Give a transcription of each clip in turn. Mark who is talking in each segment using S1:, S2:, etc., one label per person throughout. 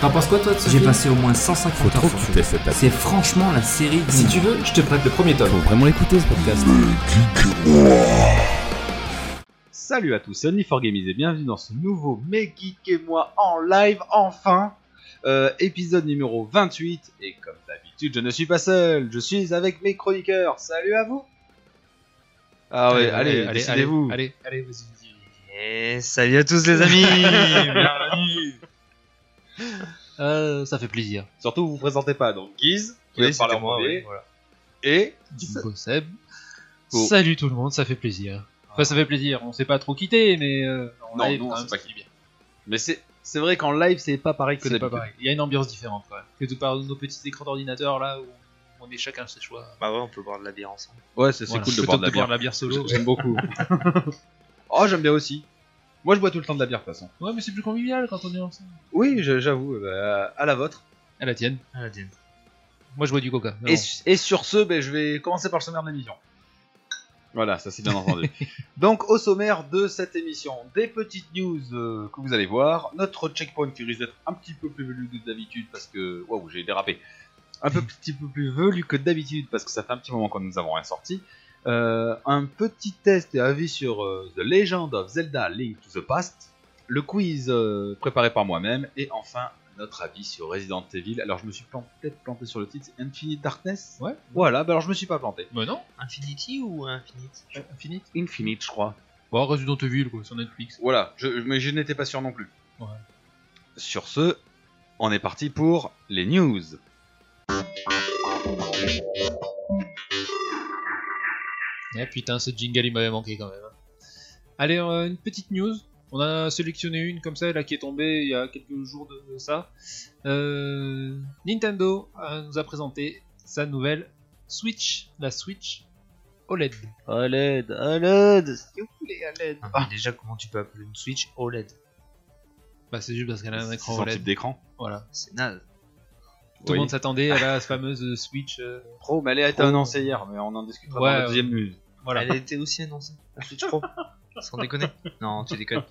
S1: T'en penses quoi, toi, de ce
S2: J'ai
S1: film
S2: passé au moins 150
S3: Faut
S2: heures.
S3: trop
S2: sur-
S3: écouter cette app.
S2: C'est franchement la série.
S1: Si
S2: d'une-
S1: tu veux, je te prête le premier tome.
S3: Faut vraiment l'écouter ce podcast.
S4: Salut à tous, c'est Only4Gamies et bienvenue dans ce nouveau Mais Geek et moi en live enfin Euh, Épisode numéro 28 et comme d'habitude je ne suis pas seul, je suis avec mes chroniqueurs, salut à vous Ah ouais, allez, décidez-vous
S5: Allez, allez, vas-y.
S6: Eh,
S4: Et salut à tous les amis Bienvenue
S5: Euh, ça fait plaisir.
S4: Surtout vous vous présentez pas, donc Guise, qui va parler en premier,
S5: voilà.
S4: et...
S5: Du coup, Seb.
S4: Oh.
S5: Salut tout le monde, ça fait plaisir. Enfin, ça fait plaisir, on s'est pas trop quitté, mais. euh, en
S4: Non,
S5: live,
S4: non,
S5: quand
S4: c'est
S5: même,
S4: pas qui Mais c'est c'est vrai qu'en live c'est pas pareil que
S5: C'est pas
S4: d'habitude.
S5: pareil. Il y a une ambiance différente, quand même. Que de par nos petits écrans d'ordinateur, là, où on est chacun ses choix.
S6: Bah ouais, on peut boire de la bière ensemble.
S4: Ouais, c'est c'est
S5: Voilà.
S4: cool de
S5: Plutôt
S4: boire
S5: que
S4: de la bière.
S5: solo.
S4: J'aime beaucoup. oh, j'aime bien aussi. Moi je bois tout le temps de la bière de toute façon.
S5: Ouais, mais c'est plus convivial quand on est ensemble.
S4: Oui, je- j'avoue, euh, à la vôtre.
S5: À la tienne.
S6: Ah, la tienne.
S5: Moi, je bois du coca. mais
S4: Et,
S5: bon.
S4: su- et sur ce, ben, je vais commencer par le sommaire de l'émission. Voilà, ça c'est bien entendu. Donc au sommaire de cette émission, des petites news euh, que vous allez voir, notre checkpoint qui risque d'être un petit peu plus velu que d'habitude parce que... Waouh, j'ai dérapé. Un peu, petit peu plus velu que d'habitude parce que ça fait un petit moment qu'on nous avons rien sorti. Euh, un petit test et avis sur euh, The Legend of Zelda Link to the Past, le quiz euh, préparé par moi-même, et enfin notre avis sur Resident Evil. Alors je me suis plan- peut-être planté sur le titre, c'est Infinite Darkness
S5: Ouais.
S4: Voilà, bah alors je me suis pas planté.
S5: Bah non,
S6: Infinity ou Infinite
S5: Infinite.
S4: Infinite, je crois.
S5: Bon, Resident Evil, quoi, sur Netflix.
S4: Voilà, je, mais je n'étais pas sûr non plus.
S5: Ouais.
S4: Sur ce, on est parti pour les news.
S5: Eh putain, ce jingle il m'avait manqué quand même. hein. Allez, euh, une petite news. On a sélectionné une comme ça, là qui est tombée il y a quelques jours de, de ça. Euh, Nintendo euh, nous a présenté sa nouvelle Switch, la Switch OLED.
S6: OLED, OLED S'il vous plaît, OLED Ah,
S4: Ah,
S6: Déjà, comment tu peux appeler une Switch E OLED
S5: Bah c'est juste parce qu'elle a un
S4: C'est
S5: écran
S4: son type
S5: OLED.
S4: d'écran.
S5: Voilà.
S6: C'est naze.
S5: Tout
S4: Oui.
S5: le monde s'attendait à la fameuse Switch. euh,
S4: Pro, mais elle a été annoncée hier, mais on en discutera
S5: Ouais,
S4: dans la
S5: ouais.
S4: deuxième news.
S5: voilà.
S6: Elle était aussi annoncée. La Switch Pro. Sans déconner. Non, tu déconnes.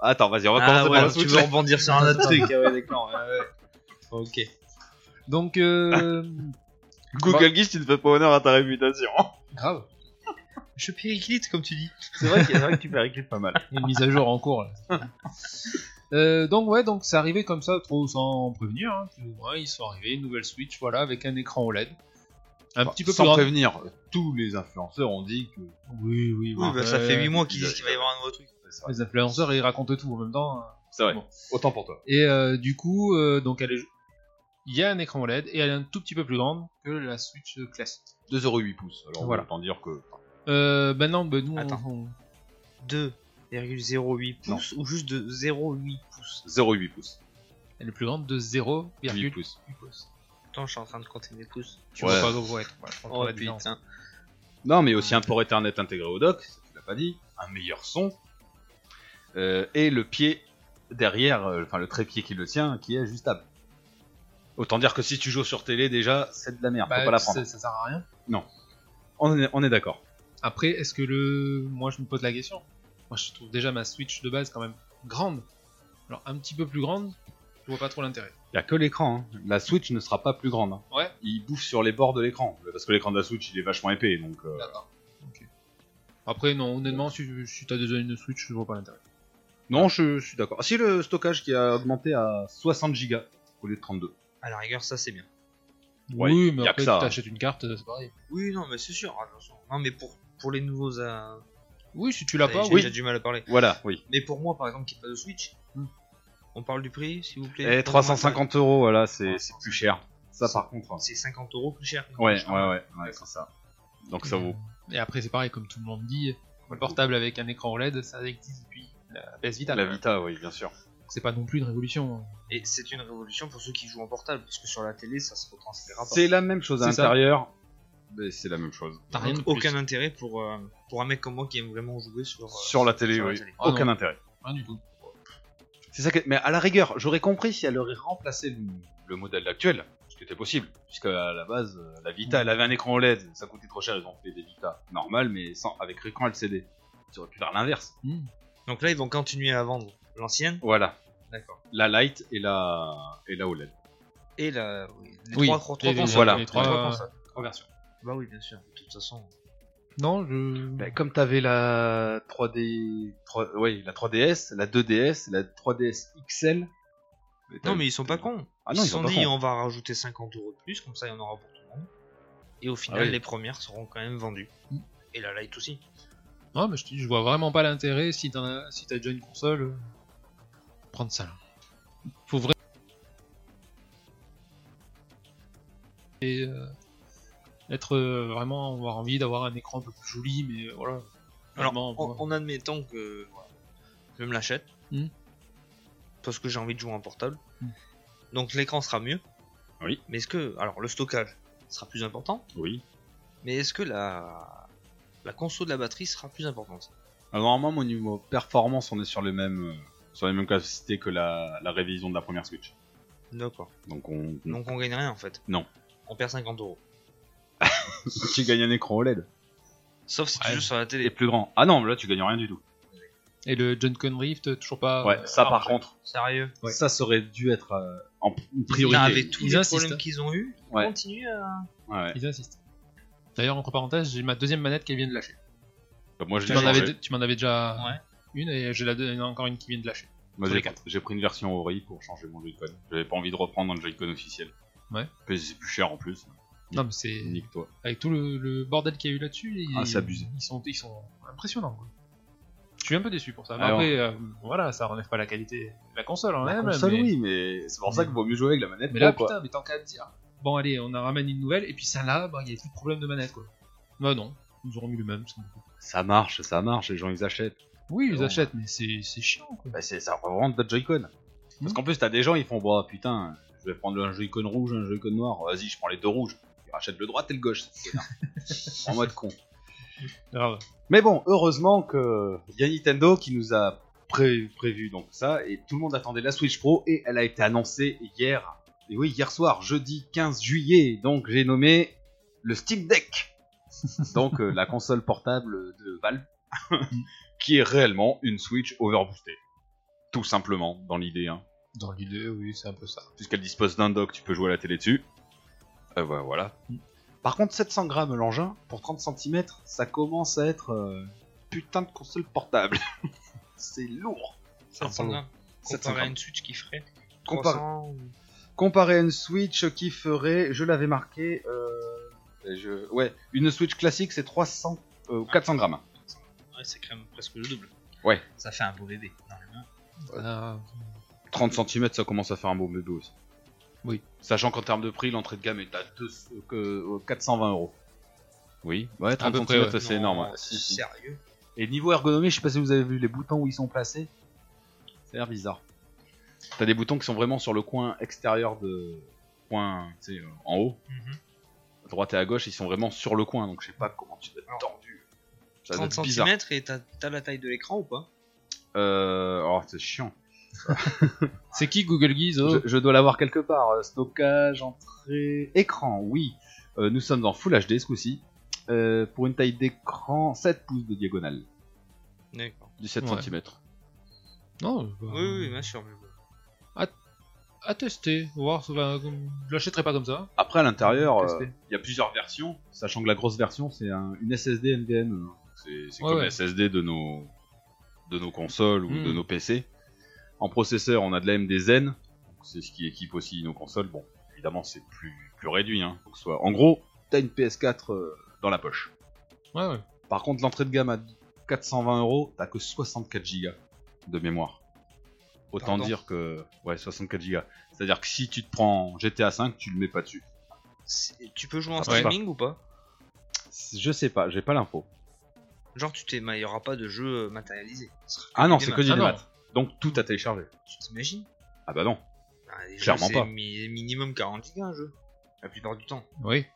S4: Attends, vas-y, on va
S6: Ah
S4: commencer
S6: ouais,
S4: par la
S6: tu
S4: Switch.
S6: veux rebondir sur un autre truc.
S4: Ah ouais, d'accord, ouais, ouais.
S6: Ok.
S5: euh, Donc euh,
S4: Google Geeks, tu ne fais pas honneur à ta réputation.
S5: grave.
S6: Je périclite, comme tu dis.
S4: C'est vrai, qu'il y a- c'est vrai que tu périclites pas mal.
S5: Il y a une mise à jour en cours. là. Euh, donc ouais, donc c'est arrivé comme ça, trop sans prévenir. hein, plus ou moins. ils sont arrivés, une nouvelle Switch, voilà, avec un écran OLED. Un petit peu
S4: Bah,
S5: plus
S4: Sans
S5: grand.
S4: prévenir, tous les influenceurs ont dit que.
S5: Oui, oui,
S6: Oui,
S5: bon,
S6: bah, ça
S5: euh,
S6: fait 8 mois qu'ils disent qu'il va y avoir un nouveau truc.
S4: C'est vrai.
S5: Les influenceurs, ils racontent tout en même temps.
S4: C'est vrai.
S5: Bon.
S4: Autant pour toi.
S5: Et euh, du coup, euh, donc elle est- il y a un écran OLED et elle est un tout petit peu plus grande que la Switch classique.
S4: 2,8 pouces. Alors,
S5: Voilà.
S4: autant dire que.
S5: Euh, ben non, ben nous, on-
S6: Attends.
S5: on-
S6: 2,08
S4: Non.
S6: pouces ou juste de 0,8 pouces
S4: 0,8 pouces.
S5: elle est plus grande de
S4: 8
S5: 0,8
S4: pouces.
S5: pouces.
S6: Attends, je suis en train de compter mes pouces.
S5: Tu
S4: Ouais.
S5: vois pas gros être. voilà, je prends
S6: Oh
S5: pas la différence.
S6: putain.
S4: Non, mais aussi un port Ethernet intégré au dock, ça, tu l'as pas dit, un meilleur son, euh, et le pied derrière, euh, enfin le trépied qui le tient, qui est ajustable. Autant dire que si tu joues sur télé, déjà, c'est de la merde,
S5: Bah,
S4: faut pas la prendre.
S5: ça, ça sert à rien.
S4: On est, on est d'accord.
S5: Après, est-ce que le. Moi, je me pose la question. Moi, je trouve déjà ma Switch de base quand même grande. Alors, un petit peu plus grande, je vois pas trop l'intérêt.
S4: Il y a que l'écran, hein. la Switch ne sera pas plus grande. hein.
S5: Ouais.
S4: Il bouffe sur les bords de l'écran, parce que l'écran de la Switch, il est vachement épais, donc... euh,
S5: D'accord. Ok. Après, non, honnêtement, si, si t'as déjà une Switch, je vois pas l'intérêt.
S4: Non, je, je suis d'accord. Ah, Si le stockage qui a augmenté à 60 Go au lieu de 32.
S6: À la rigueur, ça c'est bien.
S4: Ouais,
S5: oui, mais
S4: y a
S5: après,
S4: que ça.
S5: t'achètes une carte, c'est pareil.
S6: Oui, non, mais c'est sûr. ah, attention. Non, mais pour, pour les nouveaux. euh,
S5: Oui, si tu l'as pas,
S6: j'ai
S5: oui.
S6: déjà du mal à parler.
S4: Voilà, oui.
S6: Mais pour moi, par exemple, qui n'ai pas de Switch,
S5: Hmm.
S6: on parle du prix, s'il vous plaît.
S4: Et 350 euros, voilà, c'est c'est plus cher. Ça, par contre... hein.
S6: C'est 50 euros plus cher.
S4: Ouais, ouais, ouais, ouais c'est ça. Donc ça vaut.
S5: Et après, c'est pareil, comme tout le monde dit, le portable avec un écran OLED, ça existe depuis la PS Vita.
S4: La Vita, oui, bien sûr.
S5: C'est pas non plus une révolution.
S6: Et c'est une révolution pour ceux qui jouent en portable, parce que sur la télé, ça se retransférera pas.
S4: C'est la même chose à
S5: C'est ça.
S4: l'intérieur, mais c'est la même chose.
S5: T'as rien de
S6: Donc,
S5: plus.
S6: aucun intérêt pour, euh, pour un mec comme moi qui aime vraiment jouer sur, euh,
S4: Sur la télé, oui.
S5: Ah,
S4: Aucun
S5: non.
S4: intérêt.
S5: Rien du tout.
S4: C'est ça que... Mais à la rigueur, j'aurais compris si elle aurait remplacé le, le modèle actuel, ce qui était possible, puisque à la base, euh, la Vita, elle avait un écran OLED, ça coûtait trop cher, ils ont fait des Vita normales, mais sans avec écran LCD. Ils auraient pu faire l'inverse.
S6: Donc là, ils vont continuer à vendre l'ancienne,
S4: Voilà.
S6: D'accord.
S4: la Lite et la, et la OLED.
S6: Et là, oui. Les
S5: Oui,
S6: trois, trois, trois
S5: les- les-
S6: consoles.
S4: voilà.
S5: les
S6: Trois,
S5: trois,
S6: trois
S5: euh,
S6: consoles.
S5: trois versions.
S6: Bah oui, bien sûr. De toute façon.
S4: Euh,
S5: Non, je.
S4: Bah, comme t'avais la 3D, 3, ouais, la 3DS, la 2DS, la 3DS XL. t'as-
S6: Non, mais ils sont pas cons.
S4: Ah non,
S6: ils
S4: ils
S6: se
S4: sont
S6: sont
S4: pas
S6: dit,
S4: cons.
S6: on va rajouter 50 euros de plus, comme ça, il y en aura pour tout le monde. Et au final,
S4: Ah oui.
S6: les premières seront quand même vendues.
S5: Mm.
S6: Et la Lite aussi.
S5: Non, mais je, te dis, je vois vraiment pas l'intérêt si t'en as, si t'as déjà une console. euh, Prendre ça là. Faut vraiment. Et, euh, être euh, vraiment avoir envie d'avoir un écran un peu plus joli, mais euh, voilà.
S4: Ah,
S6: Alors,
S5: Vraiment,
S6: en,
S5: moi.
S6: en admettant que voilà, je me l'achète,
S4: Hmm.
S5: Mm.
S6: parce que j'ai envie de jouer en portable,
S5: Mm.
S6: donc l'écran sera mieux.
S4: Oui.
S6: Mais est-ce que. Alors, le stockage sera plus important,
S4: Oui.
S6: mais est-ce que la. La console de la batterie sera plus importante.
S4: Alors, normalement, mon niveau performance, on est sur les mêmes, euh, sur les mêmes capacités que la, la révision de la première Switch.
S6: D'accord.
S4: Donc, on,
S6: Donc on gagne rien en fait.
S4: Non.
S6: On perd 50 euros.
S4: tu gagnes un écran E OLED.
S6: Sauf si
S5: Ouais.
S6: tu joues sur la
S4: Et
S6: télé.
S4: plus grand. Ah non, là, tu gagnes rien du tout.
S5: Et le Johnson Rift, toujours pas.
S4: Ouais,
S5: euh,
S4: ça par
S5: arrangé.
S4: contre,
S6: Sérieux.
S5: Ouais.
S4: ça serait dû être euh, en p- une priorité.
S6: Putain, avec tous
S5: Ils
S6: les
S5: insistent, hein.
S6: problèmes qu'ils ont eu,
S4: Ouais.
S6: continue à.
S4: Ouais, ouais.
S5: Ils insistent. D'ailleurs, entre parenthèses, j'ai ma deuxième manette qui vient de lâcher.
S4: Bah, moi, je
S5: Tu
S4: l'ai
S5: m'en avais,
S4: changé.
S5: deux- tu m'en avais déjà
S6: Ouais.
S5: une et j'ai la deux- il y en a encore une qui vient de lâcher.
S4: Moi,
S5: Sur
S4: j'ai,
S5: les quatre.
S4: j'ai pris une version Ori pour changer mon Joy-Con. J'avais pas envie de reprendre un Joy-Con officiel.
S5: Ouais.
S4: Parce que c'est plus cher en plus.
S5: Non, mais c'est.
S4: Nique-toi.
S5: Avec tout le, le bordel qu'il y a eu là-dessus, ils,
S4: Ah, c'est abusé.
S5: ils sont, ils sont impressionnants. quoi. Je suis un peu déçu pour ça. Mais
S4: Ah,
S5: après, euh, voilà, ça relève pas la qualité de la console en
S4: La
S5: elle-même.
S4: console,
S5: mais,
S4: oui, mais c'est pour ça qu'il vaut mieux jouer avec la manette.
S5: mais
S4: pro,
S5: là,
S4: quoi.
S5: putain, mais tant qu'à dire. Bon, allez, on en ramène une nouvelle, et puis ça là, bah, il y a plus de problème de manette quoi. Bah non, ils nous auront mis le même. c'est bon.
S4: Ça marche, ça marche, les gens ils achètent.
S5: Oui, ils
S4: Bon.
S5: achètent, mais c'est c'est chiant quoi.
S4: Bah, c'est, ça rentre de Joy-Con. Parce qu'en plus, t'as des gens, ils font Bah putain, je vais prendre un Joy-Con rouge, un Joy-Con noir. Vas-y, je prends les deux rouges. Ils rachètent le droit et le gauche. c'est bien. en mode con.
S5: Grave.
S4: Mais bon, heureusement que il y a Nintendo qui nous a pré- prévu donc ça et tout le monde attendait la Switch Pro et elle a été annoncée hier. Et oui, hier soir, jeudi 15 juillet. Donc j'ai nommé le Steam Deck. donc euh, la console portable de Valve qui est réellement une Switch overboostée. Tout simplement dans l'idée hein.
S5: Dans l'idée, oui, c'est un peu ça.
S4: Puisqu'elle dispose d'un dock, tu peux jouer à la télé dessus. Euh, bah, voilà. Par contre, 700 grammes l'engin, pour 30 cm, ça commence à être euh, putain de console portable. c'est lourd.
S6: Ça
S4: pardon.
S6: ressemble à-
S4: 700
S6: Comparé à
S4: grammes.
S6: une Switch qui ferait.
S4: Comparé-
S6: 300 ou-
S4: Comparé à une Switch qui ferait, je l'avais marqué, euh, et je- ouais, une Switch classique c'est 300 euh, ou 400 grammes.
S6: Ouais, c'est quand même presque le double.
S4: Ouais.
S6: Ça fait un beau bébé. normalement.
S5: Voilà.
S4: 30 cm, ça commence à faire un beau bébé aussi.
S5: Oui.
S4: Sachant qu'en termes de prix, l'entrée de gamme est à deux- euh, que- euh, 420 euros. Oui, ouais, 30
S5: peu
S4: cm,
S5: près, ouais.
S4: c'est
S6: Non,
S4: énorme. ouais. Si, si.
S6: Sérieux.
S4: Et niveau ergonomie, je sais pas si vous avez vu les boutons où ils sont placés. Ça a l'air bizarre. T'as des boutons qui sont vraiment sur le coin extérieur de. Coin, tu sais, euh, en haut.
S6: Mhm.
S4: À droite et à gauche, ils sont vraiment sur le coin, donc je sais pas comment tu dois être tordu. Ça doit
S6: 30
S4: être bizarre.
S6: cm et t'as t'as la taille de l'écran ou pas
S4: Euh. Oh, c'est chiant.
S5: C'est qui Google Guise oh
S4: Je, je dois l'avoir quelque part. Euh, Stockage, entrée, écran, oui. Euh, nous sommes en Full HD ce coup-ci. Euh, pour une taille d'écran, 7 pouces de diagonale.
S6: D'accord.
S4: 17
S5: Ouais.
S4: cm.
S5: Non, bah,
S6: Oui, oui, bien sûr. Mais bon.
S5: à tester, voir. Enfin, je l'achèterai pas comme ça.
S4: Après, à l'intérieur, euh,
S5: Tester.
S4: il y a plusieurs versions, sachant que la grosse version, c'est un- une SSD NVMe. hein. C'est c'est
S5: Ouais,
S4: comme
S5: ouais.
S4: la SSD de nos, de nos consoles ou
S5: Hmm.
S4: de nos PC. En processeur, on a de la AMD Zen, donc c'est ce qui équipe aussi nos consoles. Bon, évidemment, c'est plus, plus réduit. hein. Faut que ce soit... En gros, t'as une PS4 euh, dans la poche.
S5: Ouais, ouais.
S4: Par contre, l'entrée de gamme à 420 euros, t'as que 64 gigas de mémoire. Autant
S5: Pardon.
S4: dire que. Ouais, 64 gigas. C'est-à-dire que si tu te prends GTA 5, tu le mets pas dessus.
S6: C'est- Tu peux jouer en
S4: Ah, ouais.
S6: streaming ou pas
S4: Je sais pas, j'ai pas l'info.
S6: Genre, tu t'es, il y aura pas de jeu euh, matérialisé. Ce sera
S4: Ah non,
S6: des
S4: c'est
S6: maths.
S4: que du
S5: Ah non.
S4: démat. Donc tout à télécharger.
S6: Tu t'imagines
S4: Ah bah non.
S6: Ah, les jeux,
S4: Clairement
S6: c'est
S4: pas.
S6: mi- minimum 40 gigas un jeu. La plupart du temps.
S5: Oui.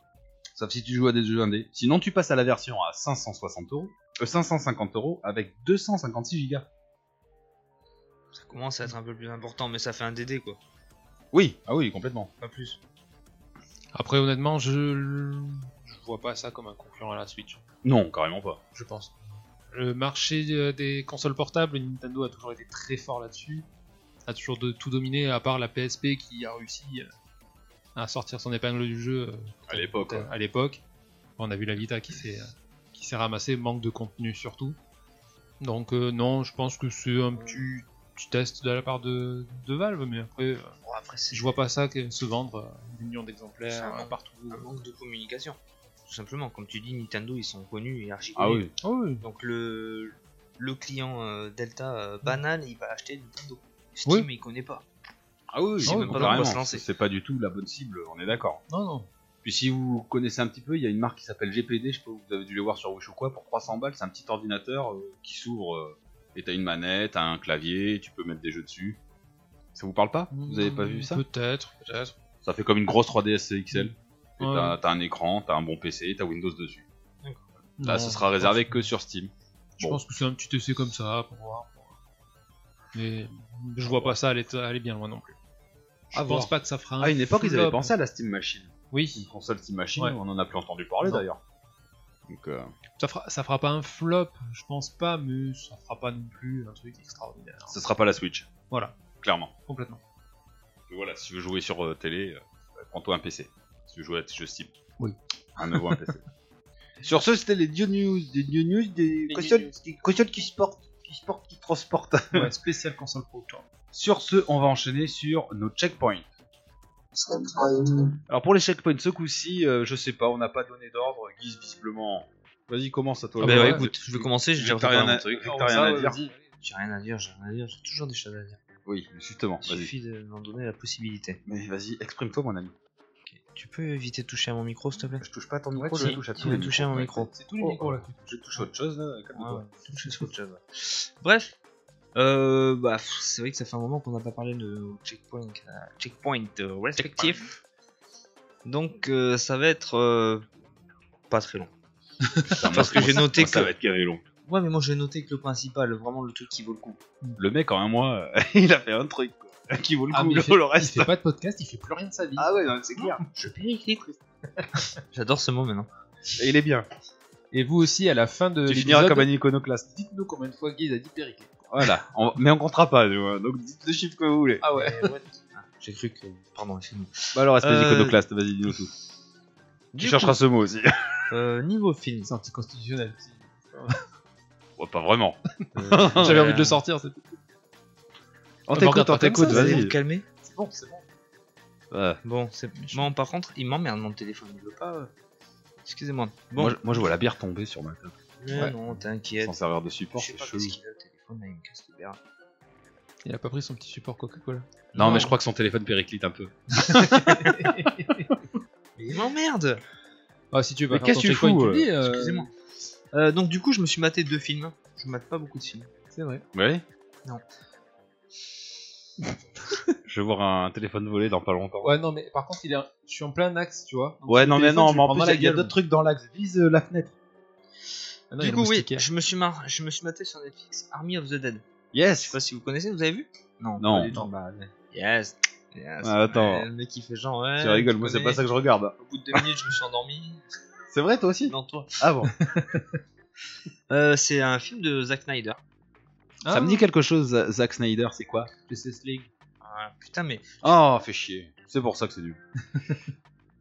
S4: Sauf si tu joues à des jeux indés. Sinon, tu passes à la version à 560 euros, euh, 550 euros avec 256 gigas.
S6: Ça commence à être un peu plus important, mais ça fait un DD quoi.
S4: Oui, ah oui, complètement.
S6: Pas plus.
S5: Après, honnêtement, je... je vois pas ça comme un concurrent à la Switch,
S4: Non, carrément pas.
S5: je pense. Le marché euh, des consoles portables, Nintendo a toujours été très fort là-dessus. a toujours de, tout dominé, à part la PSP qui a réussi euh, à sortir son épingle du jeu euh,
S4: à l'époque. ouais.
S5: à l'époque. On a vu la Vita qui s'est euh, qui s'est ramassée, manque de contenu surtout. Donc euh, non, je pense que c'est un petit, petit test de la part de, de Valve, mais après, euh,
S6: Bon, après, c'est
S5: je vois pas ça que se vendre euh, des millions
S6: C'est
S5: d'exemplaires
S6: un
S5: euh, partout.
S6: un manque de communication. Tout simplement, comme tu dis, Nintendo, ils sont connus et archi
S4: Ah
S6: connus.
S4: oui.
S5: Ah oui.
S6: Donc le, le client euh, Delta euh, banal, il va acheter Nintendo. Steam, il connaît pas.
S4: Ah oui,
S5: Ah oui,
S4: même
S5: voilà,
S4: carrément,
S6: on va se lancer.
S4: C'est pas du tout la bonne cible, on est d'accord.
S5: Non, non.
S4: Puis si vous connaissez un petit peu, il y a une marque qui s'appelle GPD, je sais pas, vous avez dû les voir sur Wish ou quoi, pour 300 balles, c'est un petit ordinateur euh, qui s'ouvre euh, et t'as une manette, t'as un clavier, tu peux mettre des jeux dessus. Ça vous parle pas Vous avez pas vu ça
S5: Peut-être, peut-être.
S4: Ça fait comme une grosse 3DS XL. Et
S5: Ouais.
S4: t'as t'as un écran, t'as un bon PC, t'as Windows dessus. Là,
S5: Non,
S4: ce
S5: je
S4: sera réservé
S5: pense-
S4: que sur Steam.
S5: Je
S4: Bon.
S5: pense que c'est un petit essai comme ça pour voir. pour voir. Mais je vois pas ça aller, aller bien loin non plus. Je
S4: À
S5: pense
S4: voir.
S5: pas que ça fera un.
S4: À une époque, ils avaient
S5: flop.
S4: pensé à la Steam Machine. Une
S5: Oui,
S4: console Steam Machine,
S5: Ouais.
S4: on en a plus entendu parler
S5: Non.
S4: d'ailleurs. Donc, euh,
S5: ça fera, ça fera pas un flop, je pense pas, mais ça fera pas non plus un truc extraordinaire.
S4: ce sera pas la Switch,
S5: Voilà,
S4: clairement.
S5: complètement.
S4: Mais voilà, si tu veux jouer sur euh, télé, euh, bah, prends-toi un PC. Si tu veux jouer à tes jeux Steam.
S5: Oui.
S4: Un nouveau un PC. Sur ce, c'était les Dieu News, des Dieu News, des
S5: Les
S4: consoles,
S5: Dieu
S4: des consoles qui se portent, qui se portent, qui transportent.
S5: Ouais, spécial console pro. tu vois.
S4: Sur ce, on va enchaîner sur nos checkpoints. Alors pour les checkpoints, ce coup-ci, euh, je sais pas, on n'a pas donné d'ordre, guise visiblement. Vas-y, commence à toi.
S5: Ah
S4: le
S5: bah
S4: vrai.
S5: ouais,
S6: écoute, je vais commencer, j'ai
S4: Vu
S6: déjà
S4: que t'as
S6: rien,
S4: rien à- vu que t'as rien à dire.
S6: J'ai rien à dire, j'ai rien à dire, j'ai toujours des choses à dire.
S4: Oui, justement,
S6: Il
S4: vas-y.
S6: suffit de m'en donner la possibilité.
S4: Mais vas-y, exprime-toi, mon ami.
S6: Tu peux éviter de toucher à mon micro, s'il te plaît
S4: Je touche pas à ton micro,
S6: Ouais,
S4: je
S6: si,
S4: touche à
S6: tu
S4: tous
S6: veux
S4: les
S6: toucher à
S4: micros.
S6: mon micro.
S5: C'est tous
S4: Oh,
S5: les micros là.
S4: Je touche à autre chose, là,
S6: Ah
S4: calme-toi.
S6: ouais, toucher sur autre chose. Bref, euh, bah, pff, c'est vrai que ça fait un moment qu'on n'a pas parlé de nos checkpoint, euh, checkpoint euh, respectifs. Donc euh, ça va être euh, pas très long.
S4: Putain, moi,
S6: Parce que
S4: moi,
S6: j'ai
S4: ça-
S6: noté
S4: moi, Ça
S6: que-
S4: va être carré long.
S6: Ouais, mais moi j'ai noté que le principal, vraiment le truc qui vaut le coup.
S4: Le mec, en un mois, il a fait un truc, quoi, qui vaut le
S6: Ah,
S4: coup,
S5: mais il,
S4: le,
S5: fait,
S4: le
S5: il
S4: reste.
S5: fait pas de podcast, il fait plus rien de sa vie.
S4: Ah ouais, non, c'est clair.
S6: Je J'adore ce mot maintenant.
S4: Et il est bien.
S5: Et vous aussi, à la fin de
S6: Euh,
S4: Tu finiras
S5: l'épisode,
S4: comme un iconoclaste.
S5: dites-nous combien de fois Guise a dit Périclès.
S4: Voilà, On- mais on comptera pas, nous, hein, donc dites le chiffre que vous voulez.
S5: Ah ouais.
S6: J'ai cru que. Pardon, excuse-moi.
S4: Bah alors, espèce
S6: Euh,
S4: d'iconoclaste, vas-y, dis-nous tout. Tu
S6: Du coup,
S4: chercheras ce mot aussi.
S6: euh, niveau film.
S5: C'est anticonstitutionnel.
S4: Ouais, pas vraiment.
S6: Euh,
S5: J'avais
S4: euh,
S5: envie de le sortir. c'est-
S4: On t'écoute, on
S5: t'écoute, on t'écoute,
S4: t'écoute,
S6: Vous allez
S4: vas-y.
S6: vous calmer
S5: C'est bon, c'est bon.
S6: Bon, c'est. Bon, par contre, il m'emmerde mon téléphone, il veut pas. euh, Excusez-moi. Bon,
S4: Moi, je- moi, je vois la bière tomber sur ma table.
S6: Mais
S5: ouais.
S6: non,
S4: Sans
S6: t'inquiète.
S4: serveur de
S6: Je
S4: support,
S6: sais
S4: c'est
S6: pas
S4: chelou.
S6: qu'est-ce qu'il a le téléphone, là, il me casse les berres.
S5: Il a pas pris son petit support Coca-Cola.
S4: Non, mais je crois que son téléphone périclite un peu.
S6: Mais il m'emmerde
S5: Ah, si tu veux
S4: Mais
S5: pas faire
S4: qu'est-ce
S5: ton
S4: que tu
S5: checkpoint,
S4: fous,
S5: tu
S4: euh,
S5: le dis, euh,
S6: Excusez-moi. Euh, donc, du coup, je me suis maté deux films. Je mate pas beaucoup de films.
S5: C'est vrai.
S4: Ouais
S6: Non.
S4: Je vais voir un téléphone volé dans pas longtemps.
S5: Ouais, non, mais par contre, il est... je suis en plein axe, tu vois.
S4: Ouais, non, mais
S5: téléphone,
S4: non,
S5: tu
S4: mais en
S5: prends
S4: plus,
S5: dans la
S4: il y a
S5: gueule.
S4: d'autres trucs dans l'axe. Vise euh, la fenêtre.
S5: Ah non, il
S6: du
S5: est
S6: coup, oui,
S5: moustiquaire.
S6: je me, suis mar... je me suis maté sur Netflix Army of the Dead. Je sais
S4: Yes
S6: pas si vous connaissez, vous avez vu Non.
S4: Non.
S6: pas du tout. Yes. yes.
S4: Ah, attends.
S6: Ouais, le mec qui fait genre, ouais.
S4: Tu rigoles, moi, c'est pas ça que je regarde.
S6: Au bout de deux minutes, je me suis endormi.
S4: C'est vrai, toi aussi
S6: Non, toi.
S4: Ah bon
S6: Euh, c'est un film de Zack Snyder.
S5: Ah,
S4: Ça me dit quelque chose, Z- Zack Snyder, c'est quoi
S5: Justice League.
S6: Ah, putain, mais.
S4: Oh, fait chier. C'est pour ça que c'est nul.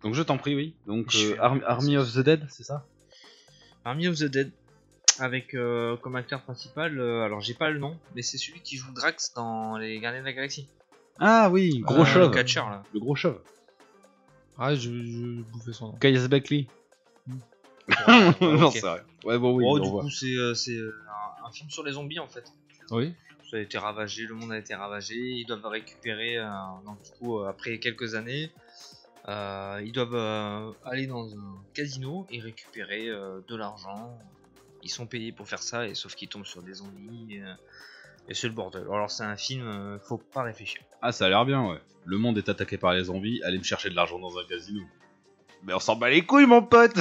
S4: Donc je t'en prie, oui. Donc
S6: Je
S4: euh,
S6: suis-
S4: Arm- Army of the Dead, c'est ça
S6: Army of the Dead. Avec euh, comme acteur principal, euh, alors j'ai pas le nom, mais c'est celui qui joue Drax dans Les Gardiens de la Galaxie.
S4: Ah oui, gros
S5: Euh,
S4: chauve.
S6: Le catcher là.
S4: Le gros chauve.
S5: Ah, je, je bouffais son nom.
S4: Caius Beckley.
S6: Ouais,
S4: non,
S6: ok.
S4: c'est vrai. Ouais, bon, oui,
S6: Oh,
S4: on
S6: du
S4: voit.
S6: coup, c'est euh, c'est, euh, un, un film sur les zombies en fait.
S5: Oui.
S6: Ça a été ravagé, le monde a été ravagé, ils doivent récupérer, euh, donc du coup, euh, après quelques années, euh, ils doivent euh, aller dans un casino et récupérer euh, de l'argent. Ils sont payés pour faire ça, et sauf qu'ils tombent sur des zombies, euh, et c'est le bordel. Alors c'est un film, euh, faut pas réfléchir.
S4: Ah, ça a l'air bien, ouais. Le monde est attaqué par les zombies, allez me chercher de l'argent dans un casino. Mais on s'en bat les couilles, mon pote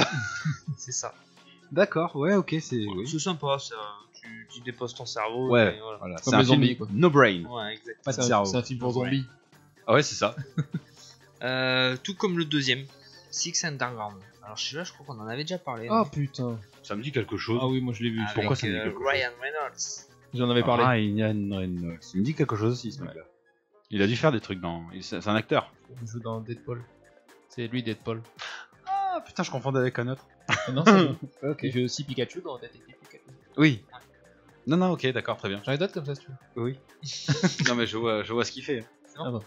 S6: C'est ça.
S4: D'accord, ouais, ok, c'est.
S6: C'est sympa, ça. Tu, tu déposes ton cerveau.
S4: Ouais.
S6: et voilà.
S4: Voilà,
S5: Comme
S4: c'est un
S5: les zombies,
S4: film
S5: quoi.
S4: No brain.
S6: Ouais, exact.
S4: Pas de
S5: C'est un,
S4: cerveau.
S5: c'est un film pour
S6: Ouais.
S5: zombies.
S4: Ah ouais, c'est ça.
S6: Euh, tout comme le deuxième, Six Underground. Alors celui-là, je crois qu'on en avait déjà parlé.
S5: Ah putain.
S4: Ça me dit quelque chose.
S5: Ah oui, moi je l'ai vu.
S6: Avec,
S4: pourquoi ça me dit
S6: euh,
S4: quelque chose
S6: Ryan Reynolds.
S5: J'en avais parlé.
S4: Ah, Ryan Reynolds. Ça me dit quelque chose aussi, ce mec-là. Il a dû faire des trucs dans. il- C'est c'est un acteur.
S5: Il joue dans Deadpool. C'est lui Deadpool.
S4: Ah putain, je confondais avec un autre.
S5: Ah non, c'est lui. Il fait aussi Pikachu dans Détective Pikachu.
S4: Oui. Non, non, ok, d'accord, très bien.
S5: J'en ai d'autres comme ça si tu veux.
S4: Oui. non, mais je vois, je vois ce qu'il fait.
S5: Ah bon.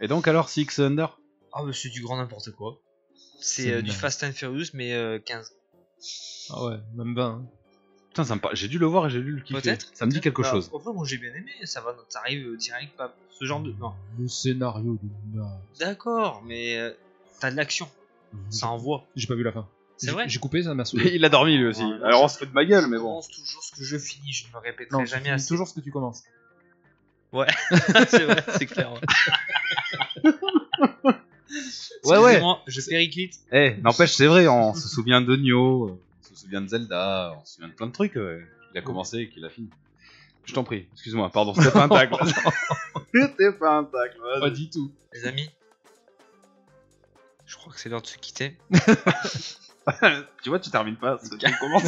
S4: Et donc, alors, Six Under
S6: Ah, mais c'est du grand n'importe quoi.
S5: C'est
S6: C'est euh, du
S5: dingue.
S6: Fast and Furious, mais euh, 15.
S5: Ah ouais, même 20. hein.
S4: Putain, ça me par- j'ai dû le voir et j'ai lu le kiffer.
S6: Peut-être
S4: Ça me dit quelque
S6: Bah,
S4: chose.
S6: Enfin, moi j'ai bien aimé, ça va, ça arrive euh, direct, pas ce genre de. Non.
S5: Le scénario du naze.
S6: D'accord, mais euh, t'as de l'action, ça envoie.
S5: J'ai pas vu la fin.
S6: C'est
S5: J'ai-
S6: vrai
S5: J'ai coupé, ça m'a saoulé.
S4: Il a dormi lui aussi.
S6: Ouais,
S4: Ah, Alors, on se fout de ma gueule,
S6: Je
S4: mais bon.
S6: commence toujours ce que je finis, je ne me répéterai
S5: Non, tu
S6: jamais
S5: finis
S6: assez.
S5: toujours ce que tu commences.
S6: c'est vrai, c'est clair.
S4: Ouais, ouais.
S6: Excusez-moi, je périclite.
S4: Eh, n'empêche, c'est vrai, on se souvient de Nioh, euh, on se souvient de Zelda, on se souvient de plein de trucs. ouais. Il a commencé et qu'il a fini. Je t'en prie, excuse-moi, pardon, c'était pas un tacle. c'était pas un tacle, vas-y.
S5: Pas du tout.
S6: Les amis, je crois que c'est l'heure de se quitter.
S4: tu vois, tu termines pas, c'est- tu commences.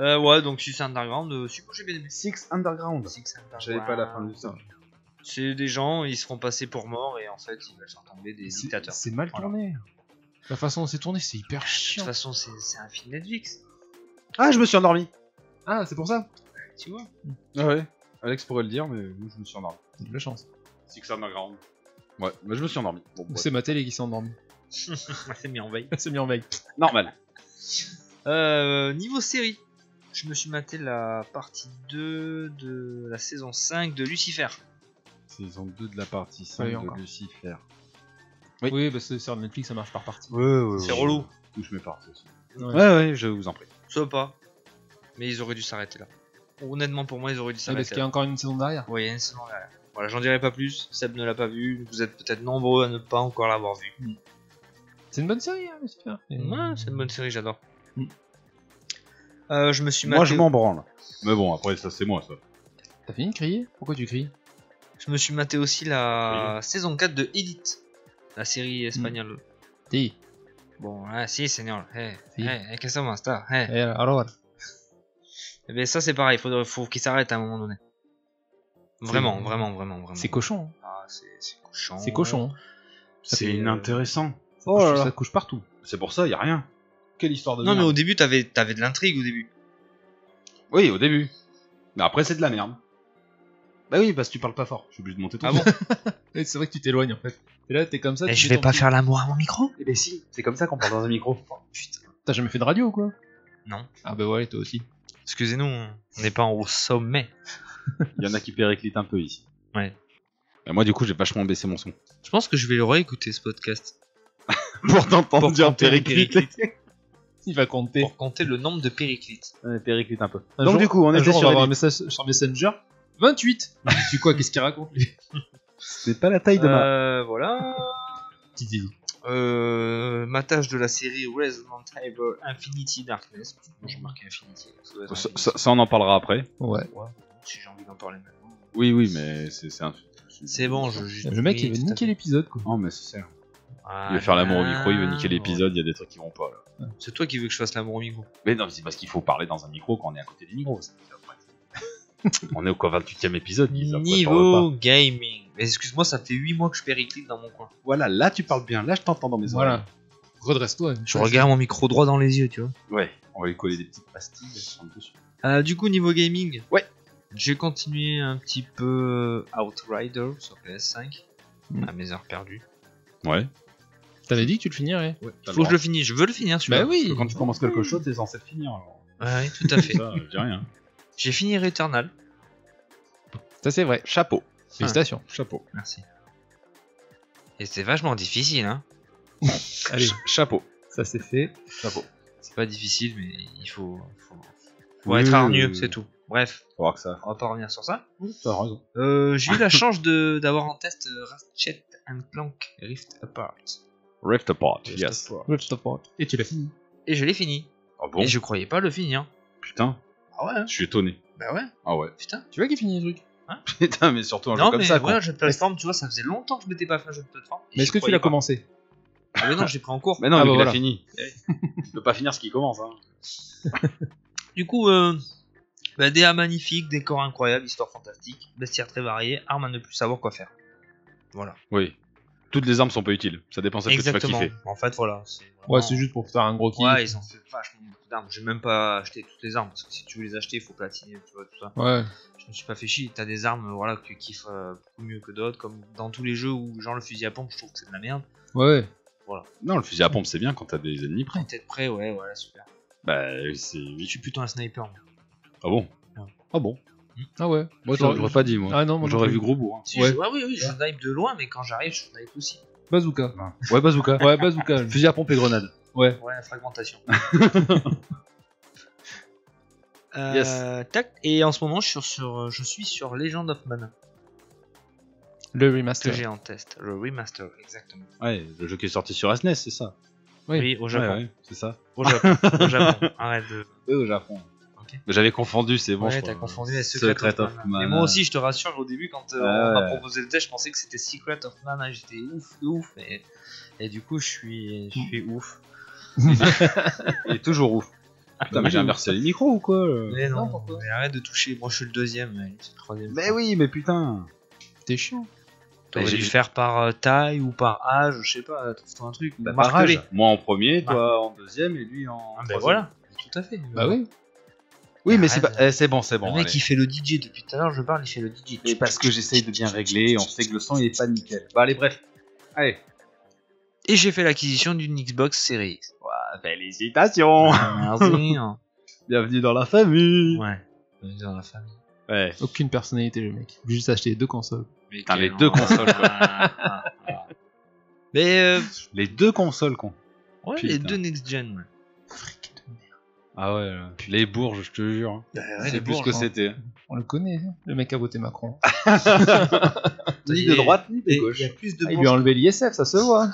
S6: Euh, ouais, donc si c'est underground, euh, si moi j'ai bien aimé.
S4: Six Underground.
S6: Si que c'est underground,
S4: J'avais pas la fin du ça.
S6: C'est des gens, ils seront passés pour morts et en fait ils veulent faire tomber des
S5: C'est
S6: dictateurs.
S5: c'est mal
S6: Voilà. Ah,
S5: tourné. La façon dont c'est tourné, c'est hyper
S6: De toute
S5: chiant.
S6: façon, c'est c'est un film Netflix,
S4: Ah, je me suis endormi.
S5: Ah, c'est pour ça
S6: tu vois.
S4: Ah ouais, Alex pourrait le dire, mais moi je me suis endormi.
S5: T'as de la chance.
S4: Six Underground. Ouais, mais je me suis endormi. Bon,
S5: Ou
S4: ouais.
S5: C'est ma télé qui s'est endormie.
S6: c'est mis en veille.
S5: c'est mis en veille.
S4: normal.
S6: Euh, niveau série, je me suis maté la partie 2 de la saison 5 de Lucifer.
S4: Saison 2 de la partie
S5: Ah
S4: 5
S5: oui,
S4: de
S5: encore.
S4: Lucifer.
S5: Oui,
S4: Oui.
S5: bah, c'est sur Netflix, ça marche par partie.
S4: Ouais, ouais,
S6: C'est relou.
S4: Touche mes parties aussi.
S5: Ouais.
S4: Ouais, ouais, je vous en prie.
S6: Ça pas. Mais ils auraient dû s'arrêter là. Honnêtement, pour moi, ils auraient dû
S4: Ah,
S5: parce
S6: s'arrêter
S5: qu'il y
S6: là.
S5: a encore une saison derrière.
S6: Ouais, il y a une saison derrière. Voilà, j'en dirai pas plus. Seb ne l'a pas vu. Vous êtes peut-être nombreux à ne pas encore l'avoir vu.
S5: C'est une bonne série, hein, Lucifer. Et-
S6: Ouais, c'est une bonne série, j'adore.
S5: Mm.
S6: Euh, je me suis maté.
S4: Moi, je m'en branle. Mais bon, après, ça, c'est moi, ça.
S5: T'as fini de crier Pourquoi tu cries
S6: je me suis maté aussi la saison 4 de Elite, la
S5: Mm.
S6: série espagnole.
S5: Ti.
S6: Bon, ah, si, señor. Hey,
S5: Si.
S6: hey, hey, que ça, moi, ça, hey.
S5: Eh, alors,
S6: Eh ben, ça c'est pareil, faudrait, faut qu'il s'arrête à un moment donné. Vraiment,
S5: C'est-
S6: vraiment, vraiment, vraiment.
S5: c'est cochon. hein.
S6: Ah, c'est c'est cochon.
S5: C'est cochon. hein.
S6: C'est
S4: euh,
S6: euh, inintéressant.
S5: Ça,
S4: Oh
S5: couche,
S4: là là.
S5: ça couche partout.
S4: C'est pour ça, y a rien. Quelle histoire de
S6: Non, mais
S4: merde.
S6: au début, t'avais avais de l'intrigue au début.
S4: Oui, au début. Mais après, c'est de la merde. Bah oui, parce que tu parles pas fort. Je suis obligé de monter tout
S6: Ah bon
S5: Et C'est vrai que tu t'éloignes en fait. Et là, t'es comme ça. tu
S6: Eh, je
S5: fais
S6: vais
S5: ton
S6: pas
S5: petit-
S6: faire l'amour à mon micro
S4: Eh ben si, c'est comme ça qu'on parle dans un micro.
S6: Putain.
S5: T'as jamais fait de radio ou quoi
S6: Non.
S5: Ah, bah ouais, toi aussi.
S6: Excusez-nous, on n'est pas au sommet.
S4: Il y en a qui périclitent un peu ici.
S6: Ouais.
S4: Et moi, du coup, j'ai vachement baissé mon son.
S6: Je pense que je vais le réécouter ce podcast.
S4: pour t'entendre dire
S6: compter les
S4: périclite.
S5: Il va compter.
S6: Pour compter le nombre de périclites.
S4: Ouais, périclite un peu.
S5: Un
S4: Donc,
S5: jour-
S4: du coup, on
S5: un
S4: était
S5: jour, on va
S4: sur
S5: avoir un
S4: Elite.
S5: message sur Messenger. 28 Tu quoi Qu'est-ce qu'il raconte lui
S4: C'est pas la taille de ma.
S6: Euh, voilà.
S5: Petit Didi.
S6: Euh, ma tâche de la série Resident Evil Infinity Darkness. Moi, J'ai marqué Infinity. ça doit être
S4: Ça,
S6: Infinity.
S4: ça- ça, on en parlera après.
S5: Ouais.
S6: Ouais, Si j'ai envie d'en parler maintenant.
S4: Oui, oui, mais c'est c'est un.
S6: C'est bon, je juste.
S5: Le mec, il veut niquer l'épisode quoi.
S4: Non, Oh, mais c'est Ah. ça. Il veut faire l'amour au micro, il veut niquer l'épisode, il y a des trucs qui vont pas là.
S6: Ah, C'est toi qui veux que je fasse l'amour au micro.
S4: Mais non, mais c'est parce qu'il faut parler dans un micro quand on est à côté du micro. c'est- c'est après. on est au quoi, 28ème épisode ils apprennent pas.
S6: Niveau gaming. Mais excuse-moi, ça fait 8 mois que je périclite dans mon coin.
S4: Voilà, là tu parles bien, là je t'entends dans mes
S5: Voilà. Redresse-toi.
S6: Je regarde mon micro droit dans les yeux, tu vois.
S4: oreilles. Ouais, on va lui coller des petites pastilles. elles sont dessus.
S6: Euh, du coup, niveau gaming.
S4: Ouais.
S6: J'ai continué un petit peu euh, Outrider sur PS5.
S5: Mm.
S4: Hmm.
S6: À mes heures perdues.
S4: Ouais.
S5: T'avais dit que tu le finirais.
S6: Faut que je le finisse, je veux le finir celui-là.
S5: Bah oui.
S4: Quand tu commences quelque chose, t'es censé le finir. alors.
S6: Ouais, ouais, tout à fait.
S4: Ça, je dis rien.
S6: J'ai fini Returnal.
S5: Ça c'est vrai. Ah,
S4: Chapeau.
S5: Félicitations.
S4: Chapeau.
S6: Merci. Et c'était vachement difficile, hein.
S5: Allez,
S4: Ch- Chapeau.
S5: ça c'est fait.
S4: Chapeau.
S6: C'est pas difficile, mais il faut, faut, faut
S4: Oui,
S6: être
S4: oui,
S6: hargneux,
S4: oui.
S6: c'est tout. Bref,
S4: Faut voir que ça.
S6: on va pas revenir sur ça.
S4: T'as raison.
S6: Euh, j'ai eu la chance de d'avoir en test euh, Ratchet and Clank Rift Apart.
S4: Rift Apart,
S6: Rift
S4: yes.
S6: Apart.
S5: Je te porte. Et tu l'as fini.
S6: Et je l'ai fini.
S4: Ah bon
S6: Et je croyais pas le finir.
S4: Putain,
S6: Ah ouais
S4: je suis étonné.
S6: Bah ouais,
S4: Ah ouais.
S6: putain.
S5: Tu vois qu'il finit les trucs.
S4: Putain, mais surtout un jeu
S6: non
S4: comme
S6: mais
S4: ça,
S6: voilà,
S4: quoi.
S6: jeu de plateforme, tu vois, ça faisait longtemps que je m'étais pas fait un jeu de plateforme. et
S5: Mais est-ce
S6: j'y
S5: que tu l'as
S6: croyais pas.
S5: commencé
S6: Ah mais non, j'ai pris en cours.
S4: Mais non,
S5: Ah
S4: mais
S5: bah
S4: il
S5: voilà.
S4: a fini. Il peut pas finir ce qui commence, hein.
S6: Du coup, euh, Bah, des haies magnifiques, décors incroyables, histoire fantastique, bestiaire très varié, armes à ne plus savoir quoi faire. Voilà.
S4: Oui. Toutes les armes sont pas utiles. Ça dépend celle que tu vas
S6: Exactement.
S4: kiffer.
S6: En fait, voilà. c'est
S5: Ouais,
S6: vraiment-
S5: c'est juste pour faire un gros kiff.
S6: Ouais, ils ont fait vachement beaucoup d'armes. J'ai même pas acheté toutes les armes parce que si tu veux les acheter, il faut platiner, tu vois, tout ça.
S5: Ouais.
S6: Je me suis pas fait chier. T'as des armes voilà, que tu kiffes euh, beaucoup mieux que d'autres, comme dans tous les jeux où, genre, le fusil à pompe, je trouve que c'est de la merde.
S5: Ouais.
S4: Non, le fusil à pompe, c'est bien quand t'as des ennemis près.
S6: Peut-être prêt, ouais, voilà, super.
S4: Bah, c'est
S6: Je suis plutôt un sniper. moi.
S4: Ah bon
S6: Non.
S4: Ah bon
S5: Ah ouais.
S4: Moi,
S5: j'aurais-
S4: j'aurais pas dit, moi.
S5: Ah non, moi non
S4: J'aurais
S5: plus.
S4: vu gros bourrin.
S6: Si,
S5: Ouais.
S6: je- ah oui, oui, je snipe de loin, mais quand j'arrive, je snipe aussi.
S5: Bazooka.
S4: Ouais, bazooka.
S5: Ouais, bazooka.
S4: Fusil à pompe et grenade.
S6: Ouais, la fragmentation.
S4: Yes.
S6: Euh, Tac. Et en ce moment, je suis sur, euh, je suis sur Legend of Mana
S5: le
S6: que
S5: remaster.
S6: j'ai en test, le remaster, exactement.
S4: Ouais, le jeu qui est sorti sur SNES, c'est ça
S5: Oui.
S6: Oui, au
S4: Ouais,
S6: Japon.
S4: ouais, c'est ça.
S6: Au Japon. au Japon. Arrête de.
S4: Oui, au Japon.
S6: Ok.
S4: Mais J'avais confondu, c'est bon.
S6: ouais,
S4: je
S6: t'as
S4: crois.
S6: confondu les Secret,
S4: Secret
S6: of,
S4: of
S6: Mana. Mais
S4: Mana.
S6: moi aussi, je te rassure, au début, quand euh,
S4: Ah
S6: on m'a
S4: ouais.
S6: proposé le test, je pensais que c'était Secret of Mana. J'étais ouf, de ouf. Et, et du coup, je suis, je suis ouf.
S4: Il est toujours ouf. Putain, mais j'ai inversé les micros ou quoi euh
S6: Mais non, mais arrête de toucher. Moi, je suis le deuxième. mais c'est le troisième.
S4: Mais oui, mais putain
S5: T'es chiant.
S6: Bah, j'ai
S4: T'aurais
S6: dû
S4: dû-
S6: faire par euh, taille ou par âge, je sais pas, trouve-toi un truc.
S4: Bah, par
S6: marque-les.
S4: âge. Moi en premier, toi en deuxième et lui en.
S6: Ah, bah
S4: troisième.
S6: voilà, tout à fait.
S5: Bah oui.
S4: Oui, mais c'est pas...
S6: Arrête.
S4: eh, c'est bon, c'est bon.
S6: le mec
S4: allez.
S6: il fait le DJ depuis tout à l'heure, je parle, il fait le DJ.
S4: Mais parce que j'essaye de bien régler, on sait que le son il est pas nickel. Bah allez, bref. Allez.
S6: Et j'ai fait l'acquisition d'une Xbox Series X.
S4: Ouah, félicitations
S6: Ah, merci, hein.
S4: Bienvenue dans la famille
S6: ouais. Bienvenue Dans la famille.
S4: Ouais.
S5: Aucune personnalité, le mec. Juste acheter deux consoles.
S6: Mais
S4: Putain, les
S6: quel-
S4: deux consoles.
S6: Ah, ah, ah. Mais euh,
S4: Les deux consoles qu'on.
S6: ouais, les
S4: Putain.
S6: deux next-gen. Ouais.
S4: Ah ouais, euh, les bourges, je te jure. hein.
S5: ouais, les
S4: c'est plus ce
S5: bourges,
S4: que
S5: hein.
S4: c'était.
S5: On le connaît, hein. le mec a voté Macron.
S4: Ni de droite, ni
S6: Et
S4: de gauche. Ah,
S6: Il y a plus de
S5: il lui a
S6: bourges,
S5: enlevé l'ISF, ça se voit.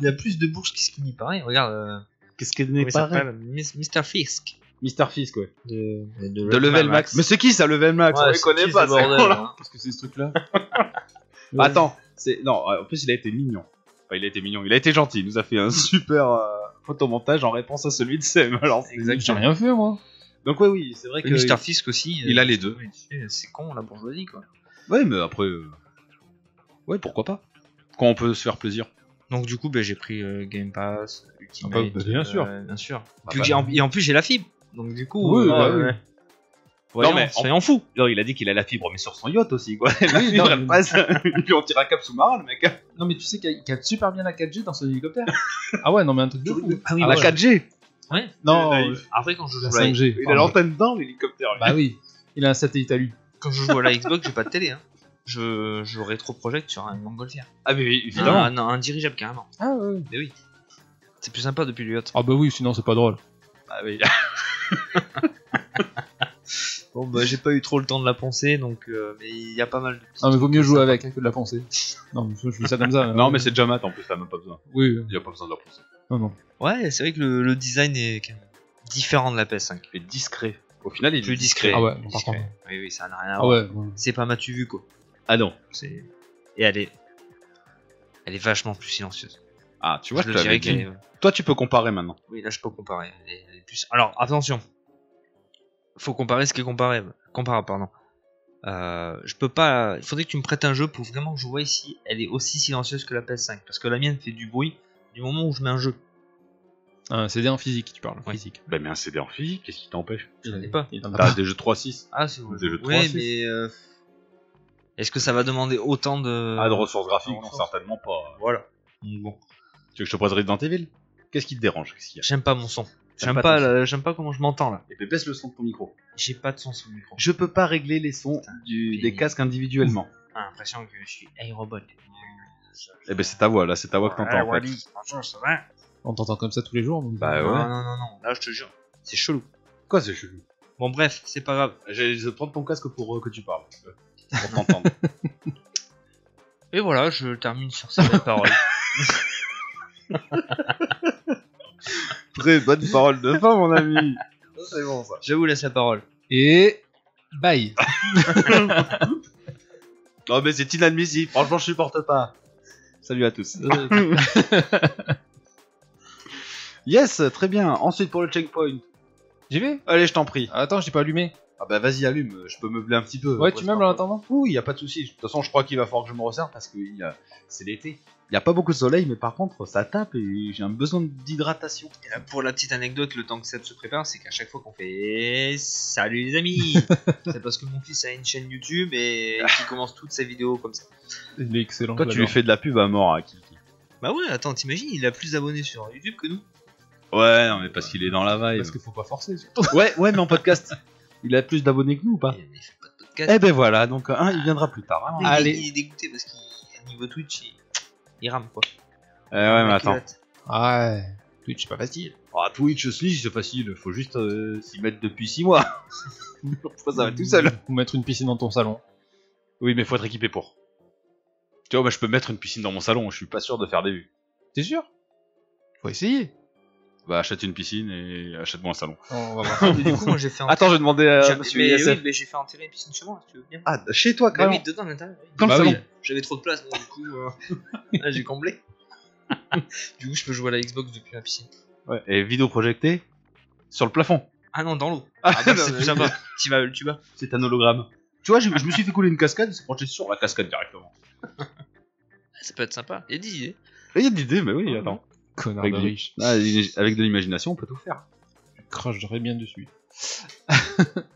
S6: il y a plus de bourges qui se finit pareil. Regarde, euh,
S4: Qu'est-ce qu'elle
S6: comment
S4: n'est
S6: il s'appelle Mis- Mr. Fisk.
S4: Mister Fisk, ouais.
S6: De,
S4: De Level Max. Mais c'est qui ça, Level Max
S6: Ouais,
S4: On les
S6: c'est
S4: connaît
S6: qui,
S4: pas,
S6: ce
S4: ces
S6: bordel,
S4: cons-là.
S6: hein
S4: Parce que c'est ce truc-là. Bah, Attends, c'est. Non, euh, en plus, il a été mignon. Enfin, il a été mignon, il a été gentil. Il nous a fait un super euh, photomontage en réponse à celui de Sam. Alors, c'est
S5: Euh, J'ai rien fait, moi.
S4: Donc, ouais, oui, c'est vrai que.
S6: Et Mr. Fisk aussi.
S4: il a les deux.
S6: euh, C'est con la bourgeoisie quoi.
S4: Ouais, mais après. euh, Ouais, pourquoi pas Quand on peut se faire plaisir.
S6: Donc du coup, ben, j'ai pris euh, Game Pass, Ultimate.
S5: Ah bah, bah, bien
S6: euh,
S5: sûr.
S6: bien sûr.
S4: Bah,
S6: Puis
S4: bah,
S6: j'ai- en- et en plus, j'ai la fibre. Donc du coup, euh,
S5: Oui, bah, oui.
S4: Non, mais
S6: soyons fous.
S4: Non, il a dit qu'il a la fibre, mais sur son yacht aussi, quoi. La
S5: Oui,
S4: fibre,
S5: non,
S4: elle
S5: mais-
S4: passe. Il lui en tire un cap sous-marin, le mec.
S5: Non, mais tu sais qu'il capte super bien la 4G dans son hélicoptère. ah ouais, non, mais un truc de fou.
S6: Ah oui,
S5: Ah
S6: bah,
S5: ouais.
S4: 4G
S6: Ouais.
S5: Non,
S4: Il-
S5: euh,
S6: Après, quand je
S5: la
S6: joue à la,
S5: 5G.
S4: Il a
S5: pardon.
S4: l'antenne dans l'hélicoptère, lui.
S5: Bah oui, il a un satellite à lui.
S6: quand je joue à la Xbox, j'ai pas de télé. Hein. Je, je rétroprojecte sur un montgolfière.
S4: Ah, mais oui,
S6: Non,
S4: évidemment.
S6: un, un dirigeable carrément.
S5: Ah ouais.
S6: Mais oui. C'est plus sympa depuis le yacht.
S5: Ah bah oui, sinon c'est pas drôle.
S4: Ah, oui.
S6: Bon, bah j'ai pas eu trop le temps de la poncer, donc euh, mais il y a pas mal de. petits
S5: Non, mais vaut mieux
S6: trucs
S5: jouer
S6: sympas.
S5: avec que de la pensée. Non, mais je fais ça comme ça. hein.
S4: Ah. Non, mais c'est déjà mat en plus, t'as même pas besoin.
S5: Oui, oui.
S4: Il a pas besoin de la pousser.
S5: non, non.
S6: Ouais, c'est vrai que le, le design est quand même différent de la PS5.
S4: Et discret. Au final, il est
S6: Plus discret.
S5: Ah ouais,
S6: plus
S5: par
S6: discret.
S5: contre.
S6: Oui, oui, ça n'a rien à
S5: Ah
S6: voir.
S5: ouais.
S6: C'est pas m'as-tu vu quoi.
S4: Ah non.
S6: C'est... Et elle est. Elle est vachement plus silencieuse.
S4: Ah, tu vois,
S6: je
S4: je
S6: le
S4: te l'avais
S6: dirais qu'elle
S4: dit.
S6: est.
S4: Toi, tu peux comparer maintenant.
S6: Oui, là je peux comparer. Elle est- elle est plus- Alors attention. Faut comparer ce qui est comparable. Comparable, pardon. Euh, je peux pas. Il faudrait que tu me prêtes un jeu pour vraiment jouer si elle est aussi silencieuse que la PS5. Parce que la mienne fait du bruit du moment où je mets un jeu.
S5: Un CD en Ah, physique, tu parles. Physique. Ah,
S4: Bah, mais un CD en physique, qu'est-ce qui t'empêche
S6: Je l'ai pas.
S5: Il en a
S4: T'as
S5: pas.
S4: des jeux 3-6.
S6: Ah, c'est vrai.
S4: Des jeux de
S6: Ouais,
S4: 3-6.
S6: mais. euh, Est-ce que ça va demander autant de.
S4: Ah, de ressources graphiques, non,
S6: ressources.
S4: certainement pas.
S6: Voilà. Donc, bon.
S4: Tu veux que je te pose Resident dans tes villes Qu'est-ce qui te dérange Qu'est-ce qu'il y a
S6: J'aime pas mon son. J'aime
S4: pas
S6: pas,
S4: ton son.
S6: la- j'aime pas comment je m'entends là.
S4: Et puis baisse le son de ton micro.
S6: J'ai pas de son sur le micro.
S4: Je peux pas régler les sons du- des
S6: Pénible.
S4: casques individuellement.
S6: J'ai l'impression que je suis iRobot.
S4: Eh ben c'est ta voix, là, c'est ta voix que t'entends. en fait.
S6: Bonjour, ça va
S5: On t'entend comme ça tous les jours. donc-
S4: Bah ouais.
S6: Non, non, non, non, là je te jure, c'est chelou.
S4: Quoi, c'est chelou
S6: Bon, bref, c'est pas grave.
S4: J'allais te prendre ton casque pour euh, que tu parles. euh, Pour t'entendre.
S6: Et voilà, je termine sur ces belles paroles.
S4: Très bonne parole de fin, mon ami. Oh, C'est bon, ça.
S6: Je vous laisse la parole.
S5: Et bye.
S4: Non, mais c'est inadmissible. Franchement, je supporte pas. Salut à tous.
S5: Euh,
S4: yes, très bien. Ensuite, pour le checkpoint,
S5: J'y vais
S4: Allez, je t'en prie.
S5: Attends, j'ai pas allumé.
S4: Ah bah vas-y, allume, je peux meubler un petit peu.
S5: Ouais, tu meubles en attendant
S4: Oui, il y a pas de souci. De toute façon, je crois qu'il va falloir que je me resserre parce que il y a- c'est l'été. Il y a pas beaucoup de soleil, mais par contre, ça tape et j'ai un besoin d'hydratation.
S6: Euh, Pour la petite anecdote, le temps que Seb se prépare, c'est qu'à chaque fois qu'on fait Salut les amis C'est parce que mon fils a une chaîne YouTube et qu'il commence toutes ses vidéos comme ça.
S5: Il est excellent.
S4: Toi, tu lui fais de la pub à mort hein, à Kiki.
S6: Bah ouais, attends, t'imagines, il a plus d'abonnés sur YouTube que nous.
S4: Ouais, non, mais parce qu'il est dans la vibe.
S5: Parce qu'il faut pas forcer, surtout.
S4: Ouais, ouais, mais en podcast. Il a plus d'abonnés que nous ou pas
S6: Il fait pas de podcast.
S4: Eh ben voilà, donc hein, il viendra plus tard. hein.
S6: Il-
S5: allez.
S6: Il est dégoûté parce qu'il niveau Twitch, il, il rame quoi.
S4: Eh ouais, mais
S6: Avec euh,
S4: attends.
S6: les dates.
S5: Ouais. Twitch, c'est pas facile.
S4: Ah, Twitch, Switch, c'est facile, faut juste euh, s'y mettre depuis 6 mois. Pourquoi ça va tout seul
S5: Ou mettre une piscine dans ton salon.
S4: Oui, mais faut être équipé pour. Tu vois, moi je peux mettre une piscine dans mon salon, je suis pas sûr de faire des vues.
S5: T'es sûr Faut essayer.
S4: Bah, achète une piscine et achète-moi un salon.
S5: On va voir.
S6: Mais du coup, moi j'ai fait un.
S4: Attends, je vais demander à
S6: J'ai-
S4: monsieur
S6: mais,
S4: ISF.
S6: oui, mais j'ai fait enterrer une piscine chez moi, si tu veux bien.
S4: Ah, chez toi,
S6: Bah
S4: quand
S6: oui,
S4: même.
S6: dedans, à l'intérieur. oui.
S4: Dans le
S5: Bah
S4: salon.
S5: oui.
S6: J'avais trop de place, donc du coup, euh, là, j'ai comblé. du coup, je peux jouer à la Xbox depuis la piscine.
S4: Ouais, Et vidéo projectée sur le plafond.
S6: Ah non, dans l'eau.
S4: Ah,
S6: bah,
S4: non,
S6: c'est
S4: mais-
S6: plus sympa. Tu vas, tu vas.
S4: C'est un hologramme. Tu vois, j'ai- je me suis fait couler une cascade, c'est projeté sur la cascade directement.
S6: Ça peut être sympa. Il y a des idées.
S4: Il y a de l'idée, mais oui, attends.
S5: Connard
S4: Avec
S5: de
S4: du-
S5: riche.
S4: Ah, avec de l'imagination, on peut tout faire.
S5: Je cracherais bien dessus.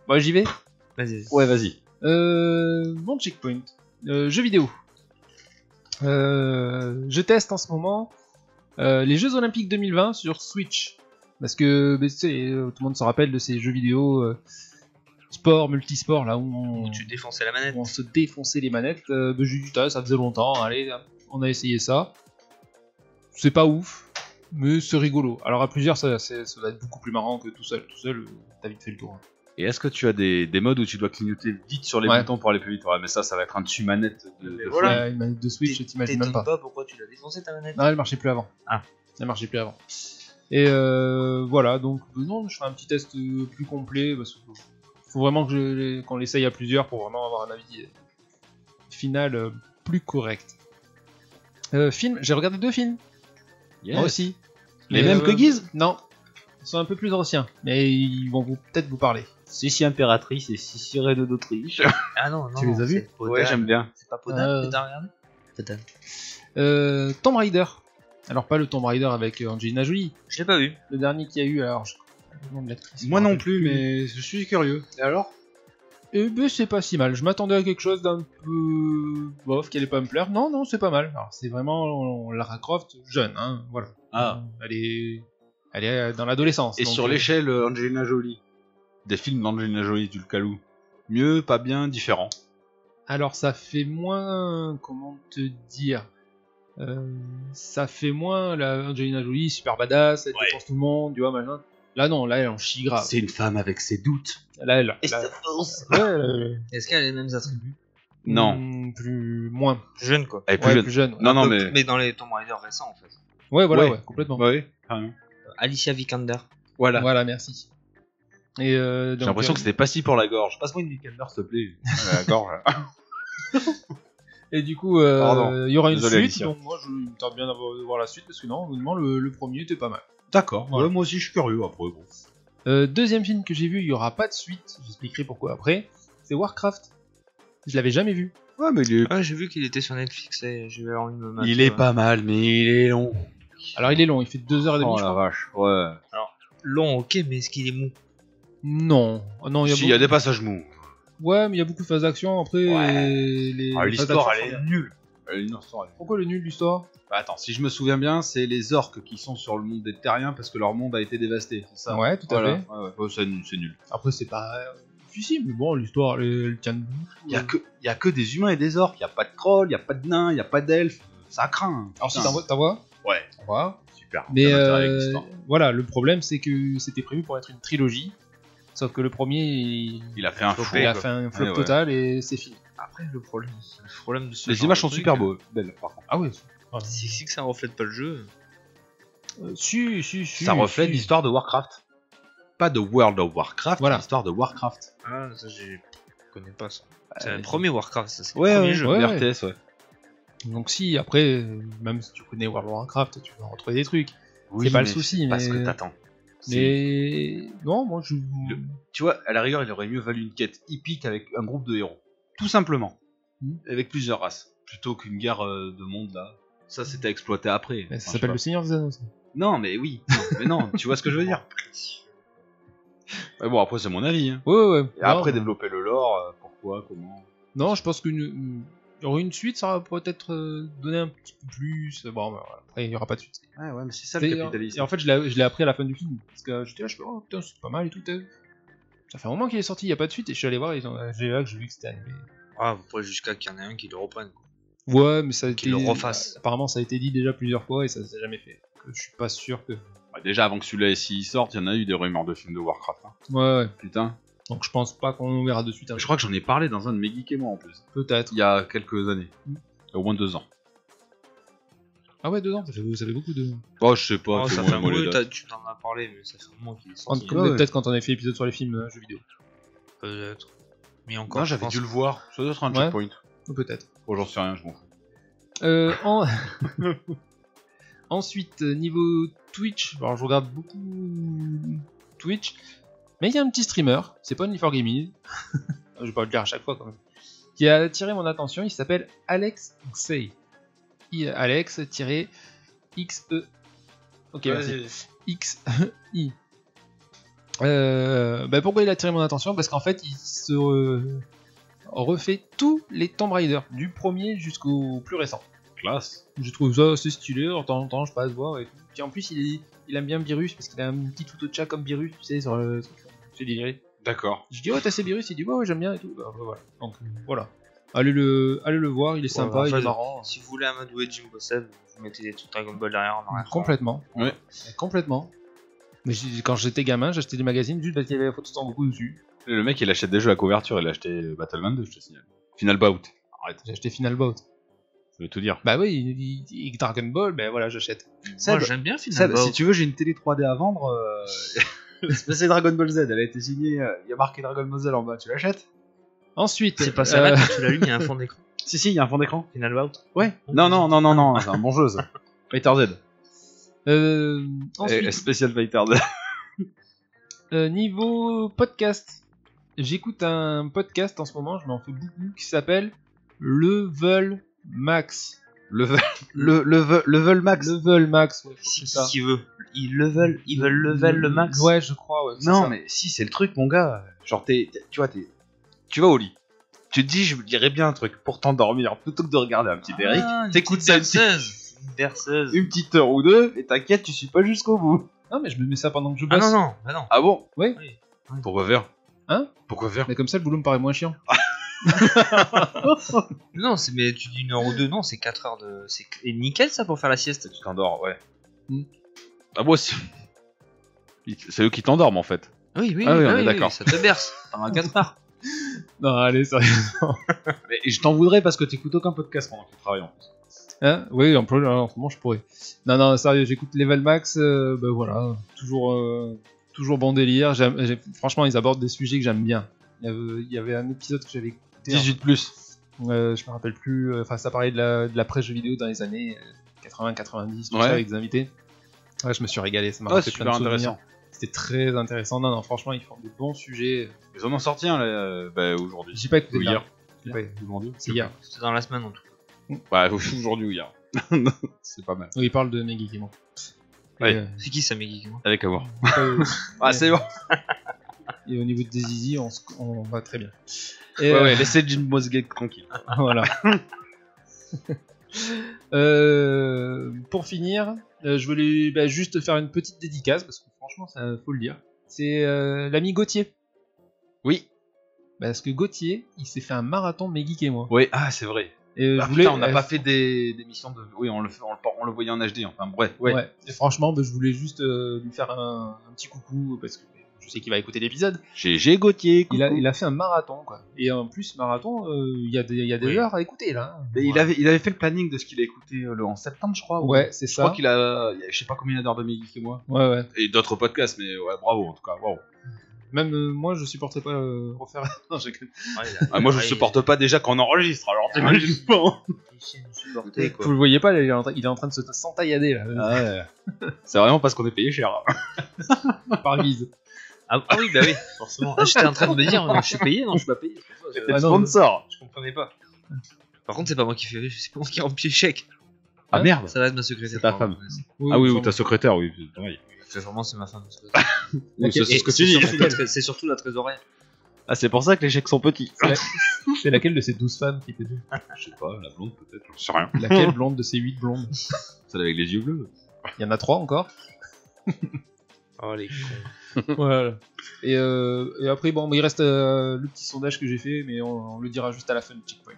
S5: Moi, j'y vais.
S6: Vas-y, vas-y.
S4: Ouais, vas-y.
S5: Euh, mon checkpoint. Euh, jeux vidéo. Euh, je teste en ce moment euh, les Jeux Olympiques 2020 sur Switch. Parce que ben, tu sais, euh, tout le monde se rappelle de ces jeux vidéo euh, sport, multisport, là où on,
S6: Où tu défonçais la manette.
S5: où on se défonçait les manettes. Euh, ben, j'ai dit, Ah, ça faisait longtemps, allez, on a essayé ça. C'est pas ouf, mais c'est rigolo. Alors à plusieurs, ça, c'est- ça doit être beaucoup plus marrant que tout seul. Tout seul, euh, t'as vite fait le tour. hein.
S4: Et est-ce que tu as des, des modes où tu dois clignoter vite sur les
S5: Ouais.
S4: boutons pour aller plus vite Ouais, mais ça, ça va être un dessus manette de, de
S6: Mais voilà.
S4: folie.
S5: Ouais, une manette de Switch, t'imagines même
S6: T'étonnes
S5: pas.
S6: pas pourquoi tu l'as défoncé ta manette.
S5: Non, elle marchait plus avant.
S6: Ah.
S5: Elle marchait plus avant. Et euh, voilà, donc euh, non, je fais un petit test euh, plus complet. Parce que faut vraiment que je l'ai- qu'on l'essaye à plusieurs pour vraiment avoir un avis euh, final euh, plus correct. Euh, film, j'ai regardé deux films.
S4: Yes.
S5: Moi aussi.
S4: Les
S5: Mais, euh,
S4: mêmes que Guise
S5: Non, ils sont un peu plus anciens, mais ils vont vous- peut-être vous parler.
S4: Sissi Impératrice et Sissi Reine d'Autriche.
S6: Ah non, non.
S5: Tu les as vus
S6: c'est Podane.
S4: ouais, j'aime bien.
S6: C'est pas Podane
S5: Euh.
S6: que t'as regardé Podane.
S5: Euh, Tomb Raider. Alors pas le Tomb Raider avec euh, Angelina Jolie.
S6: Je l'ai pas vu.
S5: Le dernier qu'il y a eu, alors je... le nom de l'actrice, je
S4: Moi
S5: me
S4: non
S5: rappelle
S4: plus, mais je suis curieux. Et alors
S5: Eh ben, c'est pas si mal. Je m'attendais à quelque chose d'un peu bof, qui allait pas me plaire. Non, non, c'est pas mal. Alors, c'est vraiment Lara Croft jeune, hein, voilà.
S4: Ah.
S5: Elle est, elle est euh, dans l'adolescence.
S4: Et
S5: donc,
S4: sur
S5: euh,
S4: l'échelle euh, Angelina Jolie Des films d'Angelina Jolie, tu le calou. Mieux, pas bien, différent.
S5: Alors, ça fait moins, comment te dire, Euh, ça fait moins la Angelina Jolie super badass, elle
S4: Ouais.
S5: dépense tout le monde, tu vois, machin. Là, non, là, elle en chie grave.
S4: une femme avec ses doutes.
S5: Là, elle. là-
S6: force
S5: Ouais, elle-
S6: Est-ce qu'elle a les mêmes attributs
S4: Non.
S5: Hmm, plus moins.
S6: Plus jeune quoi.
S4: Elle est plus
S5: ouais,
S4: jeune.
S5: plus jeune. ouais.
S4: Euh, Non, non, mais.
S6: Mais dans les Tomb Raider récents en fait.
S5: Ouais, voilà,
S4: Ouais.
S5: ouais, complètement.
S4: Ouais, carrément.
S6: Alicia Vikander.
S4: Voilà.
S5: Voilà, merci. Et euh,
S4: J'ai
S5: donc,
S4: l'impression
S5: euh,
S4: que c'était pas si pour la gorge. Passe-moi une Vikander, s'il te plaît. Ah, la gorge.
S5: Et du coup, euh,
S4: Pardon.
S5: il y aura une
S4: Désolé,
S5: suite,
S4: Alicia.
S5: donc moi je me tarde bien d'avoir- de voir la suite parce que non, honnêtement, le, le premier était pas mal.
S4: D'accord,
S5: Voilà.
S4: ouais, moi aussi je suis curieux après. Bon.
S5: Euh, deuxième film que j'ai vu, il y aura pas de suite, j'expliquerai pourquoi après, c'est Warcraft. Je l'avais jamais vu.
S4: Ouais, mais il est,
S6: Ouais, Ah, j'ai vu qu'il était sur Netflix et j'ai eu envie de me euh, mater,
S4: il est
S6: ouais.
S4: pas mal, mais il est long.
S5: Alors il est long, il fait 2h30.
S4: Oh la vache, ouais.
S6: long, ok, mais est-ce qu'il est mou
S5: Non, Oh non, il y a,
S4: Si, il y a
S5: beaucoup-
S4: des passages mous.
S5: Ouais, mais il y a beaucoup de phases d'action après.
S4: Ouais.
S5: et les-
S4: Ah,
S5: les phases
S4: L'histoire,
S5: d'action
S4: elle
S5: sont
S4: est
S5: bien.
S4: nulle. Elle est nulle, l'histoire, elle est nulle.
S5: Pourquoi le nul l'histoire
S4: Bah, attends, si je me souviens bien, c'est les orques qui sont sur le monde des terriens parce que leur monde a été dévasté, c'est ça
S5: Ouais, tout à
S4: Voilà.
S5: fait.
S4: Ouais, ouais. Oh, c'est nul, c'est nul.
S5: Après, c'est pas. euh, Si, si, mais bon, l'histoire, elle, elle tient debout.
S4: Il y, a que- il y a que des humains et des orques, il y a pas de trolls, il y a pas de nains, il y a pas d'elfes, ça craint.
S5: Alors, si
S4: Putain.
S5: t'en vois, t'en vois
S4: Ouais.
S5: Au revoir.
S4: Super.
S5: Mais
S4: ça m'intéresse,
S5: euh,
S4: l'histoire.
S5: voilà, le problème c'est que c'était prévu pour être une trilogie, sauf que le premier il,
S4: Il a fait un
S6: Faut
S4: fou.
S5: il
S6: ouais,
S5: a
S6: quoi.
S5: fait un flop
S4: Ouais, ouais.
S5: total et c'est fini.
S6: Après, le problème, le problème de ce
S4: Les
S6: genre
S4: images
S6: de
S4: sont
S6: truc,
S4: super beaux, belles, par contre.
S5: Ah ouais.
S6: euh, Si, si que ça reflète pas le jeu.
S5: Euh, si, si, si.
S4: Ça reflète
S5: si.
S4: l'histoire de Warcraft. Pas de World of Warcraft,
S5: Voilà.
S4: l'histoire de Warcraft.
S6: Ah, ça, j'ai- je connais pas ça. C'est
S4: Euh,
S6: le premier Warcraft, ça, c'est
S4: Ouais,
S6: le premier
S4: ouais,
S6: jeu.
S5: ouais.
S4: le RTS, ouais.
S5: Donc si après euh, même si tu connais World of Warcraft, tu vas retrouver des trucs.
S4: Oui,
S5: pas le
S4: mais
S5: souci,
S4: Parce
S5: mais-
S4: que t'attends.
S5: Mais non, moi je.
S4: Tu vois, à la rigueur, il aurait mieux valu une quête hippique avec un groupe de héros. Tout simplement.
S5: Mhm.
S4: Avec plusieurs races. Plutôt qu'une guerre euh, de monde là. Ça, c'était à exploiter après.
S5: Bah,
S4: Enfin,
S5: ça
S4: je
S5: s'appelle
S4: sais
S5: le Seigneur des Anneaux. ça.
S4: pas. Non, mais oui. Non, mais non, tu vois ce que je veux dire. Mais bon, après, c'est mon avis. hein.
S5: Ouais, ouais, ouais.
S4: Et
S5: Non,
S4: après, développer le lore, euh, pourquoi, comment.
S5: Non, je pense qu'une une- il y aura une suite, ça va peut-être euh, donner un petit peu plus. Bon, bah, voilà. après, il n'y aura pas de suite.
S4: Ah Ouais, ouais, mais c'est ça
S5: Et, euh, et en fait, je l'ai je l'ai appris à la fin du film. Parce que j'étais là, je me oh putain, c'est pas mal et tout. t'as vu. Ça fait un moment qu'il est sorti, il n'y a pas de suite. Et je suis allé voir, ils ont- euh, j'ai là que j'ai vu que c'était animé.
S6: Ah, vous pourrez jusqu'à qu'il y en ait un qui le reprenne. quoi.
S5: Ouais, mais ça a
S6: Qu'il
S5: été.
S6: le
S4: Ah,
S6: refasse.
S5: Apparemment, ça a été dit déjà plusieurs fois et ça s'est jamais fait. Je suis pas sûr que.
S4: Bah, déjà, avant que celui-là, s'il sorte, il y en a eu des rumeurs de films de Warcraft. hein.
S5: Ouais, ouais.
S4: Putain.
S5: Donc je pense pas qu'on verra de suite. un
S4: Je crois que j'en ai parlé dans un de mes geeks et moi en plus.
S5: Peut-être.
S4: Il y a quelques années.
S5: Mhm.
S4: Au moins deux ans.
S5: Ah ouais, deux ans, ça fait, ça fait beaucoup de.
S4: Oh, je sais pas.
S6: Ah,
S4: c'est
S6: ça
S4: moi,
S6: fait un
S4: moi, les
S6: moment,
S4: dates.
S6: t'as- tu t'en as parlé, mais ça fait un moment qu'il est
S5: Comme-
S6: sorti.
S5: comme
S4: ouais.
S5: Peut-être quand on avait fait l'épisode sur les films euh, jeux vidéo.
S6: Peut-être. Mais encore.
S4: Non,
S6: je
S4: j'avais
S6: pense-
S4: dû le voir. Ça doit être un
S5: Ouais.
S4: checkpoint.
S5: Ou Peut-être.
S4: Oh, j'en sais rien, je m'en fous.
S5: Euh, en- Ensuite, euh, niveau Twitch, alors je regarde beaucoup Twitch, mais il y a un petit streamer, c'est pas only for gaming je vais pas le dire à chaque fois quand même, qui a attiré mon attention, il s'appelle Alex Xey. I- Alex tiré XE. Ok, merci. X E, I. Euh, bah, pourquoi il a attiré mon attention Parce qu'en fait, il se euh, refait tous les Tomb Raider, du premier jusqu'au plus récent.
S4: Classe.
S5: Je trouve ça assez stylé, de temps en temps, je passe voir et tout. Puis en plus, il, il aime bien Virus, parce qu'il a un petit tout de chat comme Virus, tu sais, sur le truc. C'est déliré.
S4: D'accord.
S5: Je dis, ouais, t'as ces Virus Il dit, ouais, ouais, j'aime bien et tout. Bah, bah, voilà. Donc, voilà. Allez le, allez le voir, il est sympa,
S6: en
S5: il
S6: fait,
S5: est marrant.
S6: Si vous voulez amadouer Jimbo Seb, vous mettez des trucs Dragon Ball derrière en arrière.
S5: Complètement.
S4: Ouais.
S5: Complètement. Mais j'ai- quand j'étais gamin, j'achetais des magazines juste parce qu'il y avait la photo de Sangoku dessus.
S4: Le mec, il achète des jeux à couverture. Il a acheté Battle 22, je te signale. Final Bout. Arrête,
S5: J'ai acheté Final Bout.
S4: je vais tout dire.
S5: Bah oui, il- il- il- Dragon Ball, ben voilà, j'achète.
S6: Moi,
S4: Seb,
S6: j'aime bien finalement.
S4: si tu veux, j'ai une télé 3D à vendre.
S5: euh,
S4: C'est Dragon Ball Z. Elle a été signée. euh, Il y a marqué Dragon Ball Z en bas. bah, Tu l'achètes
S5: Ensuite,
S6: C'est pas ça là,
S5: euh,
S6: quand tu l'allumes, il y a un fond d'écran.
S4: Si, si, il y a un fond d'écran.
S6: Final Bout.
S4: Ouais. Non, non, non, non, non. C'est un bon jeu, ça. Fighter Z.
S5: euh,
S4: Eh,
S5: ensuite
S4: spécial Fighter Z.
S5: euh, niveau podcast, j'écoute un podcast en ce moment, je m'en fais beaucoup, qui s'appelle Level Max.
S4: Level, le, level, level max.
S5: Level Max, ouais, je crois que
S6: Si,
S5: c'est ça.
S6: si, veut. Ils level, ils veulent level le max.
S5: Ouais, je crois, ouais. c'est
S4: Non,
S5: ça.
S4: mais si, c'est le truc, mon gars. Genre, t'es, t'es- tu vois, t'es, tu vas au lit. Tu te dis, je dirais bien un truc pour t'endormir plutôt que de regarder un petit Derrick.
S6: Ah, une
S4: T'écoutes
S6: petite
S4: ça, une
S6: berceuse. Une berceuse.
S4: Une petite heure ou deux, et t'inquiète, tu suis pas jusqu'au bout.
S5: Non, mais je me mets ça pendant que je
S6: Ah
S5: bosse.
S6: non, non, bah non.
S4: Ah bon
S5: Oui.
S6: Oui.
S4: Pourquoi faire
S5: Hein
S4: Pourquoi faire
S5: Mais comme ça, le boulot me paraît moins chiant.
S6: Non, c'est- mais tu dis une heure ou deux, non, c'est 4 heures de. C'est et nickel ça pour faire la sieste.
S4: Tu t'endors, ouais.
S5: Hmm.
S4: Ah bon, c'est... c'est eux qui t'endorment en fait.
S6: Oui, oui,
S4: Ah oui,
S6: bah
S4: on est d'accord.
S6: ça te berce pendant 4 heures.
S5: Non, allez, sérieux.
S4: Mais je t'en voudrais parce que t'écoutes aucun podcast pendant que tu travailles en plus.
S5: Hein oui, en, plus, en ce moment je pourrais. Non, non, sérieux, j'écoute Level Max, euh, ben voilà, toujours, euh, toujours bon délire. J'aime- j'ai- franchement, ils abordent des sujets que j'aime bien. Il y, avait, il y avait un épisode que j'avais écouté,
S4: 18 plus.
S5: euh, je me rappelle plus, euh, enfin ça parlait de la, de la presse jeux vidéo dans les années 80-90, tout
S4: Ouais.
S5: ça avec des invités. Ouais, je me suis régalé, ça m'a
S4: Ah,
S5: rappelé
S4: super
S5: plein de souvenirs.
S4: intéressant.
S5: C'était très intéressant. Non, non, franchement, ils font des bons sujets.
S4: Ils en ont sorti un là, euh, bah, aujourd'hui.
S5: J'ai pas écouté
S4: Ou
S5: le
S4: hier.
S5: dernier. Ouais,
S4: Aujourd'hui
S5: C'est hier.
S6: C'est dans la semaine en tout cas.
S4: Bah, aujourd'hui ou hier. c'est pas mal.
S5: Oui, ils parlent de Meggy Gamer.
S4: Ouais.
S5: Et, euh,
S6: C'est qui ça, Meggy moi
S4: Avec à voir.
S5: euh,
S4: Ah, c'est bon.
S5: et au niveau de Zizi, on, se- on va très bien.
S4: Ouais,
S5: Et, euh,
S4: ouais, laissez Jim Mosgate tranquille.
S5: voilà. Euh, pour finir, euh, je voulais bah, juste faire une petite dédicace parce que franchement, ça faut le dire. C'est euh, l'ami Gauthier.
S4: Oui.
S5: Parce que Gauthier, il s'est fait un marathon Megeek et moi.
S4: Oui, ah, c'est vrai.
S5: Et euh,
S4: Ah,
S5: je voulais,
S4: putain, on n'a
S5: euh,
S4: pas fait des, des missions de. Oui, on le, fait- on le, on le voyait en HD, enfin bref.
S5: Ouais.
S4: Ouais.
S5: Et franchement, bah, je voulais juste euh, lui faire un, un petit coucou parce que bah, je sais qu'il va écouter l'épisode.
S4: GG Gauthier.
S5: Il a,
S4: coucou.
S5: il a fait un marathon quoi. Et en plus, marathon, euh, il y a des, il y a des
S6: Oui.
S5: heures à écouter là. hein.
S4: Mais il, avait, il avait fait le planning de ce qu'il a écouté euh, le, en septembre, je crois. ou-
S5: Ouais, c'est
S4: Je
S5: ça.
S4: crois qu'il a. il y a- Je sais pas combien d'heures de Megeek et moi.
S5: Ouais, ouais.
S4: Et d'autres podcasts, mais ouais, bravo en tout cas. Bravo.
S5: Même euh, moi, je supporterais pas euh, refaire. non, je-
S4: Ah, moi je supporte pas déjà qu'on enregistre, alors t'imagines pas.
S6: Je supporter quoi.
S5: Vous le voyez pas, là, il est en, train- il est en train de se s'entaillader là, euh,
S4: C'est vraiment parce qu'on est payé cher.
S5: par vise.
S6: Ah, ah oui, bah oui, forcément. Ah, J'étais en train de me dire, euh, je suis payé, non, je suis pas payé. c'est pour ça,
S4: C'est
S5: Ah
S4: le
S5: non,
S4: sponsor.
S6: Je comprenais pas. Par contre, c'est pas moi qui fais, c'est pas moi qui remplis le chèque.
S4: Ah merde.
S6: Ça va être ma secrétaire.
S4: C'est ta
S6: pardon.
S4: Ah oui, ou
S5: sûrement.
S4: ta secrétaire, oui. c'est pareil.
S6: C'est vraiment c'est ma femme. parce que-
S4: Oui, c'est c'est ce que tu
S6: Et
S4: dis.
S6: c'est surtout la tré- C'est surtout la trésorière.
S4: Ah, c'est pour ça que les chèques sont petits.
S5: C'est laquelle de ces 12 femmes qui était
S4: Je sais pas, la blonde peut-être, j'en sais rien.
S5: Laquelle blonde de ces 8 blondes
S4: Celle avec les yeux bleus.
S5: Il y en a 3 encore
S6: Oh les
S5: Voilà. Et, euh, et après, bon, il reste euh, le petit sondage que j'ai fait, mais on, on le dira juste à la fin du checkpoint.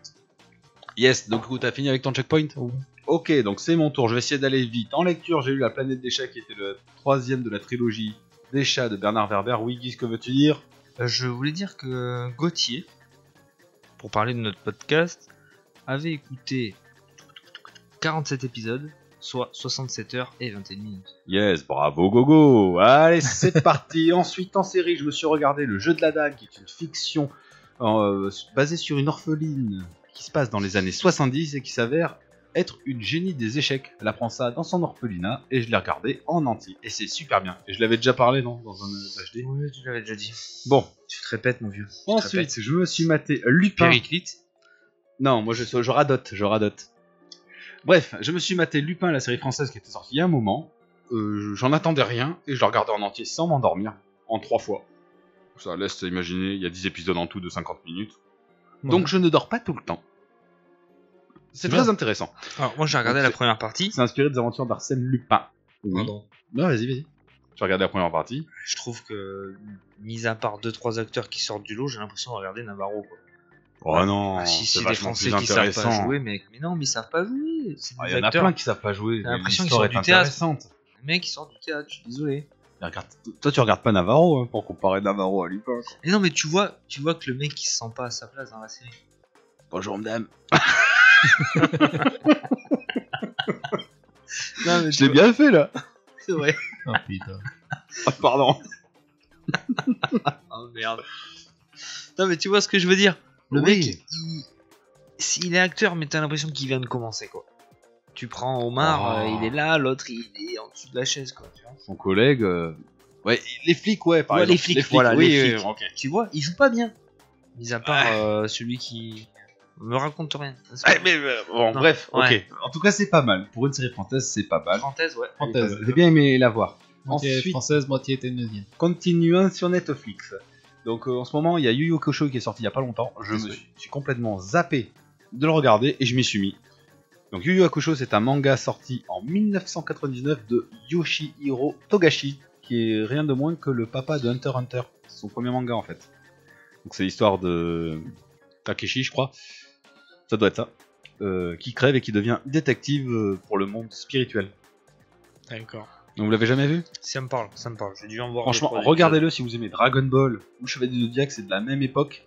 S4: Yes, donc du coup, t'as fini avec ton checkpoint
S5: Oui.
S4: Ok, donc c'est mon tour, je vais essayer d'aller vite. En lecture, j'ai lu La planète des chats qui était le troisième de la trilogie des chats de Bernard Werber. Oui, Guy, ce que veux-tu dire
S6: Euh, Je voulais dire que Gauthier, pour parler de notre podcast, avait écouté 47 épisodes, soit 67 heures et 21 minutes.
S4: Yes, bravo Gogo Allez, c'est parti Ensuite, en série, je me suis regardé Le Jeu de la Dame, qui est une fiction euh, basée sur une orpheline qui se passe dans les années 70 et qui s'avère être une génie des échecs. Elle apprend ça dans son orphelinat et je l'ai regardé en entier. Et c'est super bien. Et je l'avais déjà parlé, non Dans un euh, HD
S6: Oui, tu l'avais déjà dit.
S4: Bon,
S6: Tu te répètes, mon vieux.
S4: ensuite, je me suis maté Euh, Lupin.
S6: Périclite.
S4: Non, moi je, je radote, je radote. Bref, je me suis maté Lupin, la série française qui était sortie il y a un moment. Euh, j'en attendais rien et je la regardais en entier sans m'endormir, en trois fois. Ça laisse imaginer, il y a 10 épisodes en tout de 50 minutes.
S5: Ouais.
S4: Donc je ne dors pas tout le temps. C'est
S5: C'est
S4: très
S5: bien.
S4: intéressant.
S6: Alors, moi, j'ai regardé la première partie.
S4: C'est inspiré des aventures d'Arsène Lupin. Oui.
S6: Pardon.
S4: Non, vas-y, vas-y. J'ai regardé la première partie.
S6: Je trouve que, mis à part 2-3 acteurs qui sortent du lot, j'ai l'impression de regarder Navarro. Quoi.
S4: Oh non,
S6: Ah,
S4: c'est
S6: si, si, des
S4: vachement
S6: Français
S4: plus
S6: qui savent
S4: intéressant. hein.
S6: pas jouer, mec. Mais non, mais ils savent pas jouer. C'est des
S4: Ah, Il y en a
S6: acteurs.
S4: plein qui savent pas jouer.
S6: T'as
S4: mais
S6: l'impression qu'ils
S4: l'histoire
S6: sortent
S4: est
S6: du théâtre.
S4: intéressante.
S6: Les mecs, ils sortent du théâtre, je suis désolé.
S4: Mais regarde, t- toi tu regardes pas Navarro hein, pour comparer Navarro à Lupin. quoi.
S6: Et non, mais tu vois, tu vois que le mec il se sent pas à sa place dans la série.
S4: Bonjour madame.
S6: Non, mais
S4: Je l'ai bien fait là.
S6: C'est vrai.
S5: Oh putain.
S4: Ah, pardon.
S6: Oh merde. Non, mais tu vois ce que je veux dire. Le
S4: Oui.
S6: mec, il... s'il est acteur, mais t'as l'impression qu'il vient de commencer quoi. Tu prends Omar,
S4: Oh.
S6: euh, il est là, l'autre il est en dessous de la chaise quoi. Tu vois,
S4: Son collègue. euh, Ouais, les flics, ouais, par
S6: Ouais,
S4: exemple.
S6: les flics, voilà,
S4: oui,
S6: les
S4: oui,
S6: flics.
S4: oui, ok.
S6: tu vois il joue pas bien. Mis à part euh, celui qui me raconte rien.
S4: Ouais, mais, euh, bon,
S6: Non,
S4: bref,
S6: ouais.
S4: ok. En tout cas, c'est pas mal. Pour une série française, c'est pas mal.
S6: Parenthèse, ouais.
S5: Française.
S4: J'ai bien aimé la voir.
S5: Moitié
S4: Ensuite-
S5: française, moitié tunisienne.
S4: Continuons sur Netflix. Donc euh, en ce moment, il y a Yu Yu Kosho qui est sorti il y a pas longtemps. Je me suis, suis complètement zappé de le regarder et je m'y suis mis. Donc Yu Yu Hakusho, c'est un manga sorti en 1999 de Yoshihiro Togashi, qui est rien de moins que le papa de Hunter x Hunter. C'est son premier manga en fait. Donc c'est l'histoire de Takeshi, je crois. Ça doit être ça. Euh, qui crève et qui devient détective euh, pour le monde spirituel.
S6: D'accord.
S4: Donc vous l'avez jamais vu
S6: Ça me parle, ça me parle. J'ai dû en voir.
S4: Franchement,
S6: deux, trois
S4: regardez-le si vous aimez Dragon Ball ou Chevalier du Zodiac, c'est de la même époque.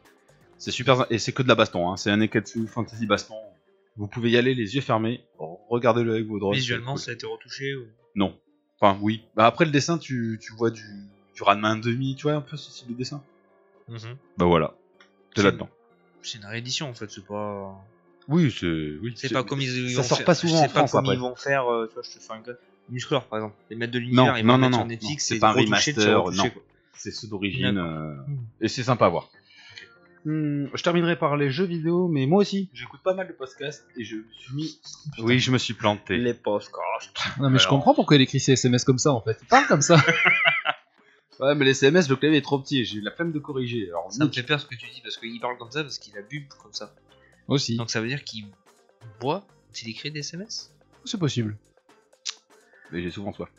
S4: C'est super et c'est que de la baston, hein. c'est un Ekatsu Fantasy Baston. Vous pouvez y aller les yeux fermés, regardez-le avec vos droits.
S6: Visuellement,
S4: c'est
S6: ça a été retouché. ou-
S4: cool. Non. Enfin, oui. Bah, après le dessin, tu, tu vois du, du Ranma 1,5, tu vois un peu ce style de dessin
S6: Mhm.
S4: Bah voilà. T'es
S6: C'est-
S4: là-dedans.
S6: C'est une réédition en fait, c'est pas.
S4: Oui, c'est. Oui,
S6: C'est pas comme ils ils
S4: ça
S6: vont
S4: sort
S6: faire-
S4: pas souvent
S6: C'est
S4: en
S6: pas
S4: France,
S6: comme
S4: après.
S6: ils vont faire. euh, tu vois, je te fais un gars. Musclor par exemple. Les mettre de
S4: Non,
S6: l'univers, ils vont
S4: non,
S6: le mettre
S4: non,
S6: sur
S4: non,
S6: Netflix.
S4: c'est
S6: et
S4: pas un
S6: retoucher, tu vas
S4: remaster,
S6: retoucher,
S4: non.
S6: quoi.
S4: C'est ceux d'origine.
S6: D'accord.
S4: euh, Et c'est sympa à voir. Hmm, je terminerai par les jeux vidéo, mais moi aussi, j'écoute pas mal de podcasts et je me suis mis. Oui, je me suis planté.
S6: Les podcasts.
S5: Non, mais je
S4: Alors.
S5: comprends pourquoi il écrit ses SMS comme ça en fait. Il parle comme ça.
S4: Ouais, mais les SMS, le clavier est trop petit, j'ai eu la flemme de corriger. Alors,
S6: Ça me
S4: nique.
S6: fait peur ce que tu dis parce qu'il parle comme ça parce qu'il a bu comme ça.
S5: Aussi.
S4: Ah.
S6: Donc ça veut dire qu'il boit quand il écrit des SMS
S5: C'est possible.
S4: mais j'ai souvent soif.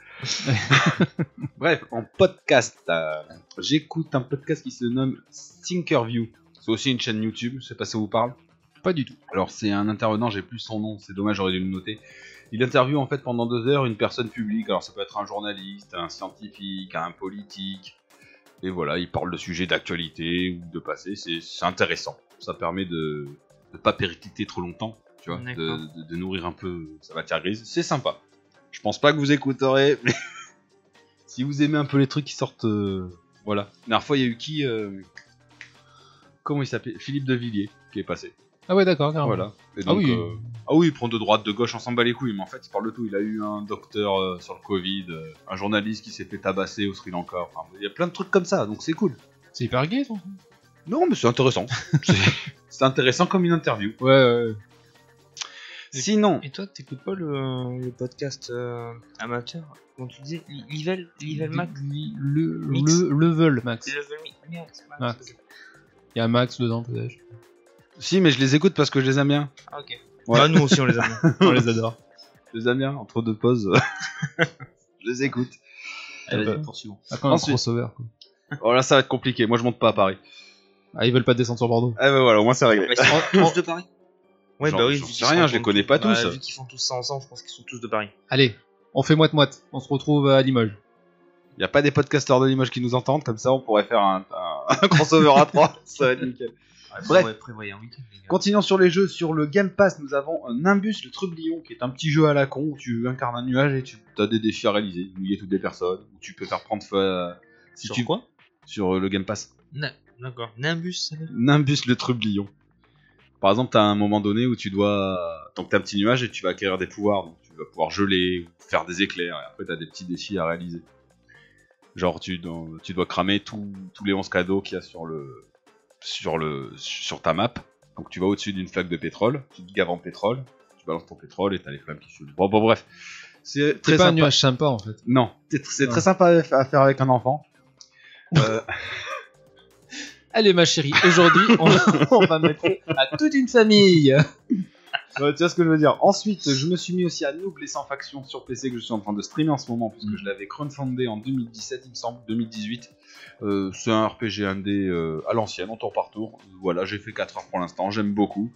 S4: Bref, en podcast, euh, j'écoute un podcast qui se nomme Thinkerview. C'est aussi une chaîne YouTube, je sais pas si ça vous parle.
S5: Pas du tout.
S4: Alors c'est un intervenant, j'ai plus son nom, c'est dommage, j'aurais dû le noter. Il interviewe en fait pendant deux heures une personne publique, alors ça peut être un journaliste, un scientifique, un politique, et voilà, il parle de sujets d'actualité ou de passé, c'est c'est intéressant. Ça permet de ne pas péricliter trop longtemps, tu vois, de,
S6: D'accord.
S4: de- de nourrir un peu sa matière grise, c'est sympa. Je pense pas que vous écouterez, mais si vous aimez un peu les trucs qui sortent, euh, voilà. La dernière fois, il y a eu qui euh, Comment il s'appelait Philippe de Villiers qui est passé.
S5: Ah ouais, d'accord, carrément.
S4: Voilà. Et donc,
S5: ah oui.
S4: euh, Ah oui, il prend de droite, de gauche, on s'en bat les couilles, mais en fait, il parle de tout. Il a eu un docteur euh, sur le Covid, euh, un journaliste qui s'est fait tabasser au Sri Lanka. Enfin, il y a plein de trucs comme ça, donc c'est cool.
S5: C'est hyper gay, ton
S4: Non, mais c'est intéressant. C'est- c'est intéressant comme une interview.
S5: Ouais, ouais.
S4: Sinon,
S6: Et toi, t'écoutes pas le, le podcast euh, amateur Quand tu dis Level, level Max
S5: Le,
S6: Mix.
S5: le level max.
S6: Level Mi- Max
S5: Max.
S6: Max.
S5: Il y a max dedans, peut-être.
S4: si, mais je les écoute parce que je les aime bien.
S6: Ah, ok.
S4: Ouais.
S6: Ah, nous aussi, on les aime.
S5: On les adore.
S4: Je les aime bien, entre deux pauses. je les écoute.
S5: Eh ben.
S6: vas-y, poursuivons.
S5: Ah, quand même,
S4: Ensuite.
S5: crossover. quoi.
S4: Oh là, ça va être compliqué. Moi, je monte pas à Paris.
S5: Ah, ils veulent pas descendre sur Bordeaux.
S4: Eh ben voilà, au moins c'est réglé.
S6: Bah, ils sont tous de Paris Ouais,
S4: J'en-
S6: bah oui.
S4: j'en
S6: vu
S4: sais
S6: qu'ils
S4: rien,
S6: sont
S4: je les
S6: tous-
S4: connais pas
S6: bah,
S4: tous.
S6: Vu qu'ils font tous ça ensemble, je pense qu'ils sont tous de Paris.
S5: Allez, on fait moite-moite. On se retrouve à Limoges.
S4: Il y a pas des podcasteurs de Limoges qui nous entendent, comme ça on pourrait faire un, un- un crossover à trois. ça va être nickel. Bref.
S6: Ouais, prévoyez un week-end, les gars.
S4: Continuons sur les jeux. Sur le Game Pass, nous avons un Nimbus, le Trublion, qui est un petit jeu à la con où tu incarnes un nuage et tu as des défis à réaliser, mouiller toutes des personnes, où tu peux faire prendre feu euh, si
S6: Sur
S4: tu
S6: quoi
S4: sur euh, le Game Pass.
S6: Na- D'accord. Nimbus, ça veut dire
S4: Nimbus, le Trublion. Par exemple, t'as un moment donné où tu dois. Donc t'as un petit nuage et tu vas acquérir des pouvoirs. Donc tu vas pouvoir geler, ou faire des éclairs, et après t'as des petits défis à réaliser. Genre tu dois, tu dois cramer tous- tous les 11 cadeaux qu'il y a sur le. sur le. sur ta map. Donc tu vas au-dessus d'une flaque de pétrole, tu te gaves en pétrole, tu balances ton pétrole et t'as les flammes qui se. Bon, bon bref. C'est
S5: C'est
S4: très
S5: pas un
S4: sympa.
S5: nuage sympa, en fait.
S4: Non, c'est c'est
S5: Non.
S4: très sympa à faire avec un enfant. Euh,
S5: Allez, ma chérie, aujourd'hui, on, on va mettre à toute une famille.
S4: Ouais, tu vois ce que je veux dire. Ensuite, je me suis mis aussi à Noob les 100 factions sur PC que je suis en train de streamer en ce moment, puisque je l'avais crowdfundé en 2017, il me semble, 2018. Euh, c'est un RPG indé euh, à l'ancienne, en tour par tour. Voilà, j'ai fait 4 heures pour l'instant, j'aime beaucoup.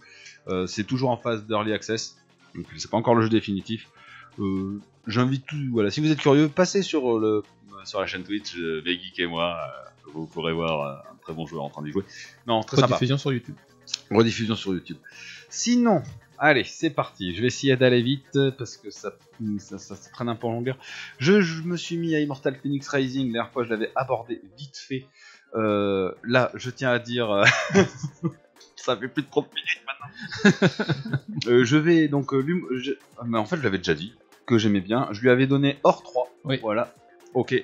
S4: Euh, c'est toujours en phase d'early access, donc c'est pas encore le jeu définitif. Euh, J'invite tout, voilà, si vous êtes curieux, passez sur, euh, le, sur la chaîne Twitch, euh, Veggeek et moi, euh, vous pourrez voir euh, un très bon joueur en train d'y jouer. Non, très sympa.
S5: Rediffusion sur YouTube.
S4: Rediffusion sur YouTube. Sinon, allez, c'est parti. Je vais essayer d'aller vite euh, parce que ça, hmm, ça, ça se traîne un peu en longueur. Je, je me suis mis à Immortal Phoenix Rising. La dernière fois, je l'avais abordé vite fait. Euh, là, je tiens à dire. euh, ça fait plus de 30 minutes maintenant. Euh, je vais donc. euh, l'hum- je- ah, Mais en fait, je l'avais déjà dit que j'aimais bien. Je lui avais donné hors 3.
S5: Oui.
S4: Voilà. Ok.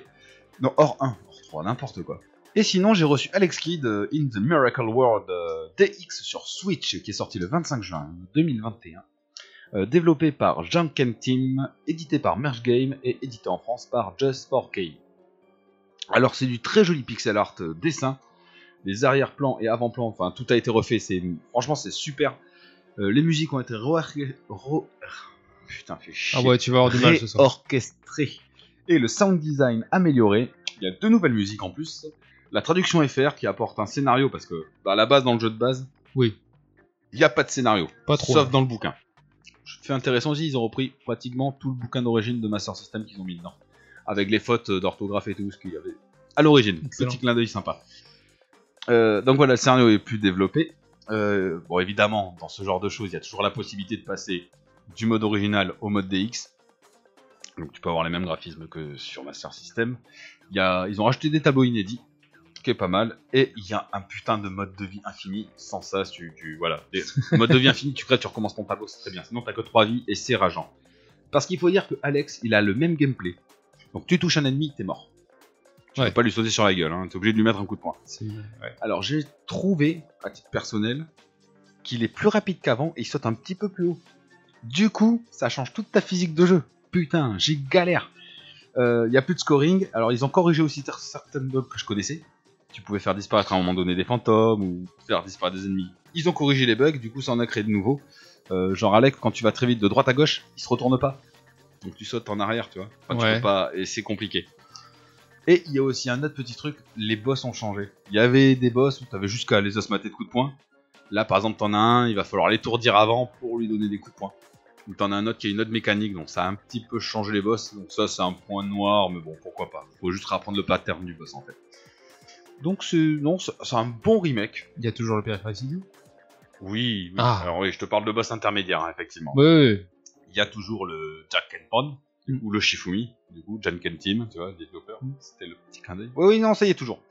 S4: Non, hors 1. Hors 3, n'importe quoi. Et sinon, j'ai reçu Alex Kidd euh, in the Miracle World euh, DX sur Switch, qui est sorti le 25 juin 2021. euh, développé par Junken Team, édité par Merge Game et édité en France par Just 4K. Alors, c'est du très joli pixel art euh, dessin. Les arrière-plans et avant-plans, enfin, tout a été refait. C'est Franchement, c'est super. Euh, les musiques ont été re- re- Putain, fais chier
S5: Ah ouais, tu vas avoir du mal ce soir.
S4: réorchestré et le sound design amélioré. Il y a deux nouvelles musiques en plus. La traduction FR qui apporte un scénario parce que bah, à la base dans le jeu de base,
S5: Oui.
S4: il n'y a pas de scénario,
S5: Pas trop. hein.
S4: sauf dans le bouquin. Fait intéressant aussi, ils ont repris pratiquement tout le bouquin d'origine de Master System qu'ils ont mis dedans, avec les fautes d'orthographe et tout ce qu'il y avait à l'origine.
S5: Excellent.
S4: Petit clin d'œil sympa. Euh, donc voilà, le scénario est plus développé. Euh, bon, évidemment, dans ce genre de choses, il y a toujours la possibilité de passer du mode original au mode DX. Donc tu peux avoir les mêmes graphismes que sur Master System. Il y a- ils ont acheté des tableaux inédits, ce qui est pas mal. Et il y a un putain de mode de vie infini. Sans ça, tu, tu- voilà, des- mode de vie infini, tu crées, tu recommences ton tableau, c'est très bien. Sinon, t'as que 3 vies et c'est rageant. Parce qu'il faut dire que Alex, il a le même gameplay. Donc tu touches un ennemi, t'es mort. Tu
S5: Ouais.
S4: peux pas lui sauter sur la gueule, hein. t'es obligé de lui mettre un coup de poing.
S5: C'est- ouais.
S4: Alors j'ai trouvé, à titre personnel, qu'il est plus rapide qu'avant et il saute un petit peu plus haut. Du coup, ça change toute ta physique de jeu. Putain, j'ai galère. Il n'y a plus de scoring. Alors ils ont corrigé aussi cer- certaines bugs que je connaissais. Tu pouvais faire disparaître à un moment donné des fantômes ou faire disparaître des ennemis. Ils ont corrigé les bugs, du coup ça en a créé de nouveaux. Euh, genre Alec, quand tu vas très vite de droite à gauche, il se retourne pas. Donc tu sautes en arrière, tu vois. Enfin, tu
S5: Ouais.
S4: peux pas, et c'est compliqué. Et il y a aussi un autre petit truc, les boss ont changé. Il y avait des boss où t'avais jusqu'à les osmater de coups de poing. Là, par exemple, t'en as un, il va falloir l'étourdir avant pour lui donner des coups de poing. Ou t'en as un autre qui a une autre mécanique, donc ça a un petit peu changé les boss. Donc ça, c'est un point noir, mais bon, pourquoi pas. Faut juste rapprendre le pattern du boss en fait. Donc c'est non, c'est c'est un bon remake.
S5: Il y a toujours le périphérique idiot.
S4: Oui. oui.
S5: Ah.
S4: Alors oui, je te parle de boss intermédiaire, hein, effectivement.
S5: Ouais, ouais, ouais.
S4: Il y a toujours le Jack Kenpon
S5: Mm.
S4: ou le Shifumi, du coup, Janken Team, tu vois, le développeur. C'était le petit clin d'œil. Mm. Oui, oui, non, ça y est toujours.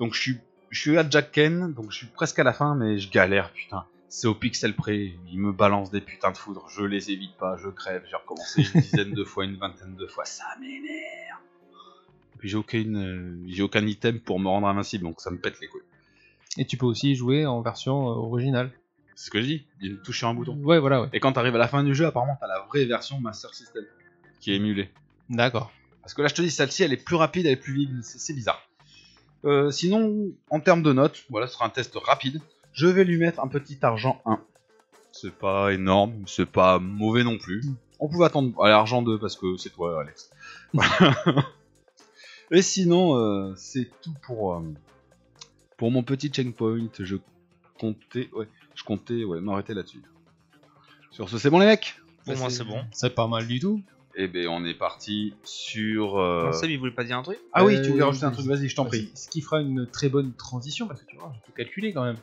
S4: Donc je suis, je suis à Jack Ken, donc je suis presque à la fin, mais je galère, putain. C'est au pixel près, ils me balancent des putains de foudres, je les évite pas, je crève, j'ai recommencé une dizaine de fois, une vingtaine de fois, ça m'énerve. Puis j'ai aucune, euh, j'ai aucun item pour me rendre invincible, donc ça me pète les couilles.
S5: Et tu peux aussi jouer en version euh, originale.
S4: C'est ce que je dis, il touche sur un bouton.
S5: Ouais, voilà, ouais.
S4: Et quand t'arrives à la fin du jeu, apparemment t'as la vraie version Master System qui est émulée.
S5: D'accord.
S4: Parce que là, je te dis, celle-ci, elle est plus rapide, elle est plus vive, c'est c'est bizarre. Euh, sinon, en termes de notes, voilà, ce sera un test rapide. Je vais lui mettre un petit argent 1. C'est pas énorme, c'est pas mauvais non plus. On pouvait attendre à l'argent 2 parce que c'est toi, Alex. Voilà. Et sinon, euh, c'est tout pour, euh, pour mon petit checkpoint. Je comptais, ouais, je comptais ouais, m'arrêter là-dessus. Sur ce, Bah, c'est bon, les mecs
S6: Pour moi, c'est bon.
S5: C'est pas mal du tout.
S4: Eh ben, on est parti sur. euh,
S6: Sam, il voulait pas dire un truc
S4: Ah oui, tu
S5: Euh,
S4: voulais rajouter un truc, vas-y, je t'en
S5: Bah,
S4: prie.
S5: c'est- Ce qui fera une très bonne transition, parce que tu vois, j'ai tout calculé quand même.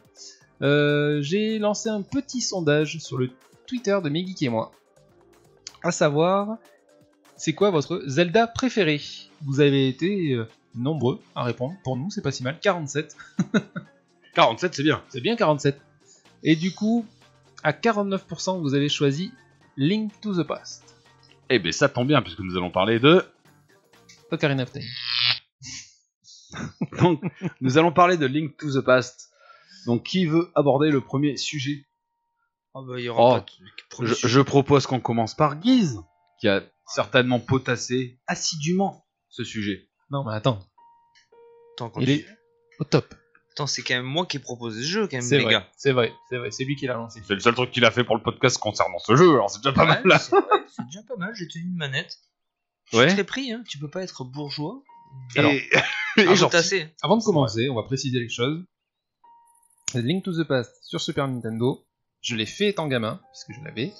S5: Euh, j'ai lancé un petit sondage sur le Twitter de Megeek et moi. À savoir, c'est quoi votre Zelda préféré Vous avez été euh, nombreux à répondre. Pour nous, c'est pas si mal. 47.
S4: 47, c'est bien.
S5: C'est bien 47. Et du coup, à 49%, vous avez choisi Link to the Past.
S4: Eh ben ça tombe bien puisque nous allons parler de
S5: Ocarina of Time.
S4: donc nous allons parler de Link to the Past. Donc qui veut aborder le premier sujet
S6: Ah bah, il y aura
S4: Oh,
S6: pas de premier
S4: je,
S6: sujet.
S4: je propose qu'on commence par Guise qui a certainement potassé assidûment ce sujet.
S5: Non, mais attends,
S6: Attends, quand
S5: il
S6: tu-
S5: est au top.
S6: Attends, c'est quand même moi qui ai proposé ce jeu, quand même,
S5: C'est
S6: les
S5: vrai,
S6: gars.
S5: c'est vrai, c'est vrai, c'est lui qui l'a lancé.
S4: C'est le seul truc qu'il a fait pour le podcast concernant ce jeu, alors c'est déjà pas
S6: Ouais,
S4: mal là.
S6: c'est vrai, c'est déjà pas mal, j'ai tenu une manette. Je
S4: Ouais.
S6: suis très pris, hein. tu peux pas être bourgeois.
S4: Alors,
S6: et,
S4: et
S6: et
S4: genre,
S6: assez.
S5: Avant de commencer, on va préciser les choses. Link to the Past sur Super Nintendo, je l'ai fait étant gamin, puisque je l'avais.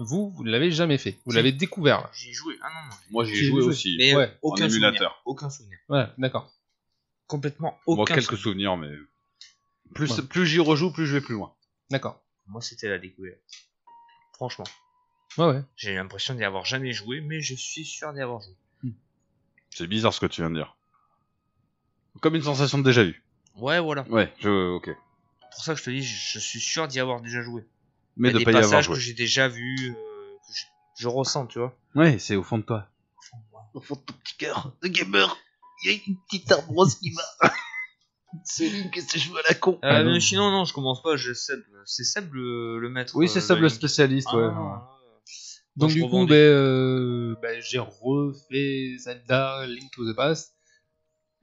S5: Vous, vous ne l'avez jamais fait. Vous
S6: Si.
S5: l'avez découvert.
S6: J'y ai joué. Ah non, non.
S4: moi j'ai
S5: J'ai
S4: joué
S5: joué.
S4: aussi.
S6: Mais euh,
S5: Ouais,
S4: en
S6: aucun
S4: émulateur.
S6: souvenir. Aucun souvenir.
S5: Voilà, d'accord.
S6: Complètement
S4: Moi
S6: aucun
S4: quelques
S6: souvenir.
S4: souvenirs mais plus
S5: Ouais.
S4: plus j'y rejoue plus je vais plus loin.
S5: D'accord.
S6: Moi, c'était la découverte. Franchement,
S5: Ouais, ouais.
S6: j'ai l'impression d'y avoir jamais joué, mais je suis sûr d'y avoir joué.
S4: C'est bizarre ce que tu viens de dire. Comme une sensation de déjà vu.
S6: Ouais, voilà.
S4: Ouais, je OK.
S6: C'est pour ça que je te dis, je je suis sûr d'y avoir déjà joué.
S4: Mais
S6: Il
S4: de
S6: des
S4: pas y
S6: passages
S4: avoir joué.
S6: que j'ai déjà vu, que je, je ressens, tu vois.
S4: Ouais, c'est au fond de toi.
S1: au fond de ton petit cœur de gamer, il y a une petite arbrose qui va. C'est Link et ses cheveux à la con.
S5: Ah
S4: Ah
S6: Euh, mais sinon, non, je commence pas, je Seb. C'est Seb le, le maître.
S4: Oui, c'est
S6: euh,
S4: ça
S6: de
S4: le
S6: Link.
S4: spécialiste,
S6: Ah,
S4: ouais.
S6: non, non, non.
S5: Donc
S6: je
S5: du coup,
S6: rebondis.
S5: ben, euh, ben, j'ai refait Zelda Link to the Past.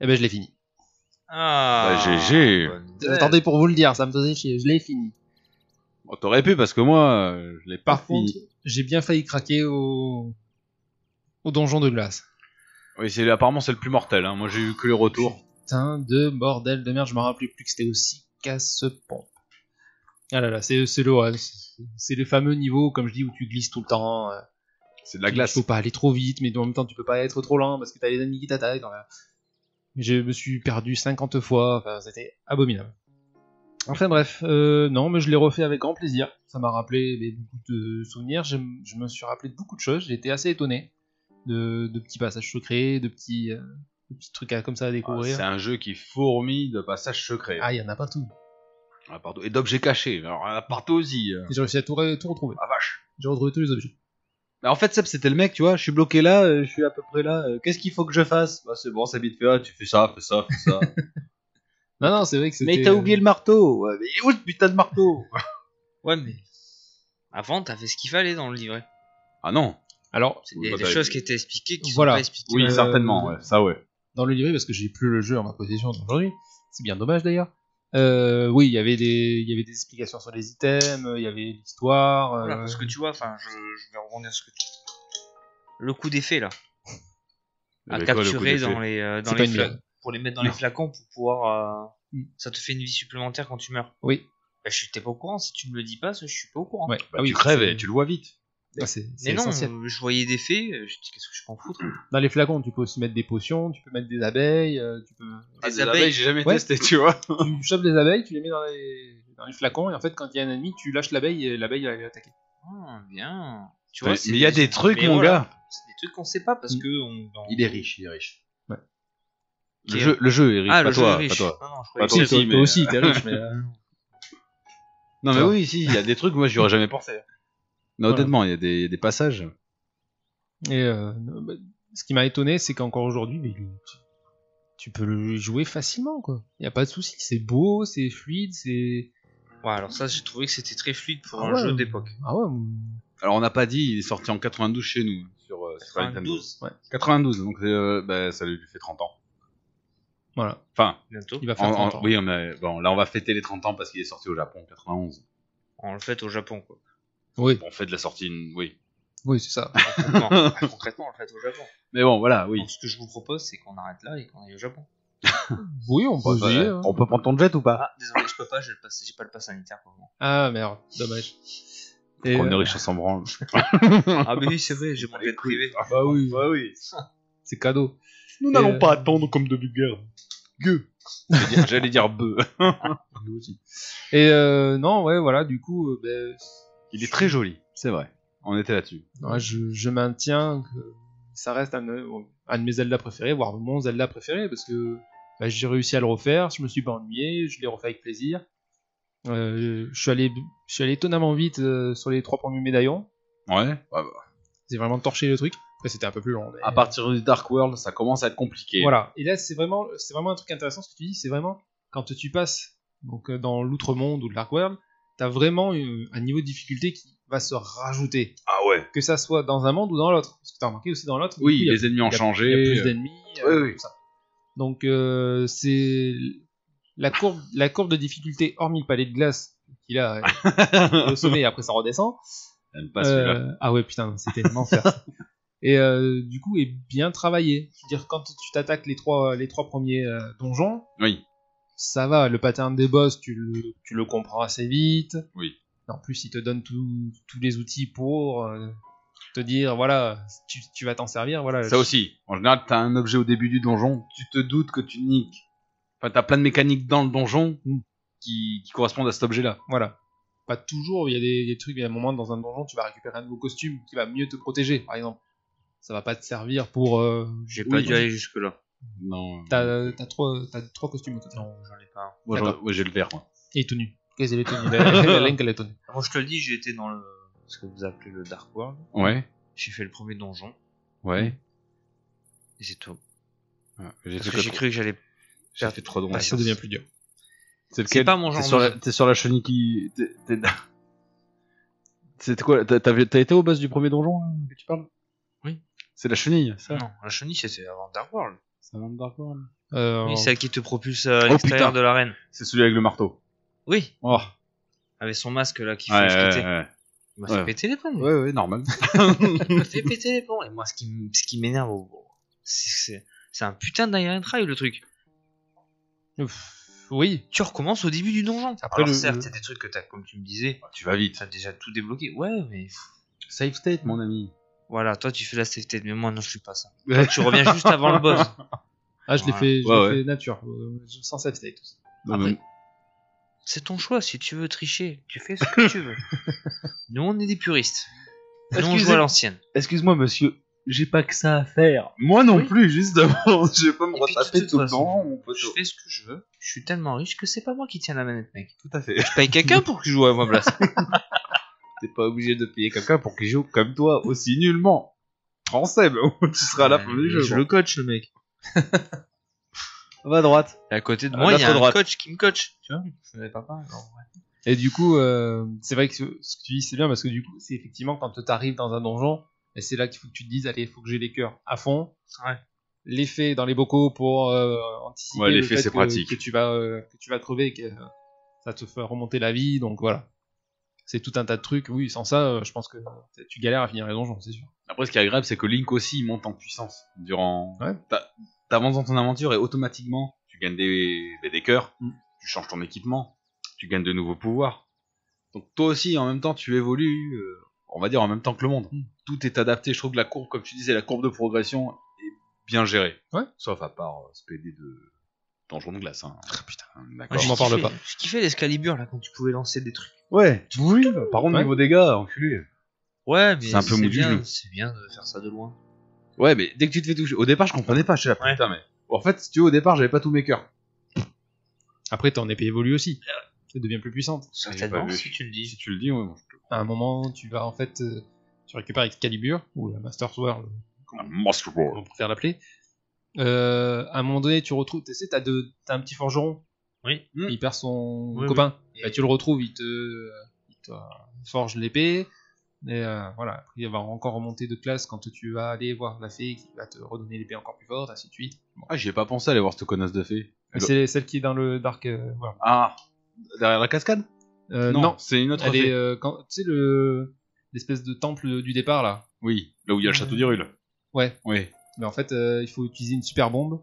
S5: Et ben je l'ai fini.
S6: Ah,
S4: Bah, GG.
S6: bonne nouvelle.
S5: Attendez pour vous le dire, ça me faisait chier. Je l'ai fini.
S4: Bon, T'aurais pu parce que moi, euh, je l'ai pas
S5: Par
S4: fini.
S5: contre, j'ai bien failli craquer au au donjon de glace.
S4: Oui, c'est apparemment c'est le plus mortel. hein. Moi, j'ai eu que les retours.
S5: Putain de bordel de merde, je me rappelais plus que c'était aussi casse-pompe. Ah là là, c'est c'est le ouais, c'est- c'est le fameux niveau comme je dis où tu glisses tout le temps. euh,
S4: C'est de la glace.
S5: Il faut pas aller trop vite, mais en même temps, tu peux pas être trop lent parce que t'as les ennemis qui t'attaquent. donc, euh, Je me suis perdu 50 fois, enfin, c'était abominable. Enfin bref, euh, non, mais je l'ai refait avec grand plaisir. Ça m'a rappelé mais, beaucoup de souvenirs. Je, m- je me suis rappelé de beaucoup de choses. J'ai été assez étonné de, de petits passages secrets, de petits, euh, de petits trucs à- comme ça à
S4: Ah,
S5: découvrir.
S4: C'est un jeu qui fourmille de passages secrets.
S5: Ah, il y en a partout.
S4: Ah, partout. Et d'objets cachés. Alors, ah, partout aussi. euh.
S5: Et J'ai réussi à tout, re- tout retrouver.
S4: Ah vache.
S5: J'ai retrouvé tous les objets.
S4: Bah, en fait, Seb, c'était le mec, tu vois. Je suis bloqué là, euh, je suis à peu près là. euh, Qu'est-ce qu'il faut que je fasse Bah, c'est bon, ça vite fait. Ah, tu fais ça, fais ça, fais ça.
S5: Non, non, c'est vrai que c'était. euh,
S4: mais t'as oublié le marteau. Ouais, mais il est où ce putain de marteau
S6: Ouais, mais avant, t'as fait ce qu'il fallait dans le livret.
S4: Ah non.
S5: Alors,
S6: C'est
S4: Oui,
S6: des,
S4: bah,
S6: des
S4: bah,
S6: choses qui étaient expliquées qui
S5: voilà.
S6: sont pas expliquées.
S4: Oui,
S5: Euh,
S4: certainement. Ouais, ça, ouais.
S5: dans le livret parce que j'ai plus le jeu en ma possession aujourd'hui. C'est bien dommage d'ailleurs. Euh, oui, il y avait des, il y avait des explications sur les items, euh, il y avait l'histoire. euh,
S6: Voilà, parce que tu vois, enfin, je, je vais rebondir sur ce que tu Le coup d'effet, là, à
S4: Mais quoi, le coup Bah,
S6: capturer
S4: d'effet
S6: dans les, euh, dans
S5: c'est pas
S6: les
S5: une
S6: fla-
S5: blague.
S6: pour les mettre dans les flacons pour pouvoir. euh,
S5: Mm.
S6: Ça te fait une vie supplémentaire quand tu meurs.
S5: Oui.
S6: Bah, je suis t'es pas au courant, si tu me le dis pas, ça, je suis pas au courant.
S5: Ouais.
S4: Bah,
S5: Ah oui,
S4: tu crèves
S5: c'est-
S4: et tu le vois vite.
S5: ah, c'est c'est
S6: Mais non,
S5: essentiel.
S6: euh, je voyais des faits, euh, je dis qu'est-ce que je peux en foutre hein.
S5: Dans les flacons, tu peux aussi mettre des potions, tu peux mettre des abeilles, euh, tu peux.
S6: Ah,
S4: des
S6: des abeilles,
S4: abeilles, j'ai jamais
S5: Ouais.
S4: testé, tu vois.
S5: tu chopes des abeilles, tu les mets dans les, dans les flacons et en fait, quand il y a un ennemi, tu lâches l'abeille et l'abeille elle va l'attaquer.
S6: Ah, bien. Tu
S4: Mais
S6: vois,
S4: il y a des trucs, mon gars.
S6: gars. oh C'est des trucs qu'on sait pas parce
S5: Mm.
S6: que. On, on-
S4: Il est riche, il est riche.
S5: Ouais.
S4: Le, jeu, le jeu est riche,
S6: Ah,
S4: pas,
S6: le jeu
S4: toi,
S6: est riche.
S4: pas toi.
S6: Non, non, je
S4: Pas
S6: croyais
S4: toi.
S6: que
S4: aussi,
S5: toi,
S4: mais-
S5: toi aussi, t'es riche, mais. euh,
S4: Non, mais
S5: Toi.
S4: oui, si, il y a des trucs, moi, j'y aurais jamais pensé. Non,
S5: Voilà.
S4: honnêtement, il y, a des- il y a des passages.
S5: Et euh, non, bah, ce qui m'a étonné, c'est qu'encore aujourd'hui, mais il- tu- tu peux le jouer facilement, quoi. Il n'y a pas de souci, c'est beau, c'est fluide, c'est.
S6: Ouais, alors ça, j'ai trouvé que c'était très fluide pour
S5: Ah
S6: un
S5: ouais.
S6: jeu d'époque.
S5: Ah ouais, mm,
S4: Alors, on n'a pas dit, il est sorti en 92 chez nous. Sur, euh, Super Nintendo.
S6: 92,
S4: 92, donc euh, bah, ça lui fait 30 ans.
S5: voilà,
S4: Enfin,
S6: bientôt.
S5: il va faire
S4: en-
S5: 30
S4: en-
S5: ans.
S4: oui, on a- bon, là, on va fêter les 30 ans parce qu'il est sorti au Japon en 91.
S6: On le fait au Japon, quoi.
S5: Oui,
S4: On fait de la sortie, une- oui.
S5: oui, c'est ça.
S6: Concrètement, Bah, concrètement, on le fait au Japon.
S4: Mais bon, voilà, oui.
S6: Donc, ce que je vous propose, c'est qu'on arrête là et qu'on aille au Japon.
S5: Oui, on peut
S4: Ouais,
S5: essayer,
S4: ouais.
S5: hein.
S4: On peut prendre ton jet ou pas
S6: Ah, désolé, je peux pas, j'ai le pass- j'ai pas le pass sanitaire pour le moment.
S5: Ah merde, dommage. Et,
S4: Prendre une
S5: euh,
S4: riche en branle. Ah
S6: Ah, mais oui, c'est vrai, j'ai mon jet privé.
S5: bah oui, c'est cadeau.
S4: Nous
S5: n'allons pas
S4: attendre comme de vulgaires. Gueux. J'allais dire- J'allais dire bœuf. Nous aussi.
S5: Et euh, non, ouais, voilà, du coup, euh, ben,
S4: Il est très joli, c'est vrai. On était là-dessus.
S5: Ouais, je, je maintiens que ça reste un, de- un de mes Zelda préférés, voire mon Zelda préféré, parce que bah, j'ai réussi à le refaire, je me suis pas ennuyé, je l'ai refait avec plaisir. Euh, je, suis allé, je suis allé étonnamment vite euh, sur les trois premiers médaillons,
S4: Ouais. bah, bah.
S5: j'ai vraiment torché le truc. Après, c'était un peu plus long. mais-
S4: À partir du Dark World, ça commence à être compliqué.
S5: Voilà, et là, c'est vraiment, c'est vraiment un truc intéressant ce que tu dis, c'est vraiment quand tu passes donc, euh, dans l'outre-monde ou le Dark World, t'as vraiment euh, un niveau de difficulté qui va se rajouter,
S4: Ah ouais.
S5: que ça soit dans un monde ou dans l'autre. Parce que t'as remarqué aussi dans l'autre, du coup,
S4: Oui,
S5: il y a
S4: les ennemis ont
S5: il y a-
S4: changé.
S5: il y a plus d'ennemis. euh,
S4: oui, oui.
S5: tout ça. Donc euh, c'est la courbe, la courbe de difficulté, hormis le palais de glace qu'il a euh, au sommet et après ça redescend.
S4: J'aime pas Bah, celui-là.
S5: euh, ah ouais putain, c'était un enfer. ça. Et euh, du coup est bien travaillé. Je veux dire quand tu t'attaques les trois, les trois premiers euh, donjons,
S4: Oui.
S5: ça va. Le pattern des boss, tu le, tu le comprends assez vite.
S4: Oui.
S5: En plus, il te donne tout- tous les outils pour euh, te dire voilà, tu, tu vas t'en servir. Voilà.
S4: Ça aussi. En général, t'as un objet au début du donjon, tu te doutes que tu niques. Enfin, t'as plein de mécaniques dans le donjon qui, qui correspondent à cet objet-là.
S5: Voilà. Pas toujours, il y a des, des trucs, il y a un moment dans un donjon, tu vas récupérer un nouveau costume qui va mieux te protéger, par exemple. Ça va pas te servir pour. euh,
S6: J'ai
S5: oui,
S6: pas dû aller jusque-là.
S4: Non.
S5: T'as t'as trois, t'as trois costumes au total.
S6: Non, j'en ai pas. un.
S4: Moi,
S5: D'accord.
S4: j'en- ouais, j'ai le vert. moi.
S5: Et tenue. Qu'est-ce qu'elle est tenue La Link, elle est tenue.
S6: Moi, je te le dis, j'ai été dans le. ce que vous appelez le Dark World.
S4: Ouais.
S6: J'ai fait le premier donjon.
S4: Ouais.
S6: et C'est tout.
S4: Ouais, J'ai
S6: Parce
S4: fait
S6: que j'ai
S4: Ah, que-
S6: cru que j'allais.
S4: j'ai fait trop drôle.
S6: Bah,
S5: Ça devient plus dur.
S6: C'est pas mon genre.
S4: T'es sur,
S6: de
S4: la,
S6: jeu.
S4: t'es sur la chenille qui. t'es- t'es- C'était quoi T'as t'as- t'as été au boss du premier donjon là, que tu parles
S6: Oui.
S4: C'est la chenille, ça
S6: Non, la chenille, c'était avant Dark World.
S4: C'est un membre Dark World.
S6: hein
S5: Euh,
S6: Oui, celle qui te propulse à
S4: Oh,
S6: l'extérieur
S4: putain.
S6: de l'arène.
S4: C'est celui avec le marteau.
S6: Oui,
S4: Oh.
S6: avec son masque là qui
S4: Ouais,
S6: fait
S4: ouais,
S6: péter.
S4: ouais.
S6: Il m'a fait
S4: Ouais.
S6: péter les plombs. lui.
S4: Ouais, ouais, normal.
S6: Il m'a fait péter les plombs. Et moi, ce qui, m- ce qui m'énerve, au- c'est que c'est- c'est un putain d'Iron Trail le truc.
S5: Ouf. Oui.
S6: Tu recommences au début du donjon.
S5: Après,
S6: Alors,
S5: le-
S6: certes, c'est des trucs que t'as, comme tu me disais,
S4: Bah, tu vas vite.
S6: t'as déjà tout débloqué. Ouais, mais
S4: Safe state, mon ami.
S6: voilà, toi tu fais la safety, mais moi non, je suis pas ça.
S4: Ouais.
S6: tu reviens juste avant le boss.
S5: Ah, je l'ai
S6: Voilà.
S5: fait, je l'ai
S4: Ouais, ouais.
S5: fait nature, euh, sans save state.
S6: Après, C'est ton choix, si tu veux tricher, tu fais ce que tu veux. Nous, on est des puristes. Nous, on joue
S4: Excusez-
S6: à l'ancienne.
S4: Excuse-moi, monsieur. J'ai pas que ça à faire. Moi non plus, justement. Je vais pas me
S6: Et puis, de
S4: retaper
S6: toute
S4: tout le
S6: façon,
S4: temps, mon
S6: Je
S4: poteau.
S6: fais ce que je veux. Je suis tellement riche que c'est pas moi qui tiens la manette, mec.
S4: Tout à fait.
S6: Je paye quelqu'un pour que je joue à ma place.
S4: T'es pas obligé de payer quelqu'un pour qu'il joue comme toi, aussi nullement. Français, bah, tu seras à la fin du
S6: Mais
S4: jeu.
S6: Je le coach, le mec.
S4: Va à droite.
S6: Et à côté de
S4: À
S6: moi, il y a
S4: notre
S6: un
S4: droite.
S6: coach qui me coach. Tu vois Je faisais pas pareil. Alors, ouais.
S5: Et du coup, euh, c'est vrai que ce ce que tu dis, c'est bien parce que du coup, c'est effectivement quand tu arrives dans un donjon, et c'est là qu'il faut que tu te dises, allez, il faut que j'ai les cœurs à fond.
S6: Ouais.
S5: L'effet dans les bocaux pour euh, anticiper
S4: Ouais,
S5: le
S4: l'effet,
S5: fait
S4: c'est
S5: que,
S4: pratique.
S5: que tu vas euh, que tu vas crever, et que euh, ça te fait remonter la vie, donc voilà. C'est tout un tas de trucs. Oui, sans ça, euh, je pense que tu galères à finir les donjons, c'est sûr.
S4: Après, ce qui est agréable, c'est que Link aussi il monte en puissance durant.
S5: Ouais.
S4: T'a- T'avances dans ton aventure et automatiquement, tu gagnes des, bah, des cœurs,
S5: Mm.
S4: tu changes ton équipement, tu gagnes de nouveaux pouvoirs. Donc, toi aussi, en même temps, tu évolues, euh, on va dire en même temps que le monde.
S5: Mm.
S4: Tout est adapté. Je trouve que la courbe, comme tu disais, la courbe de progression est bien gérée.
S5: Ouais.
S4: Sauf à part euh, ce PD de Donjon de glace. Hein. putain.
S5: Ouais,
S4: D'accord.
S5: je
S6: Moi,
S5: m'en parle
S6: kiffais-
S5: pas.
S6: Je kiffais l'escalibur, là, quand tu pouvais lancer des trucs.
S4: Ouais, oui, bah, par contre,
S5: Ouais.
S4: niveau dégâts, enculé.
S6: Ouais, mais
S4: C'est un peu mou du
S6: bien-
S4: genou.
S6: C'est bien de faire ça de loin.
S4: Ouais, mais dès que tu te fais toucher. Au départ, je comprenais pas, je suis là,
S6: Ouais.
S4: putain, mais. En fait, si tu veux, au départ, j'avais pas tous mes cœurs.
S5: Après, ton épée évolue aussi. Elle devient plus puissante.
S6: Certainement,
S4: vu.
S6: si tu le dis.
S4: Si tu le dis, ouais, bon, je te-
S5: À un moment, tu vas en fait. euh, tu récupères Excalibur, ou la Master Sword,
S4: Ah, Master Ball.
S5: on préfère l'appeler. Euh, à un moment donné, tu retrouves. Tu sais, t'as deux- t'as un petit forgeron.
S6: Oui.
S4: Hmm.
S5: Mm. Il perd son
S6: Oui,
S5: copain.
S6: oui.
S5: Bah, tu le retrouves, il te, il te forge l'épée. Et euh, voilà, après, il va encore remonter de classe quand tu vas aller voir la fée qui va te redonner l'épée encore plus forte, ainsi de suite. Bon.
S4: Ah, j'y ai pas pensé à aller voir cette connasse de fée.
S5: Et C'est celle qui est dans le Dark. euh, voilà.
S4: Ah, derrière la cascade
S5: Euh, non,
S4: c'est une autre
S5: elle
S4: fée.
S5: est. euh, quand- tu sais, le- l'espèce de temple du départ là.
S4: Oui, là où il y a le château d'Irule.
S5: Euh, Ouais.
S4: Oui,
S5: Mais en fait, euh, il faut utiliser une super bombe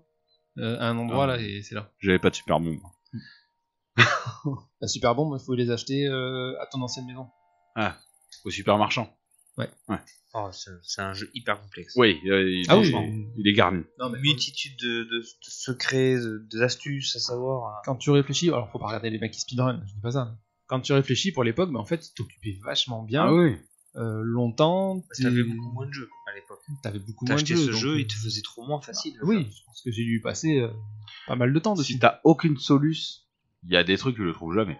S5: euh, à un endroit
S4: Ah.
S5: là, et c'est là.
S4: j'avais pas de super bombe.
S5: La super bombe, il faut les acheter euh, à ton ancienne maison.
S4: Au super marchand.
S6: Oh, c'est c'est un jeu hyper complexe.
S4: Oui, euh, il,
S5: Ah oui.
S4: il est garni.
S5: Non, mais
S6: Multitude de, de- de secrets, de- d'astuces à savoir. hein.
S5: quand tu réfléchis, alors faut pas regarder les mecs qui speedrun, je dis pas ça. hein. Quand tu réfléchis pour l'époque, bah, en fait, tu t'occupais vachement bien,
S4: Ah oui.
S5: euh,
S4: Bah,
S5: longtemps.
S6: Parce
S5: tu
S6: que t'avais beaucoup moins de jeux à l'époque.
S5: t'avais beaucoup moins de
S6: T'achetais
S5: jeux.
S6: ce
S5: donc- euh,
S6: jeu, il te faisait trop moins facile. le
S5: Oui,
S6: jeu.
S5: je pense que j'ai dû passer euh, pas mal de temps dessus.
S4: Si t'as aucune soluce, il y a des trucs que je ne trouve jamais.